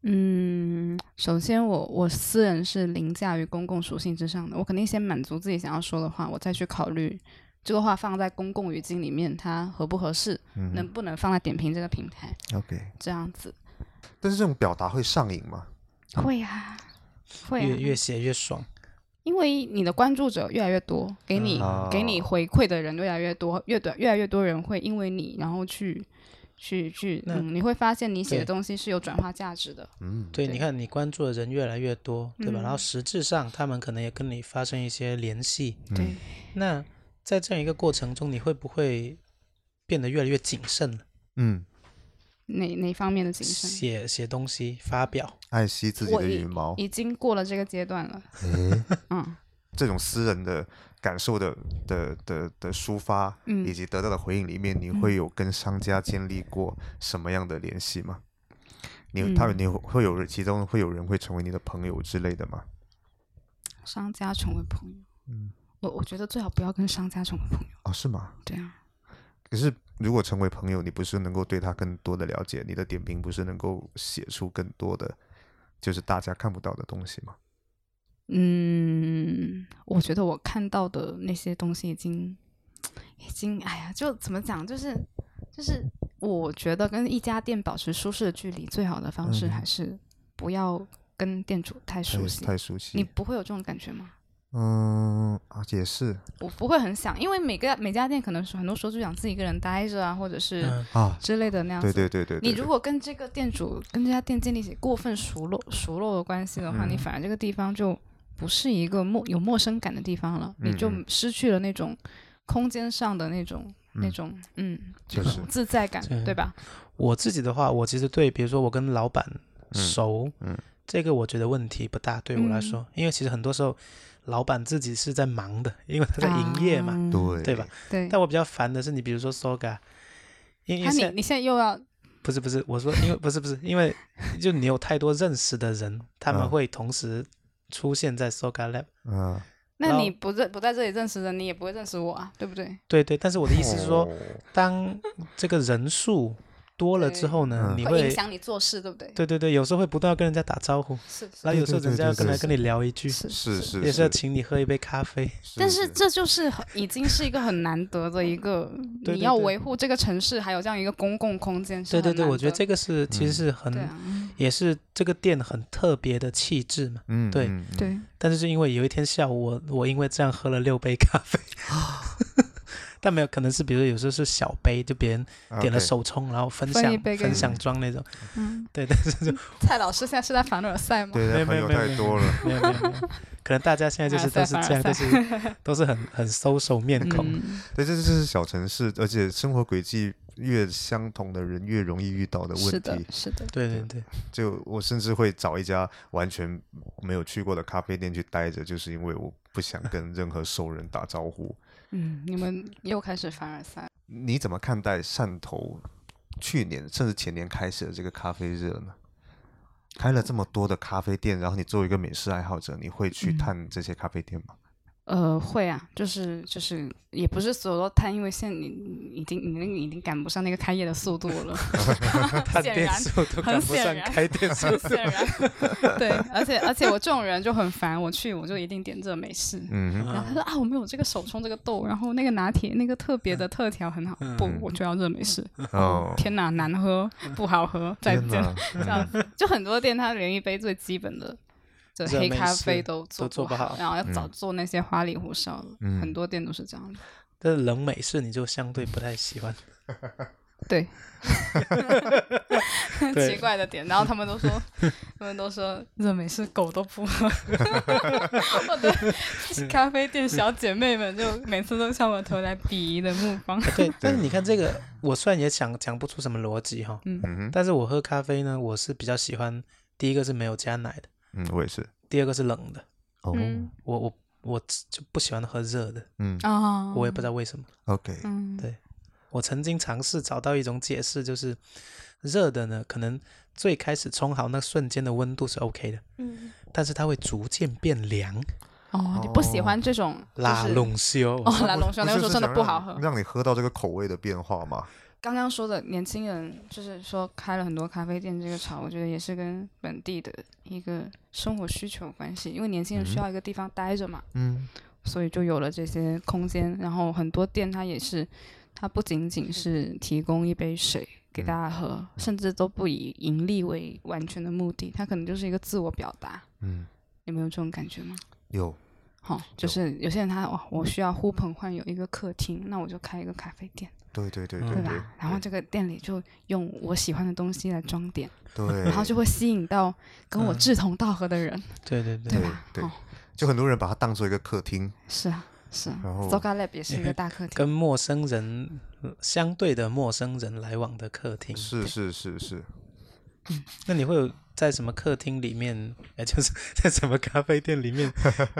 Speaker 3: 嗯，首先我我私人是凌驾于公共属性之上的，我肯定先满足自己想要说的话，我再去考虑这个话放在公共语境里面它合不合适，
Speaker 1: 嗯
Speaker 3: 能不能放在点评这个平台，
Speaker 1: ，OK。
Speaker 3: 这样子
Speaker 1: 但是这种表达会上瘾吗？
Speaker 3: 会啊，会
Speaker 2: 越
Speaker 3: 啊，
Speaker 2: 越写越爽。
Speaker 3: 因为你的关注者越来越多，给你、
Speaker 2: 哦
Speaker 1: 啊
Speaker 3: 给你回馈的人越来越多，越多越来越多人会因为你然后去去去，
Speaker 2: 那
Speaker 3: 嗯，你会发现你写的
Speaker 2: 对
Speaker 3: 东西是有转化价值的，
Speaker 1: 嗯，
Speaker 2: 对，
Speaker 3: 对
Speaker 2: 你看你关注的人越来越多，对吧？然后
Speaker 3: 嗯
Speaker 2: 实质上他们可能也跟你发生一些联系。
Speaker 3: 对，
Speaker 2: 那在这样一个过程中，你会不会变得越来越谨慎了？
Speaker 1: 嗯，
Speaker 3: 哪哪方面的谨慎？
Speaker 2: 写写东西、发表，
Speaker 1: 爱惜自己
Speaker 3: 我
Speaker 1: 的
Speaker 3: 已
Speaker 1: 羽毛，
Speaker 3: 已经过了这个阶段了。嗯
Speaker 1: 这种私人的感受的的的的抒发，
Speaker 3: 嗯
Speaker 1: 以及得到的回应里面，你会有跟商家建立过什么样的联系吗？你他
Speaker 3: 嗯
Speaker 1: 你会有人其中会有人会成为你的朋友之类的吗？
Speaker 3: 商家成为朋友。
Speaker 1: 嗯，
Speaker 3: 我我觉得最好不要跟商家成为朋友。
Speaker 1: 哦，是吗？
Speaker 3: 对啊，
Speaker 1: 可是如果成为朋友，你不是能够对他更多的了解，你的点评不是能够写出更多的，就是大家看不到的东西吗？
Speaker 3: 嗯，我觉得我看到的那些东西已经，已经，哎呀，就怎么讲，就是就是，我觉得跟一家店保持舒适的距离，最好的方式
Speaker 1: 嗯
Speaker 3: 还是不要跟店主太
Speaker 1: 太
Speaker 3: 熟悉。
Speaker 1: 太熟
Speaker 3: 你
Speaker 1: 悉，
Speaker 3: 不会有这种感觉吗？
Speaker 1: 嗯啊，也是
Speaker 3: 我不会很想，因为每个每家店可能是很多时候就想自己一个人待着啊，或者是
Speaker 2: 嗯，
Speaker 1: 啊，
Speaker 3: 之类的那样子。
Speaker 1: 对对对对对，
Speaker 3: 你如果跟这个店主跟这家店建立起过分熟络熟络的关系的话，
Speaker 1: 嗯
Speaker 3: 你反而这个地方就不是一个陌有陌生感的地方了，
Speaker 1: 嗯
Speaker 3: 你就
Speaker 1: 嗯
Speaker 3: 失去了那种空间上的那种、那
Speaker 1: 嗯
Speaker 3: 种嗯
Speaker 1: 就
Speaker 3: 这
Speaker 1: 是
Speaker 3: 种自在感，
Speaker 2: 对
Speaker 3: 对吧？
Speaker 2: 我自己的话，我其实对，比如说我跟老板熟，
Speaker 1: 嗯
Speaker 2: 这个我觉得问题不大，对我
Speaker 3: 嗯
Speaker 2: 来说，因为其实很多时候老板自己是在忙的，因为他在营业嘛。
Speaker 3: 啊
Speaker 1: 对
Speaker 2: 对吧？
Speaker 3: 对。
Speaker 2: 但我比较烦的是，你比如说 Soga，因为因为
Speaker 3: 那你
Speaker 2: 现在
Speaker 3: 你现在又要
Speaker 2: 不是不是，我说因为不是不是，因为就你有太多认识的人，他们
Speaker 1: 嗯
Speaker 2: 会同时出现在 Soga Lab。
Speaker 1: 嗯，
Speaker 3: 那
Speaker 2: 然后
Speaker 3: 你不认不在这里认识人，你也不会认识我啊，对不对？
Speaker 2: 对对，但是我的意思是说，
Speaker 1: 哦，
Speaker 2: 当这个人数多了之后呢，
Speaker 1: 嗯
Speaker 2: 你
Speaker 3: 会
Speaker 2: 会
Speaker 3: 影响你做事，对不对？
Speaker 2: 对对对，有时候会不断地跟人家打招呼，
Speaker 3: 是是
Speaker 2: 然后有时候
Speaker 1: 对对
Speaker 2: 人家要
Speaker 1: 对
Speaker 2: 跟来
Speaker 1: 对
Speaker 2: 跟你聊一句，
Speaker 3: 是
Speaker 1: 是是
Speaker 2: 也是要请你喝一杯咖啡。
Speaker 3: 但是这就是很已经是一个很难得的一个，
Speaker 2: 对对
Speaker 3: 你要
Speaker 2: 对
Speaker 3: 维护这个城市还有这样一个公共空间是
Speaker 2: 对
Speaker 3: 很
Speaker 2: 对
Speaker 3: 难
Speaker 2: 对，我觉得
Speaker 3: 得
Speaker 2: 这个是其实是很、
Speaker 3: 对啊，
Speaker 2: 也是这个店很特别的气质嘛。
Speaker 1: 嗯
Speaker 2: 对
Speaker 1: 嗯嗯
Speaker 3: 对，
Speaker 2: 但是是因为有一天下午我我因为这样喝了六杯咖啡，
Speaker 3: 哦
Speaker 2: 但没有可能是比如说有时候是小杯，就别人点了
Speaker 1: 啊 OK
Speaker 2: 手冲，然后分
Speaker 3: 分一
Speaker 2: 享
Speaker 3: 杯给
Speaker 2: 分
Speaker 3: 你
Speaker 2: 享装那种。
Speaker 3: 嗯，
Speaker 2: 对，但是就
Speaker 3: 蔡老师现在是在凡尔赛吗？
Speaker 1: 对对，
Speaker 2: 没有
Speaker 1: 朋
Speaker 2: 没有
Speaker 1: 友
Speaker 2: 没有
Speaker 1: 太多了，
Speaker 2: 没有没有没有，可能大家现在就是都是这样，都是都是很很收手面孔。
Speaker 3: 嗯，
Speaker 1: 对，这就是小城市，而且生活轨迹越相同的人越容易遇到的
Speaker 3: 是
Speaker 1: 问
Speaker 3: 的
Speaker 1: 题，。
Speaker 3: 是的，
Speaker 2: 对对对，
Speaker 1: 就我甚至会找一家完全没有去过的咖啡店去待着，就是因为我不想跟任何熟人打招呼。
Speaker 3: 嗯，你们又开始凡尔赛了，
Speaker 1: 你怎么看待汕头去年甚至前年开始的这个咖啡热呢？开了这么多的咖啡店，然后你作为一个美食爱好者，你会去
Speaker 3: 嗯
Speaker 1: 探这些咖啡店吗？
Speaker 3: 呃，会啊，就是就是，也不是所有都摊，因为现在你你已经你已经赶不上那个开业的速度 了，
Speaker 2: 探
Speaker 3: 显
Speaker 2: 店
Speaker 3: 然
Speaker 2: 速度
Speaker 3: 很
Speaker 2: 赶不
Speaker 3: 显
Speaker 2: 上
Speaker 3: 然
Speaker 2: 开店速
Speaker 3: 很
Speaker 2: 度
Speaker 3: 显。然， 对，而且而且我这种人就很烦，我去我就一定点这美式，
Speaker 1: 嗯哼，
Speaker 3: 然后他说啊，我们有这个手冲这个豆，然后那个拿铁那个特别的特调很好，不
Speaker 1: 嗯，
Speaker 3: 我就要热美式。
Speaker 1: 哦，
Speaker 3: 天哪，难喝，不好喝，再
Speaker 1: 天
Speaker 3: 见。
Speaker 1: 哪，
Speaker 3: 这样子，就很多店它连一杯最基本的这
Speaker 2: 热
Speaker 3: 黑
Speaker 2: 美
Speaker 3: 咖
Speaker 2: 式
Speaker 3: 啡都
Speaker 2: 都做不
Speaker 3: 不
Speaker 2: 好
Speaker 3: 然后要早
Speaker 1: 嗯
Speaker 3: 做那些花里胡哨的，
Speaker 1: 嗯
Speaker 3: 很多店都是这样的。
Speaker 2: 但是冷美式你就相对不太喜 欢。
Speaker 3: 对，
Speaker 2: 对
Speaker 3: 奇怪的点，然后他们都说， 他们都说热美式狗都不喝， 我的咖啡店小姐妹们就每次都向我投来鄙夷的目 光。
Speaker 2: 对，但是你看这个，我虽然也想讲不出什么逻辑哈，
Speaker 1: 嗯哼，
Speaker 2: 但是我喝咖啡呢，我是比较喜欢第一个是没有加奶的，
Speaker 1: 嗯，我也是。
Speaker 2: 第二个是冷的，
Speaker 1: 哦，
Speaker 3: 嗯
Speaker 2: 我我我就不喜欢喝热的，
Speaker 1: 嗯
Speaker 3: 啊，
Speaker 2: 我也不知道为什么。
Speaker 1: ，OK，
Speaker 3: 嗯，
Speaker 2: 对我曾经尝试找到一种解释，就是热的呢，可能最开始冲好那瞬间的温度是 OK 的，
Speaker 3: 嗯，
Speaker 2: 但是它会逐渐变凉，
Speaker 3: 哦，你不喜欢这种
Speaker 2: 拉
Speaker 3: 就是
Speaker 2: 拢修。
Speaker 3: 哦，拉龙兄那个时
Speaker 1: 不
Speaker 3: 候
Speaker 1: 是
Speaker 3: 真的
Speaker 1: 想
Speaker 3: 不
Speaker 1: 让
Speaker 3: 好
Speaker 1: 你
Speaker 3: 喝。
Speaker 1: 让你喝到这个口味的变化嘛。
Speaker 3: 刚刚说的年轻人，就是说开了很多咖啡店这个潮，我觉得也是跟本地的一个生活需求有关系，因为年轻人需要一个地方待着嘛，
Speaker 1: 嗯，
Speaker 3: 所以就有了这些空间。然后很多店它也是，它不仅仅是提供一杯水给大家喝，甚至都不以盈利为完全的目的，它可能就是一个自我表达。
Speaker 1: 嗯，
Speaker 3: 你们有这种感觉吗？
Speaker 1: 有，
Speaker 3: 好、就是有些人他哇，我需要呼朋唤友一个客厅，那我就开一个咖啡店。
Speaker 1: 对对对
Speaker 2: 嗯
Speaker 1: 对
Speaker 3: 对
Speaker 1: 对
Speaker 3: 吧？然后这个店里就用我喜欢的东西来装点，
Speaker 1: 对，
Speaker 3: 然后就会吸引到跟我
Speaker 2: 嗯
Speaker 3: 志同道合的人，
Speaker 2: 对对对
Speaker 1: 对，
Speaker 3: 吧？
Speaker 1: 对
Speaker 3: 哦，
Speaker 1: 就很多人把它当做一个客厅，
Speaker 3: 是啊，是啊。
Speaker 1: 然后
Speaker 3: Soga Lab 也是一个大客厅，
Speaker 2: 跟陌生人呃相对的陌生人来往的客厅，
Speaker 1: 是是是是，
Speaker 2: 那你会有在什么客厅里面， 呃，就是在什么咖啡店 里面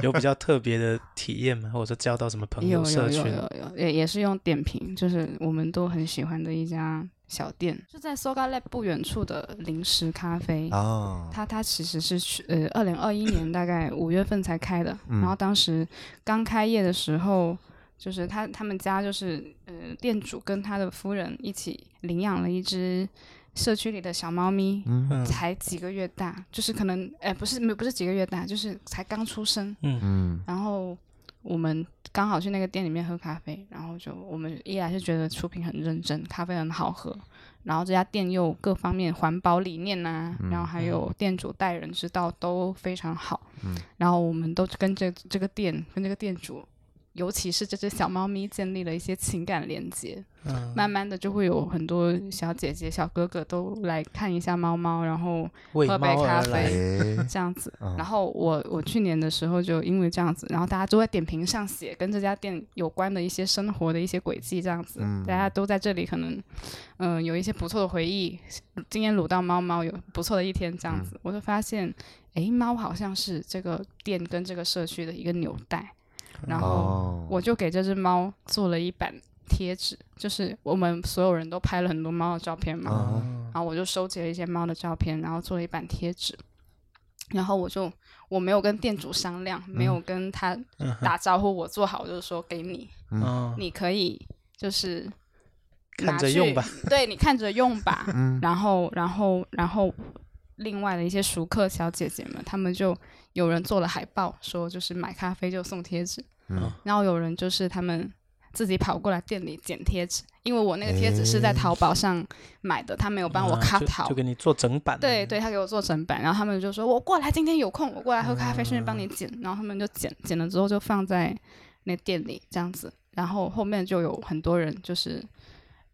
Speaker 2: 有比较特别的体验吗？或者说交到什么朋友
Speaker 3: 有有
Speaker 2: 社
Speaker 3: 有
Speaker 2: 群？
Speaker 3: 有有，也也是用点评，就是我们都很喜欢的一家小店，是在 Soga Lab 不远处的零食咖啡。
Speaker 1: 啊，
Speaker 3: 它它其实是去呃二零二一年大概五月份才开的，
Speaker 2: 嗯
Speaker 3: 然后当时刚开业的时候，就是他他们家就是呃店主跟他的夫人一起领养了一只社区里的小猫咪，
Speaker 2: 嗯
Speaker 3: 才几个月大，就是可能呃不是没有不是几个月大，就是才刚出生，
Speaker 1: 嗯
Speaker 3: 然后我们刚好去那个店里面喝咖啡，然后就我们一来是觉得出品很认真，咖啡很好喝，然后这家店又各方面环保理念呐、
Speaker 2: 嗯
Speaker 3: 然后还有店主待人之道都非常好，
Speaker 1: 嗯
Speaker 3: 然后我们都跟这这个店跟这个店主。尤其是这只小猫咪建立了一些情感连接，
Speaker 2: 嗯，
Speaker 3: 慢慢的就会有很多小姐姐、小哥哥都来看一下猫猫，然后
Speaker 2: 为
Speaker 3: 喝杯
Speaker 2: 猫
Speaker 3: 咖
Speaker 2: 而
Speaker 3: 啡
Speaker 2: 来，
Speaker 1: 诶，
Speaker 3: 这样子。
Speaker 1: 嗯
Speaker 3: 然后我我去年的时候就因为这样子，然后大家都在点评上写跟这家店有关的一些生活的一些轨迹，这样子，
Speaker 1: 嗯
Speaker 3: 大家都在这里可能嗯、有一些不错的回忆。今天撸到猫猫有不错的一天，
Speaker 1: 嗯
Speaker 3: 这样子，我就发现，诶，猫好像是这个店跟这个社区的一个纽带。然后
Speaker 1: 哦，
Speaker 3: 我就给这只猫做了一版贴纸，就是我们所有人都拍了很多猫的照片嘛，
Speaker 2: 嗯
Speaker 3: 然后我就收集了一些猫的照片，然后做了一版贴纸。然后我就我没有跟店主商量，没有跟他
Speaker 2: 嗯
Speaker 3: 打招呼，我做好就是说给你，
Speaker 2: 嗯，
Speaker 3: 你可以就是
Speaker 2: 看
Speaker 3: 拿
Speaker 2: 着
Speaker 3: 去
Speaker 2: 用吧，
Speaker 3: 对你看着用吧。
Speaker 1: 嗯
Speaker 3: 然后，然后，然后，另外的一些熟客小姐姐们，她们就有人做了海报，说就是买咖啡就送贴纸，
Speaker 2: 啊
Speaker 1: 嗯
Speaker 3: 然后有人就是他们自己跑过来店里捡贴纸，因为我那个贴纸是在淘宝上买的，他没有帮我
Speaker 2: 啊
Speaker 3: cut
Speaker 2: 就
Speaker 3: 好
Speaker 2: 就，给你做整版的，
Speaker 3: 对对，他给我做整版，然后他们就说我过来，今天有空，我过来喝咖啡，顺便帮你剪。然后他们就剪，剪了之后就放在那店里这样子。然后后面就有很多人就是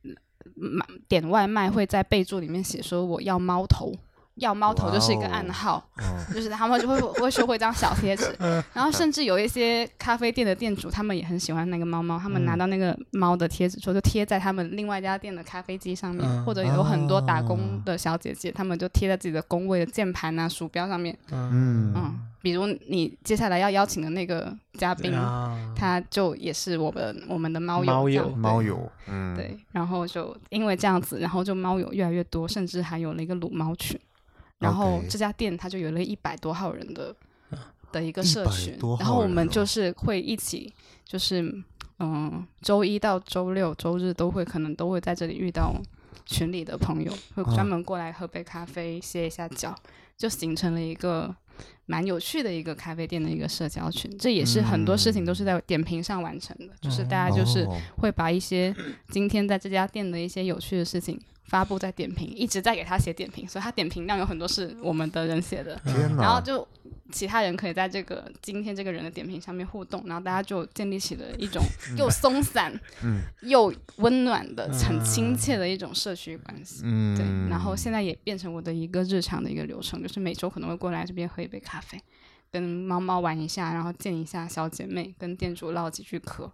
Speaker 3: 嗯买点外卖会在备注里面写说我要猫头，要猫头就是一个暗
Speaker 1: 哇哦
Speaker 3: 号，
Speaker 1: 哦
Speaker 3: 就是他们就会会收回一张小贴纸，
Speaker 2: 嗯
Speaker 3: 然后甚至有一些咖啡店的店主，他们也很喜欢那个猫猫，他们
Speaker 2: 嗯
Speaker 3: 拿到那个猫的贴纸之后，就贴在他们另外一家店的咖啡机上面，
Speaker 2: 嗯哦
Speaker 3: 或者有很多打工的小姐姐，他们就贴在自己的工位的键盘啊、鼠标上面，
Speaker 2: 嗯，
Speaker 1: 嗯
Speaker 3: 嗯，比如你接下来要邀请的那个嘉宾，
Speaker 2: 啊，
Speaker 3: 他就也是我们我们的猫友，
Speaker 2: 猫
Speaker 3: 这样
Speaker 2: 友
Speaker 1: 猫友，嗯，
Speaker 3: 对，然后就因为这样子，然后就猫友越来越多，甚至还有了一个撸猫群。然后
Speaker 1: OK
Speaker 3: 这家店它就有了一百多号人的的一个社
Speaker 1: 100
Speaker 3: 群
Speaker 1: 多，
Speaker 3: 然后
Speaker 1: 号
Speaker 3: 我
Speaker 1: 人
Speaker 3: 们
Speaker 1: 哦
Speaker 3: 就是会一起，就是嗯，周一到周六、周日都会可能都会在这里遇到群里的朋友，会
Speaker 1: 啊
Speaker 3: 专门过来喝杯咖啡、歇一下脚，就形成了一个蛮有趣的一个咖啡店的一个社交群。这也是很多事情都是在点评上完成的，就是大家就是。
Speaker 1: 嗯哦
Speaker 3: 会把一些今天在这家店的一些有趣的事情发布在点评，一直在给他写点评，所以他点评量有很多是我们的人写的。
Speaker 1: 嗯天哪，
Speaker 3: 嗯然后就其他人可以在这个今天这个人的点评上面互动，然后大家就建立起了一种又松散、
Speaker 1: 嗯
Speaker 3: 又温暖的、很亲
Speaker 2: 嗯
Speaker 3: 切的一种社区关系。
Speaker 1: 嗯，
Speaker 3: 对，然后现在也变成我的一个日常的一个流程，就是每周可能会过来这边喝一杯咖啡，跟猫猫玩一下，然后见一下小姐妹，跟店主唠几句嗑，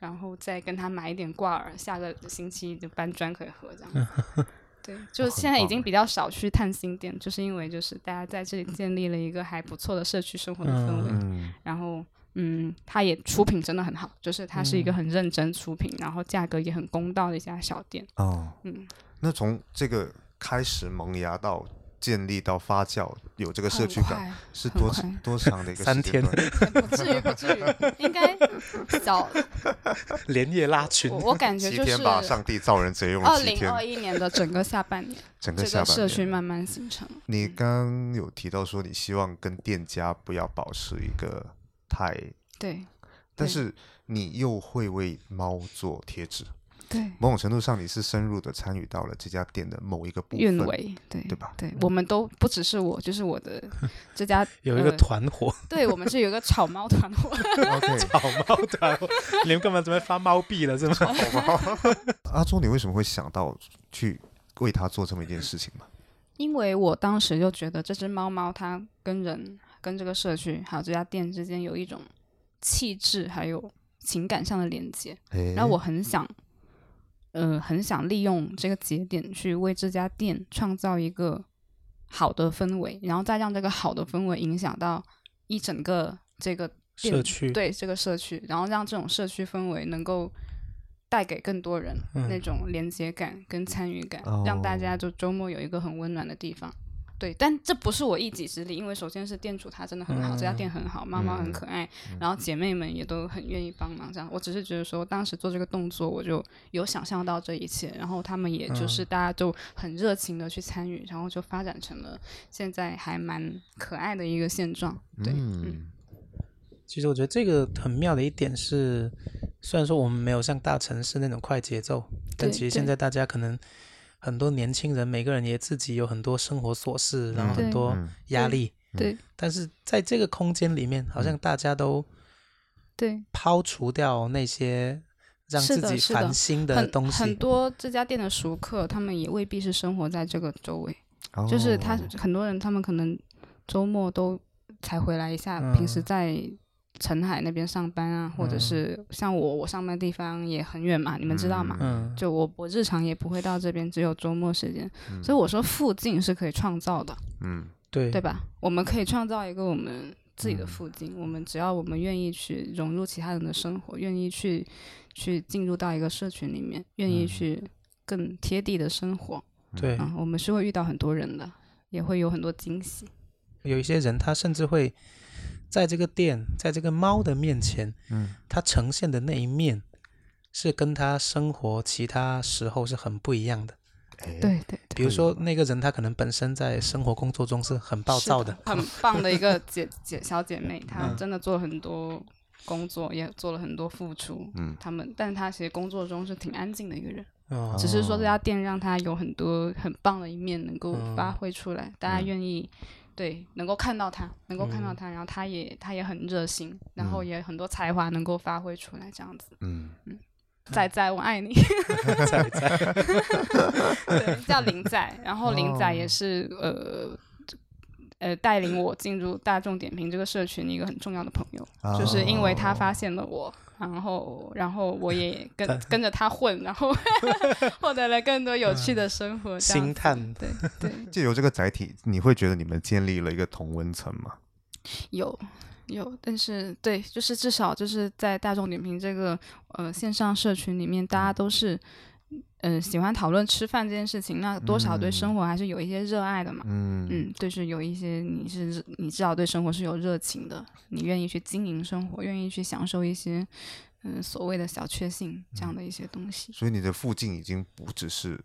Speaker 3: 然后再跟他买一点挂耳，下个星期就搬砖可以喝这样。
Speaker 1: 哦
Speaker 3: 对，就现在已
Speaker 1: 哎
Speaker 3: 经比较少去探新店，就是因为就是大家在这里建立了一个还不错的社区生活的氛围，
Speaker 1: 嗯
Speaker 3: 然后。嗯，它也出品真的很好，就是它是一个
Speaker 1: 嗯
Speaker 3: 很认真出品，然后价格也很公道的一家小店。
Speaker 1: 哦，
Speaker 3: 嗯，
Speaker 1: 那从这个开始萌芽到建立到发酵，有这个社区
Speaker 3: 很
Speaker 1: 感
Speaker 3: 快
Speaker 1: 是
Speaker 3: 很
Speaker 1: 多
Speaker 3: 快
Speaker 1: 多长的一个
Speaker 2: 三
Speaker 1: 时间
Speaker 2: 天
Speaker 1: 段？
Speaker 3: 不至于，不至于，应该小
Speaker 2: 连夜拉群
Speaker 3: 我，我感觉
Speaker 1: 七
Speaker 3: 就是
Speaker 1: 天吧，上帝造人只用了
Speaker 3: 二
Speaker 1: 七
Speaker 3: 零
Speaker 1: 天，
Speaker 3: 二一年的整个下半年，
Speaker 1: 整
Speaker 3: 这
Speaker 1: 下
Speaker 3: 个
Speaker 1: 半
Speaker 3: 社
Speaker 1: 年。
Speaker 3: 区慢嗯慢形成。
Speaker 1: 你刚有提到说，你希望跟店家不要保持一个太，
Speaker 3: 对
Speaker 1: 但
Speaker 3: 对
Speaker 1: 是你又会为猫做贴纸，
Speaker 3: 对，
Speaker 1: 某种程度上你是深入的参与到了这家店的某一个部
Speaker 3: 运
Speaker 1: 分，
Speaker 3: 维对
Speaker 1: 对吧
Speaker 3: 对，我们都不只是我，就是 我的这家
Speaker 2: 有一个
Speaker 3: 呃
Speaker 2: 团伙，
Speaker 3: 对我们是有一个炒猫团伙，
Speaker 1: OK，
Speaker 2: 好猫团伙，你们干嘛准备发猫币了是吗？
Speaker 1: 阿周，你为什么会想到去为他做这么一件事情嘛？
Speaker 3: 因为我当时就觉得这只猫猫它跟人、跟这个社区还有这家店之间有一种气质还有情感上的连接，
Speaker 1: 哎
Speaker 3: 然后我很想，呃，很想利用这个节点去为这家店创造一个好的氛围，然后再让这个好的氛围影响到一整个这个店
Speaker 2: 社区，
Speaker 3: 对这个社区，然后让这种社区氛围能够带给更多人
Speaker 2: 嗯
Speaker 3: 那种连接感跟参与感，
Speaker 1: 哦
Speaker 3: 让大家就周末有一个很温暖的地方。对，但这不是我一己之力，因为首先是店主他真的很好，
Speaker 2: 嗯
Speaker 3: 这家店很好，猫猫
Speaker 1: 嗯
Speaker 3: 很可爱，然后姐妹们也都很愿意帮忙。这样，我只是觉得说，当时做这个动作，我就有想象到这一切，然后他们也就是大家就很热情的去参与，然后就发展成了现在还蛮可爱的一个现状。对，嗯
Speaker 1: 嗯
Speaker 2: 其实我觉得这个很妙的一点是，虽然说我们没有像大城市那种快节奏，但
Speaker 3: 对
Speaker 2: 其实
Speaker 3: 对
Speaker 2: 现在大家可能很多年轻人，每个人也自己有很多生活琐事，然后
Speaker 1: 嗯
Speaker 2: 很
Speaker 3: 对
Speaker 2: 多
Speaker 1: 嗯
Speaker 2: 压
Speaker 3: 对
Speaker 2: 力，
Speaker 3: 对
Speaker 2: 但是在这个空间里面，好像大家都
Speaker 3: 对，
Speaker 2: 抛除掉那些让
Speaker 3: 是
Speaker 2: 自
Speaker 3: 的
Speaker 2: 己
Speaker 3: 是
Speaker 2: 烦
Speaker 3: 的
Speaker 2: 心
Speaker 3: 很
Speaker 2: 东西，
Speaker 3: 很多这家店的熟客，他们也未必是生活在这个周围，就是他
Speaker 1: 哦
Speaker 3: 很多人，他们可能周末都才回来一下，平时
Speaker 2: 嗯
Speaker 3: 在澄海那边上班啊，或者
Speaker 2: 嗯
Speaker 3: 是像我，我上班地方也很远嘛，你们知道嘛？
Speaker 2: 嗯，
Speaker 3: 就我我日常也不会到这边，只有周末时间，
Speaker 2: 嗯
Speaker 3: 所以我说附近是可以创造的，
Speaker 1: 嗯
Speaker 2: 对
Speaker 3: 对吧？我们可以创造一个我们自
Speaker 2: 嗯
Speaker 3: 己的附近，我们只要我们愿意去融入其他人的生活，愿意去去进入到一个社群里面，
Speaker 2: 嗯
Speaker 3: 愿意去更贴地的生活，
Speaker 2: 对，
Speaker 3: 嗯，我们是会遇到很多人的，也会有很多惊喜。
Speaker 2: 有一些人他甚至会在这个店，在这个猫的面前，
Speaker 1: 嗯，
Speaker 2: 他呈现的那一面是跟他生活其他时候是很不一样的。
Speaker 1: 哎
Speaker 3: 对对对，
Speaker 2: 比如说那个人他可能本身在生活工作中是很暴
Speaker 3: 是
Speaker 2: 躁
Speaker 3: 的
Speaker 2: 的，，
Speaker 3: 很棒的一个姐姐小姐妹，她
Speaker 2: 嗯
Speaker 3: 真的做了很多工作，也做了很多付出。
Speaker 1: 嗯
Speaker 3: 他们，但她其实工作中是挺安静的一个人。
Speaker 2: 哦
Speaker 3: 只是说
Speaker 1: 哦
Speaker 3: 这家店让他有很多很棒的一面能够
Speaker 2: 嗯
Speaker 3: 发挥出来，大家愿意对能够看到他，能够看到
Speaker 2: 嗯
Speaker 3: 他，然后他也他也很热心，然后
Speaker 1: 嗯
Speaker 3: 也很多才华能够发挥出来，这样子。
Speaker 1: 嗯
Speaker 3: 仔仔，我爱你。
Speaker 2: 在在
Speaker 3: 对，叫林仔，然后林仔也是、呃呃带领我进入大众点评这个社群一个很重要的朋友，就是因为他发现了我，然后然后我也跟跟着他混，然后 获得了更多有趣的生活，这样
Speaker 2: 星
Speaker 3: 子
Speaker 2: 探
Speaker 3: 对对，
Speaker 1: 借由这个载体，你会觉得你们建立了一个同温层吗？
Speaker 3: 有有，但是对，就是至少就是在大众点评这个呃线上社群里面，大家都是。嗯、喜欢讨论吃饭这件事情，那多少对生活还是有一些热爱的嘛。
Speaker 1: 嗯
Speaker 3: 嗯，就是有一些你是你至少对生活是有热情的，你愿意去经营生活，愿意去享受一些嗯、所谓的小确幸这样的一些东西。
Speaker 1: 所以你的附近已经不只是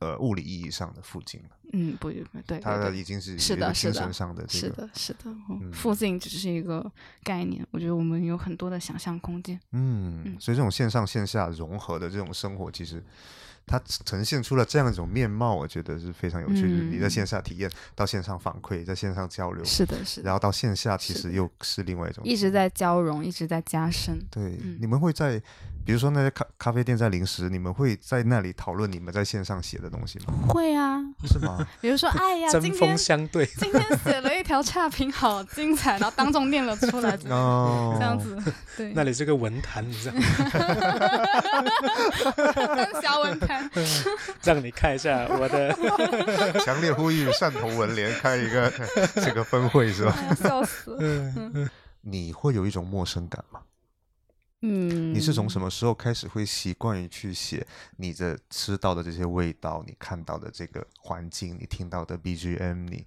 Speaker 1: 呃物理意义上的附近了，
Speaker 3: 嗯，不不对，对
Speaker 1: 它的
Speaker 3: 对
Speaker 1: 已经是
Speaker 3: 是
Speaker 1: 一个
Speaker 3: 的是
Speaker 1: 精
Speaker 3: 的
Speaker 1: 神上的
Speaker 3: 是
Speaker 1: 这个
Speaker 3: 的，是的，
Speaker 1: 嗯
Speaker 3: 嗯附近只是一个概念，我觉得我们有很多的想象空间。
Speaker 1: 嗯，
Speaker 3: 嗯
Speaker 1: 所以这种线上线下融合的这种生活，其实它呈现出了这样一种面貌，我觉得是非常有趣。就是你在
Speaker 3: 嗯
Speaker 1: 线下体验，到线上反馈，在线上交流，
Speaker 3: 是的，是的，
Speaker 1: 然后到线下其
Speaker 3: 是
Speaker 1: 实
Speaker 3: 的
Speaker 1: 又是另外一种体验。
Speaker 3: 一直在交融，一直在加深。
Speaker 1: 对，
Speaker 3: 嗯
Speaker 1: 你们会在，比如说那些咖咖啡店在零食，你们会在那里讨论你们在线上写的东西吗？
Speaker 3: 会啊，
Speaker 1: 是吗？
Speaker 3: 比如说，哎呀，今
Speaker 2: 针锋
Speaker 3: 天
Speaker 2: 相对，
Speaker 3: 今天写了一条差评，好精彩，然后当众念了出来， 这
Speaker 1: 哦，
Speaker 3: 样，子，对。
Speaker 2: 那里是个文坛，你知道吗，
Speaker 3: 跟小文谈，
Speaker 2: 让你看一下我的
Speaker 1: 强烈呼吁汕头文联开一 个这个分会是吧？
Speaker 3: 哎呀，笑死了。
Speaker 1: 嗯你会有一种陌生感吗？
Speaker 3: 嗯，
Speaker 1: 你是从什么时候开始会习惯于去写你的吃到的这些味道，你看到的这个环境，你听到的 BGM，你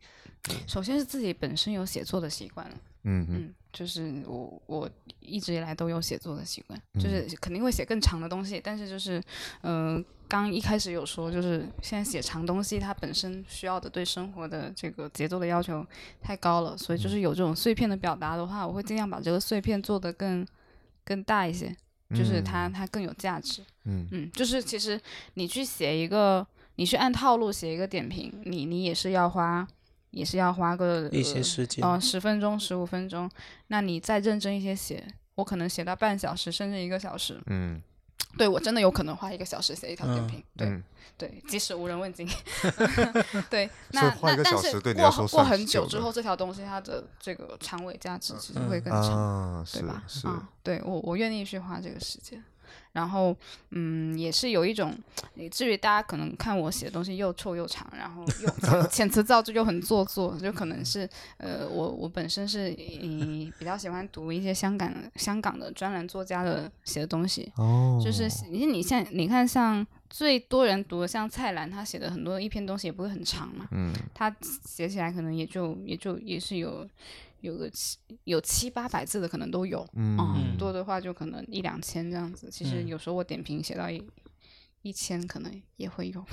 Speaker 3: 首先是自己本身有写作的习惯了，
Speaker 1: 嗯哼
Speaker 3: 嗯，就是我我一直以来都有写作的习惯，
Speaker 1: 嗯
Speaker 3: 就是肯定会写更长的东西，但是就是，嗯、刚一开始有说，就是现在写长东西，它本身需要的对生活的这个节奏的要求太高了，所以
Speaker 1: 嗯
Speaker 3: 就是有这种碎片的表达的话，我会尽量把这个碎片做得更更大一些，就是它它更有价值。
Speaker 1: 嗯
Speaker 3: 嗯，就是其实你去写一个，你去按套路写一个点评，你你也是要花，也是要花个
Speaker 2: 一些时间，
Speaker 3: 哦十分钟、十五分钟。那你再认真一些写，我可能写到半小时甚至一个小时。
Speaker 1: 嗯
Speaker 3: 对我真的有可能花一个小时写一条点
Speaker 2: 嗯
Speaker 3: 评，对、
Speaker 1: 嗯，
Speaker 3: 对，即使无人问 津。 对，
Speaker 1: 所
Speaker 3: 那
Speaker 1: 以花一
Speaker 3: 那
Speaker 1: 个小
Speaker 3: 但
Speaker 1: 时
Speaker 3: 是
Speaker 1: 对你来
Speaker 3: 过
Speaker 1: 说
Speaker 3: 很过
Speaker 1: 算
Speaker 3: 很
Speaker 1: 久
Speaker 3: 久
Speaker 1: 的
Speaker 3: 之后，这条东西它的这个长尾价值其实
Speaker 2: 嗯
Speaker 3: 会更长，
Speaker 1: 啊，
Speaker 3: 对
Speaker 1: 是
Speaker 3: 吧？嗯
Speaker 1: 是，
Speaker 3: 啊，对我我愿意去花这个时间。然后嗯，也是有一种，以至于大家可能看我写的东西又臭又长，然后 又遣遣词造句又很做作，就可能是呃，我我本身是嗯比较喜欢读一些香港香港的专栏作家的写的东西，
Speaker 1: 哦，
Speaker 3: 就是你你像你看像最多人读的像蔡澜，他写的很多一篇东西也不会很长嘛，
Speaker 1: 嗯，
Speaker 3: 他写起来可能也就也就也是有有个七有七八百字的可能都有，
Speaker 1: 嗯
Speaker 3: 嗯，多的话就可能一两千这样子。其实
Speaker 2: 嗯
Speaker 3: 有时候我点评写到一一千，可能也会有。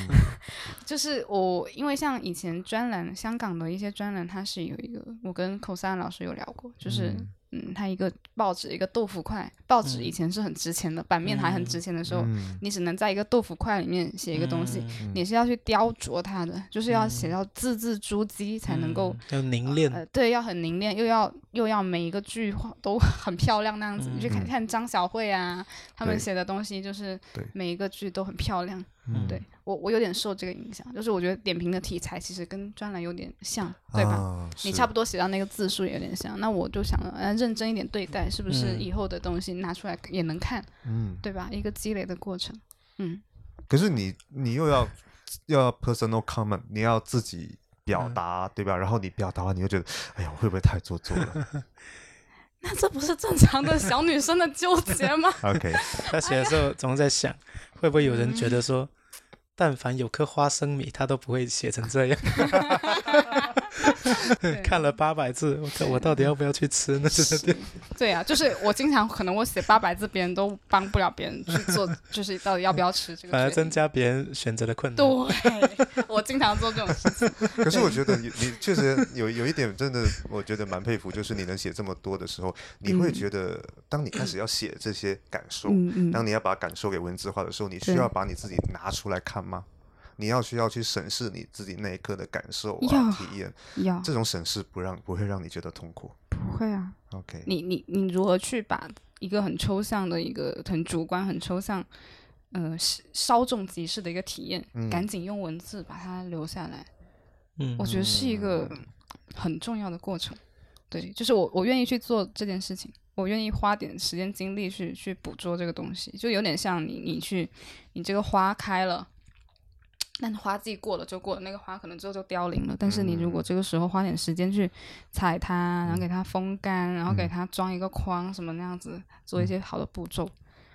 Speaker 3: 就是我因为像以前专栏，香港的一些专栏，它是有一个，我跟寇三老师有聊过，就是。嗯它一个报纸，一个豆腐块。报纸以前是很值钱的，版面还很值钱的时候，
Speaker 1: 嗯
Speaker 3: 你只能在一个豆腐块里面 写一个东西，
Speaker 2: 嗯
Speaker 3: 你是要去雕琢它的，就是要写到字字珠玑才能够、
Speaker 2: 嗯要凝练，
Speaker 3: 呃，对，要很凝练，又要又要每一个句话都 很漂亮那样子。你去看
Speaker 1: 嗯
Speaker 3: 看张小慧啊，他们
Speaker 1: 对
Speaker 3: 写的东西，就是
Speaker 1: 对
Speaker 3: 每一个句都很漂亮。
Speaker 1: 嗯
Speaker 3: 对我我有点受这个影响，就是我觉得点评的题材其实跟专栏有点像，对吧？
Speaker 1: 啊
Speaker 3: 你
Speaker 1: 是
Speaker 3: 差不多写到那个字数也有点像，那我就想了，呃，认真一点对待，是不是
Speaker 2: 嗯
Speaker 3: 以后的东西拿出来也能看，
Speaker 1: 嗯，
Speaker 3: 对吧？一个积累的过程，嗯，
Speaker 1: 可是你你又要又要 personal comment，你要自己表
Speaker 3: 嗯
Speaker 1: 达、对吧？然后你表达完，你就觉得，哎呀，我会不会太做作了
Speaker 3: 那这不是正常的小女生的纠结吗？
Speaker 1: ？OK，
Speaker 2: 他写的时候总是在想，会不会有人觉
Speaker 3: 嗯
Speaker 2: 得说，但凡有颗花生米，他都不会写成这样。 看了八百字，我我到底要不要去吃呢？
Speaker 3: 对啊，就是我经常可能我写八百字，别人都帮不了别人去做，就是到底要不要吃这个决定。
Speaker 2: 反而增加别人选择的困难。
Speaker 3: 对， 我经常做这种事情。
Speaker 1: 可是我觉得你你确实有有一点真的，我觉得蛮佩服，就是你能写这么多的时候，你会觉得，当你开始要写这些感受，
Speaker 3: 嗯
Speaker 1: 当你要把感受给文字化的时候，你需
Speaker 3: 对
Speaker 1: 要把你自己拿出来看吗？你要需要去审视你自己那一刻的感受啊、
Speaker 3: 要
Speaker 1: 体验，
Speaker 3: 嗯，要
Speaker 1: 这种审视不让不会让你觉得痛苦。
Speaker 3: 不会啊？
Speaker 1: OK，
Speaker 3: 你你你如何去把一个很抽象的一个很主观、很抽象，呃，稍稍纵即逝的一个体验，
Speaker 1: 嗯
Speaker 3: 赶紧用文字把它留下来？
Speaker 2: 嗯
Speaker 3: 我觉得是一个很重要的过程。对，就是我我愿意去做这件事情，我愿意花点时间精力去去捕捉这个东西，就有点像你你去你这个花开了。但花季过了就过了，那个花可能之后就凋零了。但是你如果这个时候花点时间去采它，然后给它风干，然后给它装一个框什么那样子，做一些好的步骤，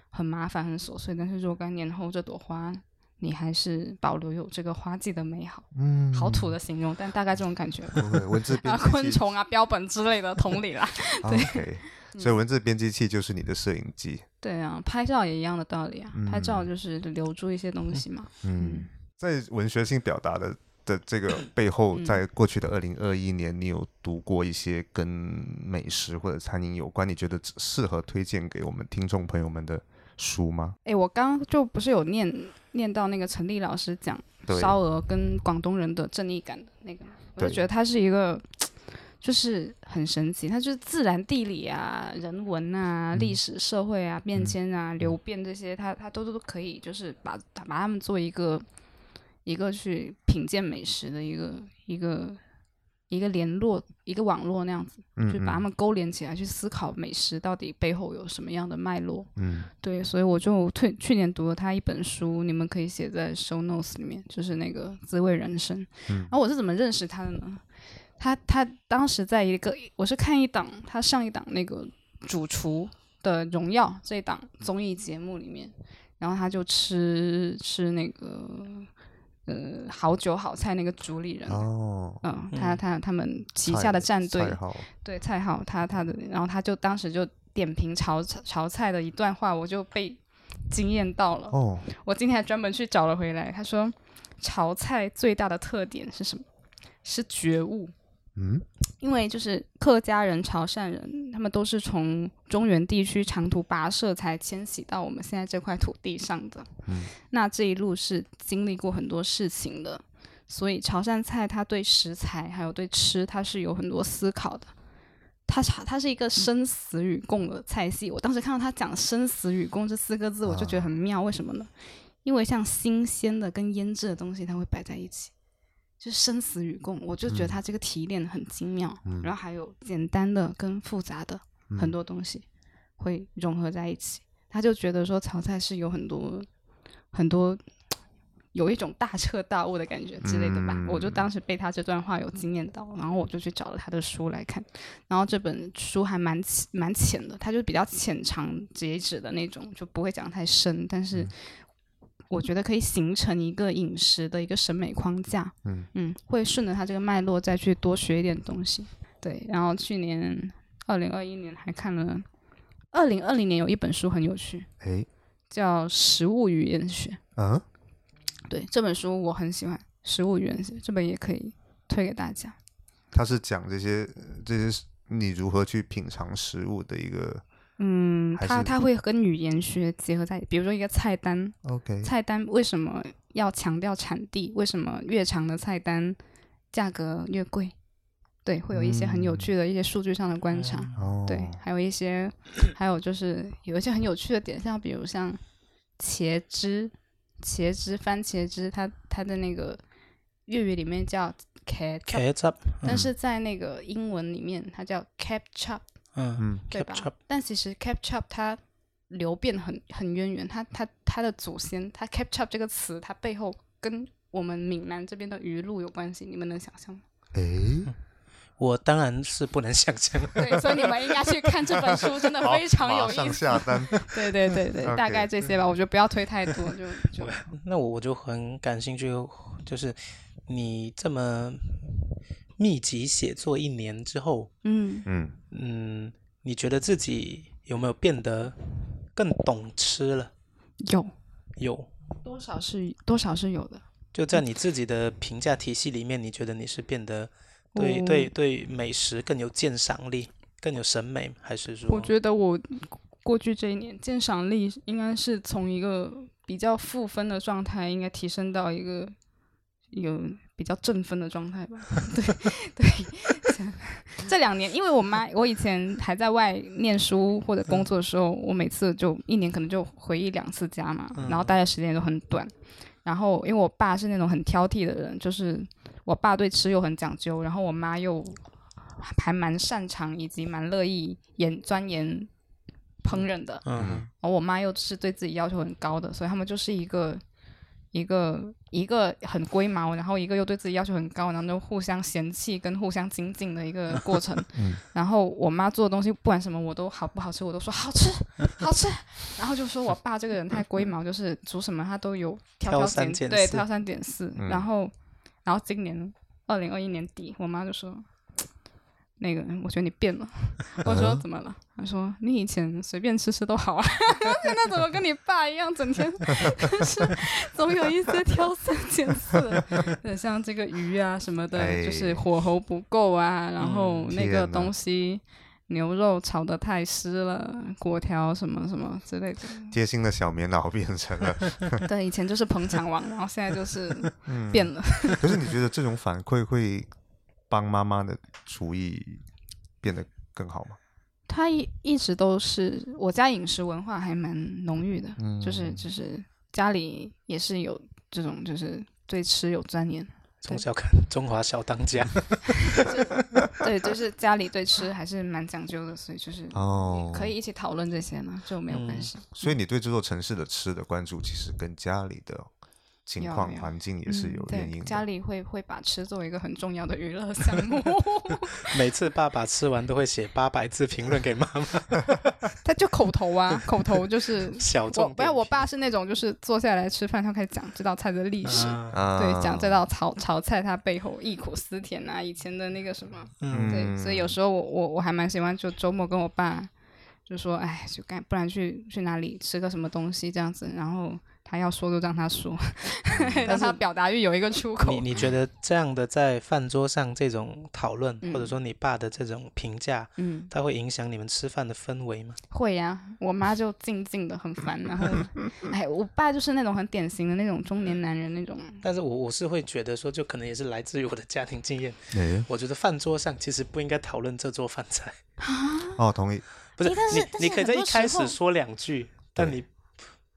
Speaker 3: 很麻烦很琐碎。但是若干年后，这朵花你还是保留有这个花季的美好。
Speaker 1: 嗯
Speaker 3: 好土的形容，但大概这种感觉。
Speaker 1: 不会文字编
Speaker 3: 啊，
Speaker 1: 辑
Speaker 3: 昆
Speaker 1: 器啊
Speaker 3: 虫嗯啊，标本之类的，同理啦。
Speaker 1: OK，所以文字编辑器就是你的摄影机。
Speaker 3: 对啊，拍照也一样的道理啊，拍照
Speaker 1: 嗯
Speaker 3: 就是留住一些东西 嘛。
Speaker 1: 嗯，在文学性表达的的这个背后，
Speaker 3: 嗯
Speaker 1: 在过去的二零二一年，你有读过一些跟美食或者餐饮有关，你觉得适合推荐给我们听众朋友们的书吗？
Speaker 3: 诶，我刚就不是有念念到那个陈丽老师讲
Speaker 1: 对，
Speaker 3: 烧鹅跟广东人的正义感的那个嘛，我就
Speaker 1: 对
Speaker 3: 觉得它是一个。就是很神奇，它就是自然地理啊、人文
Speaker 1: 嗯
Speaker 3: 啊、历史、社会啊、变迁啊、流变这些，它它都都可以，就是把把它们做一个一个去品鉴美食的一个一个一个联络、一个网络那样子，
Speaker 1: 嗯
Speaker 3: 就把它们勾连起来，去思考美食到底背后有什么样的脉络。
Speaker 1: 嗯
Speaker 3: 对，所以我就退去年读了他一本书，你们可以写在 show notes 里面，就是那个《滋味人生》。
Speaker 1: 嗯
Speaker 3: 然后我是怎么认识他的呢？他他当时在一个，我是看一档他上一档那个主厨的《荣耀》这一档综艺节目里面，然后他就吃吃那个呃好酒好菜那个主理人，
Speaker 1: 嗯哦，
Speaker 3: 嗯，他
Speaker 2: 嗯
Speaker 3: 他他们旗下的战队
Speaker 1: 蔡好，
Speaker 3: 对蔡浩他他的，然后他就当时就点评潮潮菜的一段话，我就被惊艳到了。
Speaker 1: 哦，
Speaker 3: 我今天还专门去找了回来。他说，潮菜最大的特点是什么？是觉悟。
Speaker 1: 嗯
Speaker 3: 因为就是客家人、潮汕人，他们都是从中原地区长途跋涉才迁徙到我们现在这块土地上的。
Speaker 1: 嗯
Speaker 3: 那这一路是经历过很多事情的，所以潮汕菜它对食材还有对吃，它是有很多思考的。它是它是一个生死与共的菜系。我当时看到他讲“生死与共”这四个字，我就觉得很妙。为什么呢？因为像新鲜的跟腌制的东西，它会摆在一起。就是生死与共，我就觉得
Speaker 1: 嗯
Speaker 3: 它这个提炼很精妙，
Speaker 1: 嗯
Speaker 3: 然后还有简单的跟复杂的、
Speaker 1: 嗯
Speaker 3: 很多东西会融合在一起，他就觉得说炒菜是有很多很多有一种大彻大悟的感觉之类的吧。我就当时被他这段话有惊艳到，然后我就去找了他的书来看，然后这本书还蛮浅蛮浅的，它就比较浅尝辄止的那种，就不会讲太深，但是。我觉得可以形成一个饮食的一个审美框架，
Speaker 1: 嗯
Speaker 3: 会顺着它这个脉络再去多学一点东西。对，然后去年二零二一年还看了，二零二零年有一本书很有趣，
Speaker 1: 哎，
Speaker 3: 叫《食物语言学》。
Speaker 1: 嗯，
Speaker 3: 对，这本书我很喜欢，《食物语言学》这本也可以推给大家。
Speaker 1: 他是讲这些呃这些你如何去品尝食物的一个
Speaker 3: 嗯，
Speaker 1: 还
Speaker 3: 它
Speaker 1: 是嗯
Speaker 3: 它会跟语言学结合在，比如说一个菜单，
Speaker 1: OK，
Speaker 3: 菜单为什么要强调产地？为什么越长的菜单价格越贵？对，会有一些很
Speaker 1: 嗯
Speaker 3: 有趣的一些数据上的观察。
Speaker 1: 哦，
Speaker 3: 对，还有一些，还有就是有一些很有趣的点，像比如像茄汁、茄汁、番茄汁，它它的那个粤语里面叫 c a t
Speaker 2: k e t u p
Speaker 1: 嗯
Speaker 3: 但是在那个英文里面它叫 ketchup，
Speaker 2: 嗯
Speaker 1: 嗯
Speaker 3: 对吧
Speaker 2: Ketchup
Speaker 3: 但其实 ketchup 它流变很很渊源，它它它的祖先，它 ketchup 这个词，它背后跟我们闽南这边的鱼露有关系，你们能想象吗？
Speaker 1: 哎，
Speaker 2: 我当然是不能想象。
Speaker 3: 对，所以你们应该去看这本书，真的非常有
Speaker 1: 马
Speaker 3: 意
Speaker 1: 上
Speaker 3: 思。
Speaker 1: 下 单，
Speaker 3: 对对对对
Speaker 1: OK
Speaker 3: 大概这些吧，我觉得不要推太多，就就
Speaker 2: 那我我就很感兴趣，就是你这么密集写作一年之后，
Speaker 3: 嗯
Speaker 1: 嗯
Speaker 2: 嗯，你觉得自己有没有变得更懂吃了？
Speaker 3: 有
Speaker 2: 有，
Speaker 3: 多少是多少是有的。
Speaker 2: 就在你自己的评价体系里面，你觉得你是变得对、
Speaker 3: 嗯
Speaker 2: 对对美食更有鉴赏力、更有审美，还是说？
Speaker 3: 我觉得我过去这一年鉴赏力应该是从一个比较负分的状态，应该提升到一个有比较正分的状态吧。 对对，这两年因为我妈，我以前还在外念书或者工作的时候，我每次就一年可能就回一两次家嘛，然后待的时间也都很短。然后，因为我爸是那种很挑剔的人，就是我爸对吃又很讲究，然后我妈又还蛮擅长以及蛮乐意研钻研烹饪的。
Speaker 2: 嗯
Speaker 3: 然后我妈又是对自己要求很高的，所以他们就是一个一个一个很龟毛，然后一个又对自己要求很高，然后就互相嫌弃跟互相精进的 一个过程。
Speaker 2: 嗯
Speaker 3: 然后我妈做的东西，不管什么我都好不好吃，我都说好吃好吃。 然后就说我爸这个人太龟毛，就是煮什么他都有挑
Speaker 2: 挑
Speaker 3: 拣
Speaker 2: 三拣
Speaker 3: 对
Speaker 2: 四
Speaker 3: 挑三拣四。
Speaker 1: 嗯
Speaker 3: 然后然后今年二零二一年底，我妈就说。那个，我觉得你变了。 我
Speaker 2: 嗯
Speaker 3: 说怎么了？她说你以前随便吃吃都好啊， 那怎么跟你爸一样，整天 是总有一些挑三拣四 的，对像这个鱼啊什么的，
Speaker 1: 哎嗯
Speaker 3: 就是火候不够啊，然后那个
Speaker 1: 天哪
Speaker 3: 东西。牛肉炒得太湿了，果条什么什么之 类的。
Speaker 1: 贴嗯心的小棉袄变成 了。
Speaker 3: 对，以前就是捧场王，然后现在就是
Speaker 1: 嗯
Speaker 3: 变了。
Speaker 1: 可是你觉得这种反馈会帮妈妈的厨艺变得更好吗？
Speaker 3: 他一一直都是我家饮食文化还蛮浓郁的，
Speaker 1: 嗯
Speaker 3: 就是就是家里也是有这种，就是对吃有钻研。
Speaker 2: 从小看《中华小当家》
Speaker 3: 对，就是家里对吃还是蛮讲究的，所以就是
Speaker 1: 哦，
Speaker 3: 可以。一起讨论这些嘛，就没有关系。
Speaker 1: 所以你对这座城市的吃的关注，其实跟家里的情
Speaker 3: 有
Speaker 1: 况、
Speaker 3: 有
Speaker 1: 环境也是有原因
Speaker 3: 嗯对，
Speaker 1: 的。
Speaker 3: 家里会会把吃作为一个很重要的娱乐项目，
Speaker 2: 每次爸爸吃完都会写八百字评论给妈妈，
Speaker 3: 他就口头 啊，口头就是
Speaker 2: 小
Speaker 3: 我
Speaker 2: 众
Speaker 3: 不要我
Speaker 2: 点
Speaker 3: 爸是那种就是坐下来吃饭，他开始讲这道菜的历
Speaker 2: 评
Speaker 3: 史，
Speaker 2: 啊
Speaker 1: 啊，
Speaker 3: 对，讲这道炒炒菜它背后忆苦思甜啊，以前的那个什么，
Speaker 2: 嗯
Speaker 3: 对，所以有时候我我我还蛮喜欢，就周末跟我爸就说，哎，就干，不然去去哪里吃个什么东西这样子，然后他要说就让他说， 让他表达欲有一个出口
Speaker 2: 嗯你。你觉得这样的在饭桌上这种讨论，或者
Speaker 3: 嗯
Speaker 2: 说你爸的这种评价，
Speaker 3: 嗯，
Speaker 2: 它会影响你们吃饭的氛围吗？
Speaker 3: 会呀、我妈就静静的很烦，然 后，哎，我爸就是那种很典型的那种中年男人那种，
Speaker 2: 但是我我是会觉得说，就可能也是来自于我的家庭经验，
Speaker 1: 哎
Speaker 2: 我觉得饭桌上其实不应该讨论这桌饭菜，
Speaker 1: 哦，同意。
Speaker 2: 不是
Speaker 3: 诶但是但
Speaker 2: 你你
Speaker 3: 是
Speaker 2: 可以
Speaker 3: 很
Speaker 2: 在一
Speaker 3: 多时
Speaker 2: 开始
Speaker 3: 候
Speaker 2: 说两句，但
Speaker 1: 对
Speaker 2: 你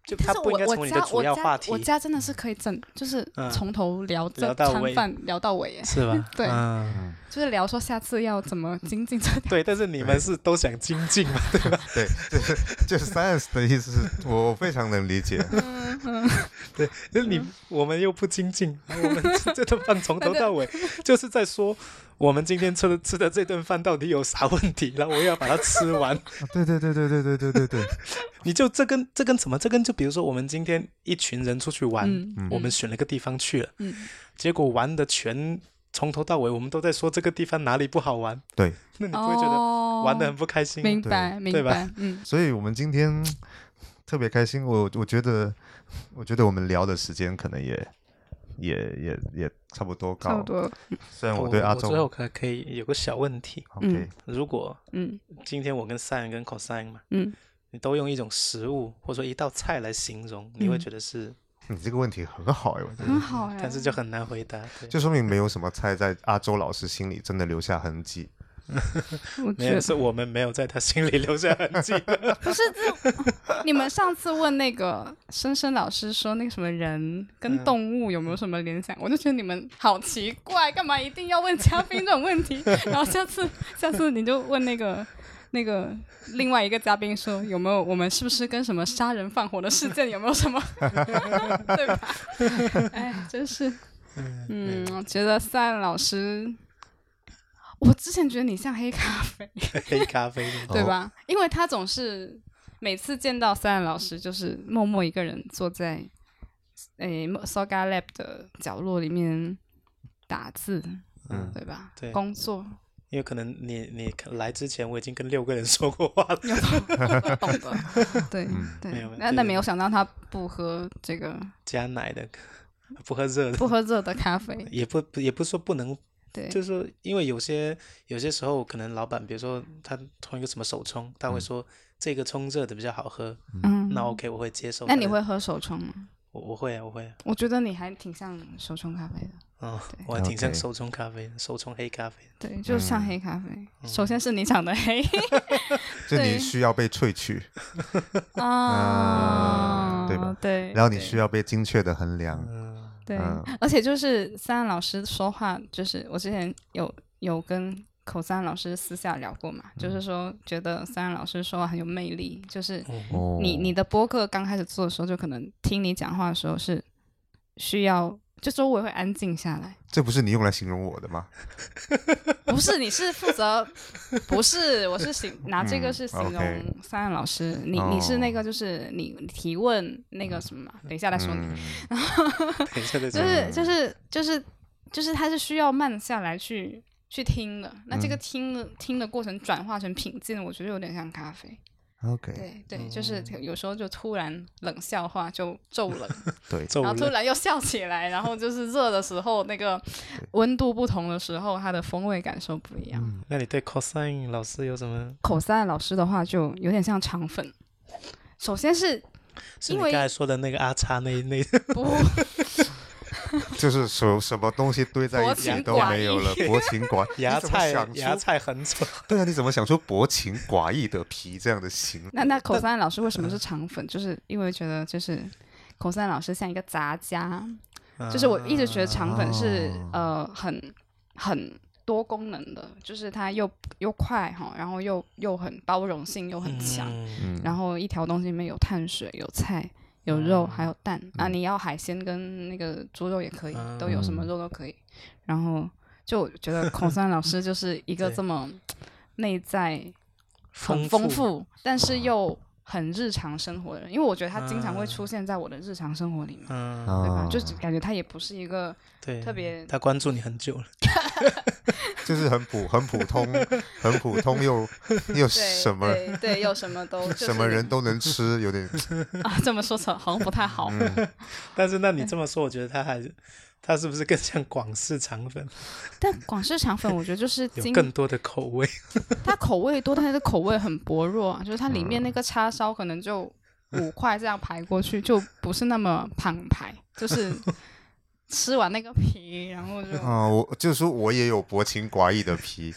Speaker 2: 就
Speaker 3: 但
Speaker 2: 它
Speaker 3: 是
Speaker 2: 不
Speaker 3: 我
Speaker 2: 应该
Speaker 3: 我
Speaker 2: 从你的
Speaker 3: 家
Speaker 2: 主
Speaker 3: 我
Speaker 2: 要
Speaker 3: 家
Speaker 2: 话题
Speaker 3: 我，家真的是可以整，就是
Speaker 2: 嗯
Speaker 3: 从头聊这
Speaker 2: 聊到
Speaker 3: 餐
Speaker 2: 尾
Speaker 3: 饭聊到尾耶。 ？
Speaker 2: 是吧
Speaker 3: 对
Speaker 2: 嗯
Speaker 1: 嗯，
Speaker 3: 就是聊说下次要怎么精进这
Speaker 2: 对，但是你们是都想精进嘛，对吧？
Speaker 1: 对， 就是就是 science 的意思是，我非常能理 解。
Speaker 2: 对，就是你、
Speaker 3: 嗯
Speaker 2: 我们又不精进， 我们这顿饭从头到尾 就是在说我们今天吃的吃的这顿饭到底有啥问题，然后我要把它吃完。
Speaker 1: 对对对对对对对对对，
Speaker 2: 你就这跟这跟什么？这跟就比如说我们今天一群人出去玩，
Speaker 3: 嗯嗯
Speaker 2: 我们选了个地方去了，
Speaker 3: 嗯
Speaker 2: 结果玩的全从头到尾我们都在说这个地方哪里不好玩，
Speaker 1: 对，
Speaker 2: 那 你不会觉得
Speaker 3: 哦，
Speaker 2: 玩的很不开心吗？
Speaker 3: 明白明
Speaker 2: 对吧
Speaker 3: 白，嗯
Speaker 1: 所以我们今天特别开心。我我觉得，我觉得我们聊的时间可能也也也也差不多
Speaker 3: 差
Speaker 1: 高
Speaker 3: 不。多，
Speaker 1: 虽然我对阿
Speaker 2: 我最后
Speaker 1: 周
Speaker 2: 可可以有个小问题，
Speaker 1: ，OK，
Speaker 2: 如果
Speaker 3: 嗯
Speaker 2: 今天我跟 sin 跟 cosine 嘛，
Speaker 3: 嗯，
Speaker 2: 你都用一种食物或者说一道菜来形容，你会
Speaker 3: 嗯
Speaker 2: 觉得是，
Speaker 1: 你这个问题很好哎，我觉得。
Speaker 3: 很好哎，
Speaker 2: 但是就很难回答。对
Speaker 1: 就说明没有什么菜在阿周老师心里真的留下痕迹。
Speaker 3: 我
Speaker 2: 没
Speaker 3: 觉
Speaker 2: 有，
Speaker 3: 得
Speaker 2: 是我们没有在他心里留下痕 迹。
Speaker 3: 不是这，你们上次问那个深深老师说那个什么人跟动物有没有什么联想，我就觉得你们好奇怪，干嘛一定要问嘉宾这种问题？ 然后下次下次你就问那个。那个另外一个嘉宾说：“有没有我们是不是跟什么杀人放火的事件有没有什么，对吧？” 哎，真是，嗯，我觉得赛老师，我之前觉得你像黑咖啡，
Speaker 2: 黑咖啡是吗
Speaker 3: 对吧？因为他总是每次见到三然老师，就是默默一个人坐在诶 Soga Lab 的角落里面打字，
Speaker 1: 嗯
Speaker 3: 对吧？
Speaker 2: 对
Speaker 3: 工 作
Speaker 2: 因为可能你你来之前，我已经跟六个人说过话了。
Speaker 3: 懂的，对
Speaker 2: 嗯没
Speaker 3: 对
Speaker 2: 有没有。
Speaker 3: 那
Speaker 2: 对
Speaker 3: 那
Speaker 2: 对
Speaker 3: 没有想到他不喝这个，
Speaker 2: 加奶的，不喝热的，
Speaker 3: 不喝热的咖啡，
Speaker 2: 也不也不是说不能，
Speaker 3: 对，
Speaker 2: 就是说因为有些有些时候可能老板，比如说他冲一个什么手冲，他会说这个冲热的比较好喝，
Speaker 3: 嗯。
Speaker 2: 那 OK 我会接受。
Speaker 3: 那你
Speaker 2: 但是
Speaker 3: 会喝手冲吗？
Speaker 2: 我我会啊，我会啊，
Speaker 3: 我觉得你还挺像手冲咖啡的，
Speaker 2: 嗯，我还挺像
Speaker 1: OK
Speaker 2: 手冲咖啡的，手冲黑咖啡的。
Speaker 3: 对，就
Speaker 2: 嗯
Speaker 3: 像黑咖啡。首先是你长得 黑
Speaker 1: 就你
Speaker 3: 对
Speaker 1: 需要被萃取，
Speaker 3: 啊，
Speaker 2: 嗯
Speaker 1: 对吧？
Speaker 3: 哦对，
Speaker 1: 然后你
Speaker 3: 对
Speaker 1: 需要被精确的衡量。
Speaker 3: 对，
Speaker 1: 嗯
Speaker 3: 而且就是三老师说话，就是我之前有有跟口三老师私下聊过嘛，
Speaker 1: 嗯
Speaker 3: 就是说觉得三老师说话很有魅力，就是
Speaker 1: 哦
Speaker 3: 你你的播客刚开始做的时候，就可能听你讲话的时候是需要，就周围会安静下来，
Speaker 1: 这不是你用来形容我的吗？
Speaker 3: 不是你是负责，不是我是形拿这个是形容
Speaker 1: 嗯 OK
Speaker 3: 三老师，你你是那个就是你你提问那个什么嘛，等一下再说你。
Speaker 1: 嗯，
Speaker 2: 等一下再
Speaker 3: 就
Speaker 2: 讲。
Speaker 3: 是就是就是就是它是需要慢下来去去听的。那这个听的、听的过程转化成品鉴，我觉得有点像咖啡。
Speaker 1: OK，
Speaker 3: 对对，就是有时候就突然冷笑话就 骤冷，
Speaker 1: 对，
Speaker 2: 皱
Speaker 3: 然后突
Speaker 2: 了，
Speaker 3: 然又笑起来，然后就是热的时候那个温度不同的时候，它的风味感受不一样。
Speaker 2: 那你对 cosine 老师有什么？
Speaker 3: 口塞老师的话就有点像肠粉，首先是
Speaker 2: 是你
Speaker 3: 因
Speaker 2: 刚
Speaker 3: 为
Speaker 2: 才说的那个阿叉那那
Speaker 3: 不。
Speaker 1: 就是什什么东西堆在一
Speaker 3: 薄
Speaker 1: 起
Speaker 3: 情
Speaker 1: 都没有了，
Speaker 3: 寡
Speaker 1: 薄情寡
Speaker 2: 芽
Speaker 1: 你怎么
Speaker 2: 菜
Speaker 1: 想
Speaker 2: 芽
Speaker 1: 出？
Speaker 2: 菜很 丑，
Speaker 1: 对啊，你怎么想出薄情寡义的皮这样的 形？
Speaker 3: 那那口三老师为什么是肠粉？就是因为觉得就是口三老师像一个杂家，就是我一直觉得肠粉是、
Speaker 2: 哦
Speaker 3: 呃很很多功能的，就是它又又快哈，然后又又很包容性又很强，
Speaker 2: 嗯
Speaker 1: 嗯，
Speaker 3: 然后一条东西里面有碳水、有菜、有肉，还
Speaker 2: 嗯
Speaker 3: 有蛋、啊，你要海鲜跟那个猪肉也可以，都有什
Speaker 2: 嗯
Speaker 3: 么肉都可以。然后就我觉得 孔三老师就是一个
Speaker 2: 对
Speaker 3: 这么内在很
Speaker 2: 丰嗯
Speaker 3: 丰，富，但是又很日常生活的人，因为我觉得他经常会出现在我的日常生活里面，
Speaker 2: 嗯，
Speaker 3: 对吧
Speaker 1: 啊？，
Speaker 3: 就是感觉他也不是一个
Speaker 2: 对，
Speaker 3: 特别
Speaker 2: 他关注你很久了，
Speaker 1: 就是很普很普通，很普通 又又
Speaker 3: 对
Speaker 1: 什么
Speaker 3: 对对，又什么 都、就是、
Speaker 1: 什么人都能吃，有 点
Speaker 3: 啊，这么说起来好像不太好。
Speaker 1: 嗯
Speaker 2: 但是那你这么说，我觉得他 还是他是不是更像广式肠粉，
Speaker 3: 但广式肠粉，我觉得就是
Speaker 2: 有
Speaker 3: 经
Speaker 2: 更多的口味？
Speaker 3: 它口味多，但它的口味很薄弱啊，就是它里
Speaker 1: 嗯
Speaker 3: 面那个叉烧可能就五块这样排过去，就不是那么澎湃，就是 吃完那个皮，然后就
Speaker 1: 啊，我就是说我也有薄情寡义的皮，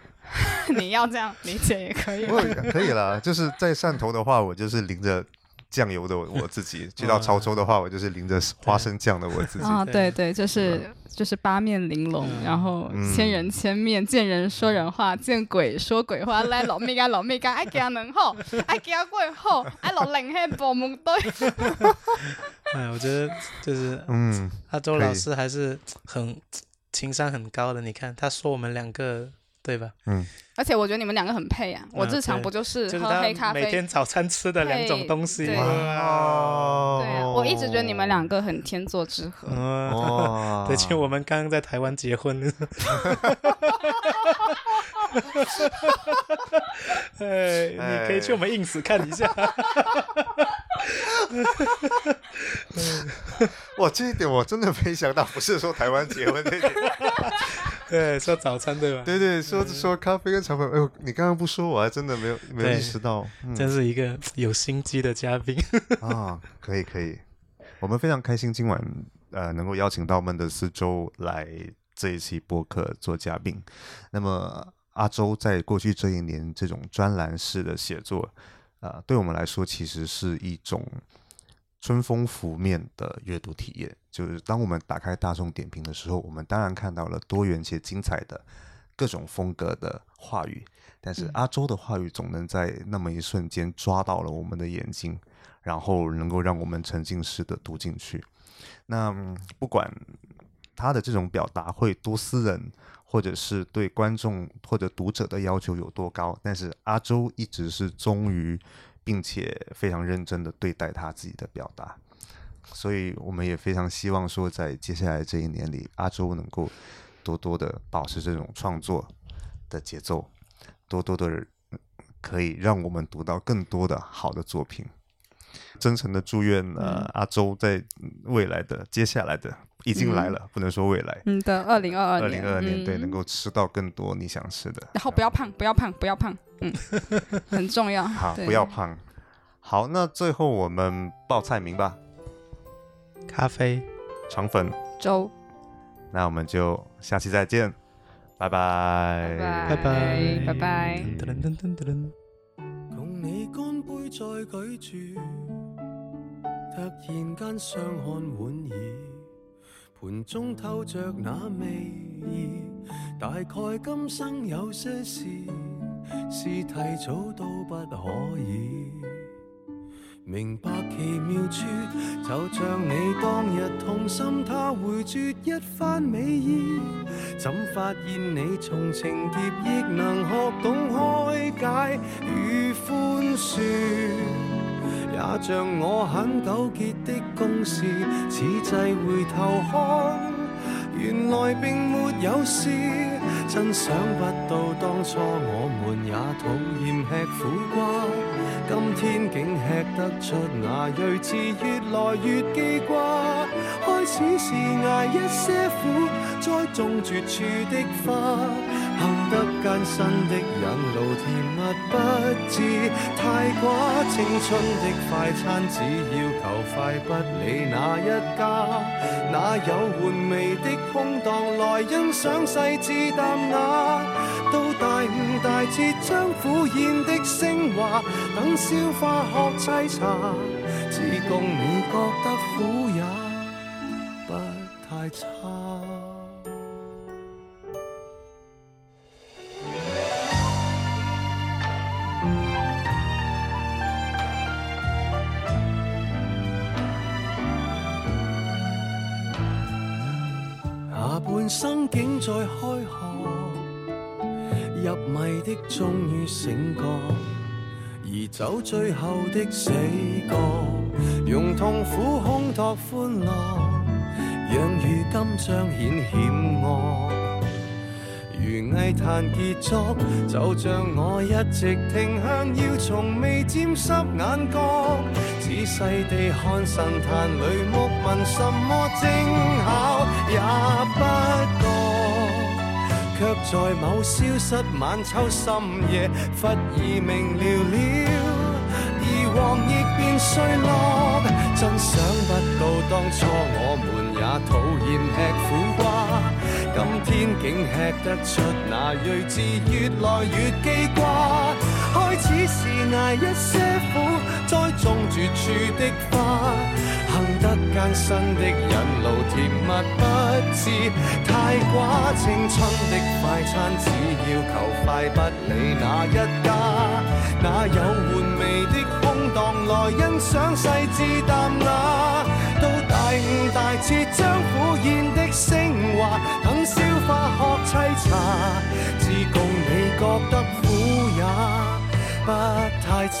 Speaker 3: 你要这样理解也可以
Speaker 1: 啊不。过可以啦，就是在汕头的话，我就是淋着酱油的我我自己，去到潮州的话，我就是淋
Speaker 3: 嗯
Speaker 1: 着花生酱的我 自己。
Speaker 3: 啊，
Speaker 2: 对
Speaker 3: 对对，就是就是八面玲珑，
Speaker 2: 嗯
Speaker 3: 然后
Speaker 1: 嗯
Speaker 3: 千人千面，见人说人话，见鬼说鬼话，来老妹干啊老妹干，爱惊人好，爱惊鬼好，爱落冷嘿部门对。
Speaker 2: 哎，我觉得就是
Speaker 1: 嗯，
Speaker 2: 阿周
Speaker 1: 可
Speaker 2: 老
Speaker 1: 以
Speaker 2: 师还是很情商很高的，你看他说我们两个对吧？
Speaker 3: 而且我觉得你们两个很配啊，我
Speaker 2: 嗯
Speaker 3: 日常
Speaker 2: 对
Speaker 3: 不就是
Speaker 2: 就是
Speaker 3: 喝黑
Speaker 2: 他
Speaker 3: 咖
Speaker 2: 每
Speaker 3: 啡？
Speaker 2: 天早餐吃的两种东西。
Speaker 3: 对
Speaker 1: 哇
Speaker 3: 对啊，我一直觉得你们两个很天作之合。
Speaker 2: 嗯，
Speaker 1: 哦
Speaker 2: 对，就我们刚刚在台湾结 婚。哎，你可以去我们 ins 看一下。
Speaker 1: 哎哇，这一点我真的没想到，不是说台湾结婚那点，
Speaker 2: 对，哎说早餐对吧？嗯
Speaker 1: 对对，说说咖啡跟肠粉，哎呦，你刚刚不说，我还真的没有没有
Speaker 2: 对
Speaker 1: 意识到，嗯
Speaker 2: 真是一个有心机的嘉宾。
Speaker 1: 啊，可以可以，我们非常开心今晚呃能够邀请到孟德斯周来这一期播客做嘉宾。那么阿周在过去这一年这种专栏式的写作，呃，对我们来说其实是一种春风拂面的阅读体验。就是当我们打开大众点评的时候，我们当然看到了多元且精彩的各种风格的话语，但是阿周的话语总能在那么一瞬间抓到了我们的眼睛，然后能够让我们沉浸式的读进去。那、嗯不管他的这种表达会多私人，或者是对观众或者读者的要求有多高，但是阿周一直是忠于并且非常认真的对待他自己的表达。所以我们也非常希望说，在接下来这一年里，阿周能够多多的保持这种创作的节奏，多多的可以让我们读到更多的好的作品。真诚的祝愿呃、阿周在未来的接下来的已经来了，不能说未来，
Speaker 3: 嗯的，二零二
Speaker 1: 二
Speaker 3: 二
Speaker 1: 零
Speaker 3: 年，
Speaker 1: 二二年对
Speaker 3: 嗯
Speaker 1: 能够吃到更多你想吃的，
Speaker 3: 然后不要胖，不要胖，不要胖，嗯， 很重要。
Speaker 1: 好
Speaker 3: 对
Speaker 1: 不要胖。好，那最后我们报菜名吧，
Speaker 2: 咖啡，
Speaker 1: 肠粉。
Speaker 3: 周，
Speaker 1: 那我们就下期再见，拜拜，
Speaker 3: 拜
Speaker 2: 拜拜，
Speaker 3: 拜拜
Speaker 2: 噔噔噔噔噔。
Speaker 4: 共你干杯再举箸，突然間相看莞爾，盤中透着那味意，大概今生有些事是提早都不可以。明白其妙處，就像你當日痛心，他回絕一番美意。怎發現你從情劫亦能學懂開解與寬恕？也像我很糾結的公事，此際回頭看，原來並沒有事。真想不到當初我們也討厭吃苦瓜，今天竟吃得出那睿智，越來越記掛。開始是捱一些苦，栽種絕處的花。行得艱辛的引路，甜蜜不至太寡。青春的快餐，只要求快，不理哪一家。哪有玩味的空檔來欣賞細緻淡雅？到大悟大徹，將苦宴的升華，等消化學沏茶，只共你覺得苦也。不太差。下半生竟在開學，入迷的終於醒覺，而走最後的死角，用痛苦烘托歡樂。讓如今彰顯險惡。如藝壇傑作，就像我一直聽香腰，從未沾濕眼角。仔細地看神壇裏木紋，什麼精巧也不覺。卻在某消失晚秋深夜，忽已明了了，而往亦變衰落。真想不到當初我們也討厭吃苦瓜，今天竟吃得出那睿智，越來越記掛。開始是捱一些苦，栽種絕處的花。行得艱辛的引路，甜蜜不知太寡。青春的快餐，只要求快，不理哪一家。哪有玩味的空檔來欣賞細緻淡雅？到大悟大徹，將苦宴的升華，等消化學沏茶，自共你覺得苦也不太差。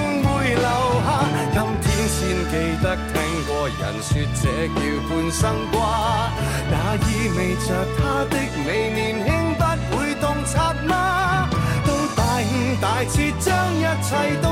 Speaker 4: 會留下。今天先記得聽過人說，這叫半生瓜。那意味着他的美年輕不會洞察嗎？到大悟大徹，將一切都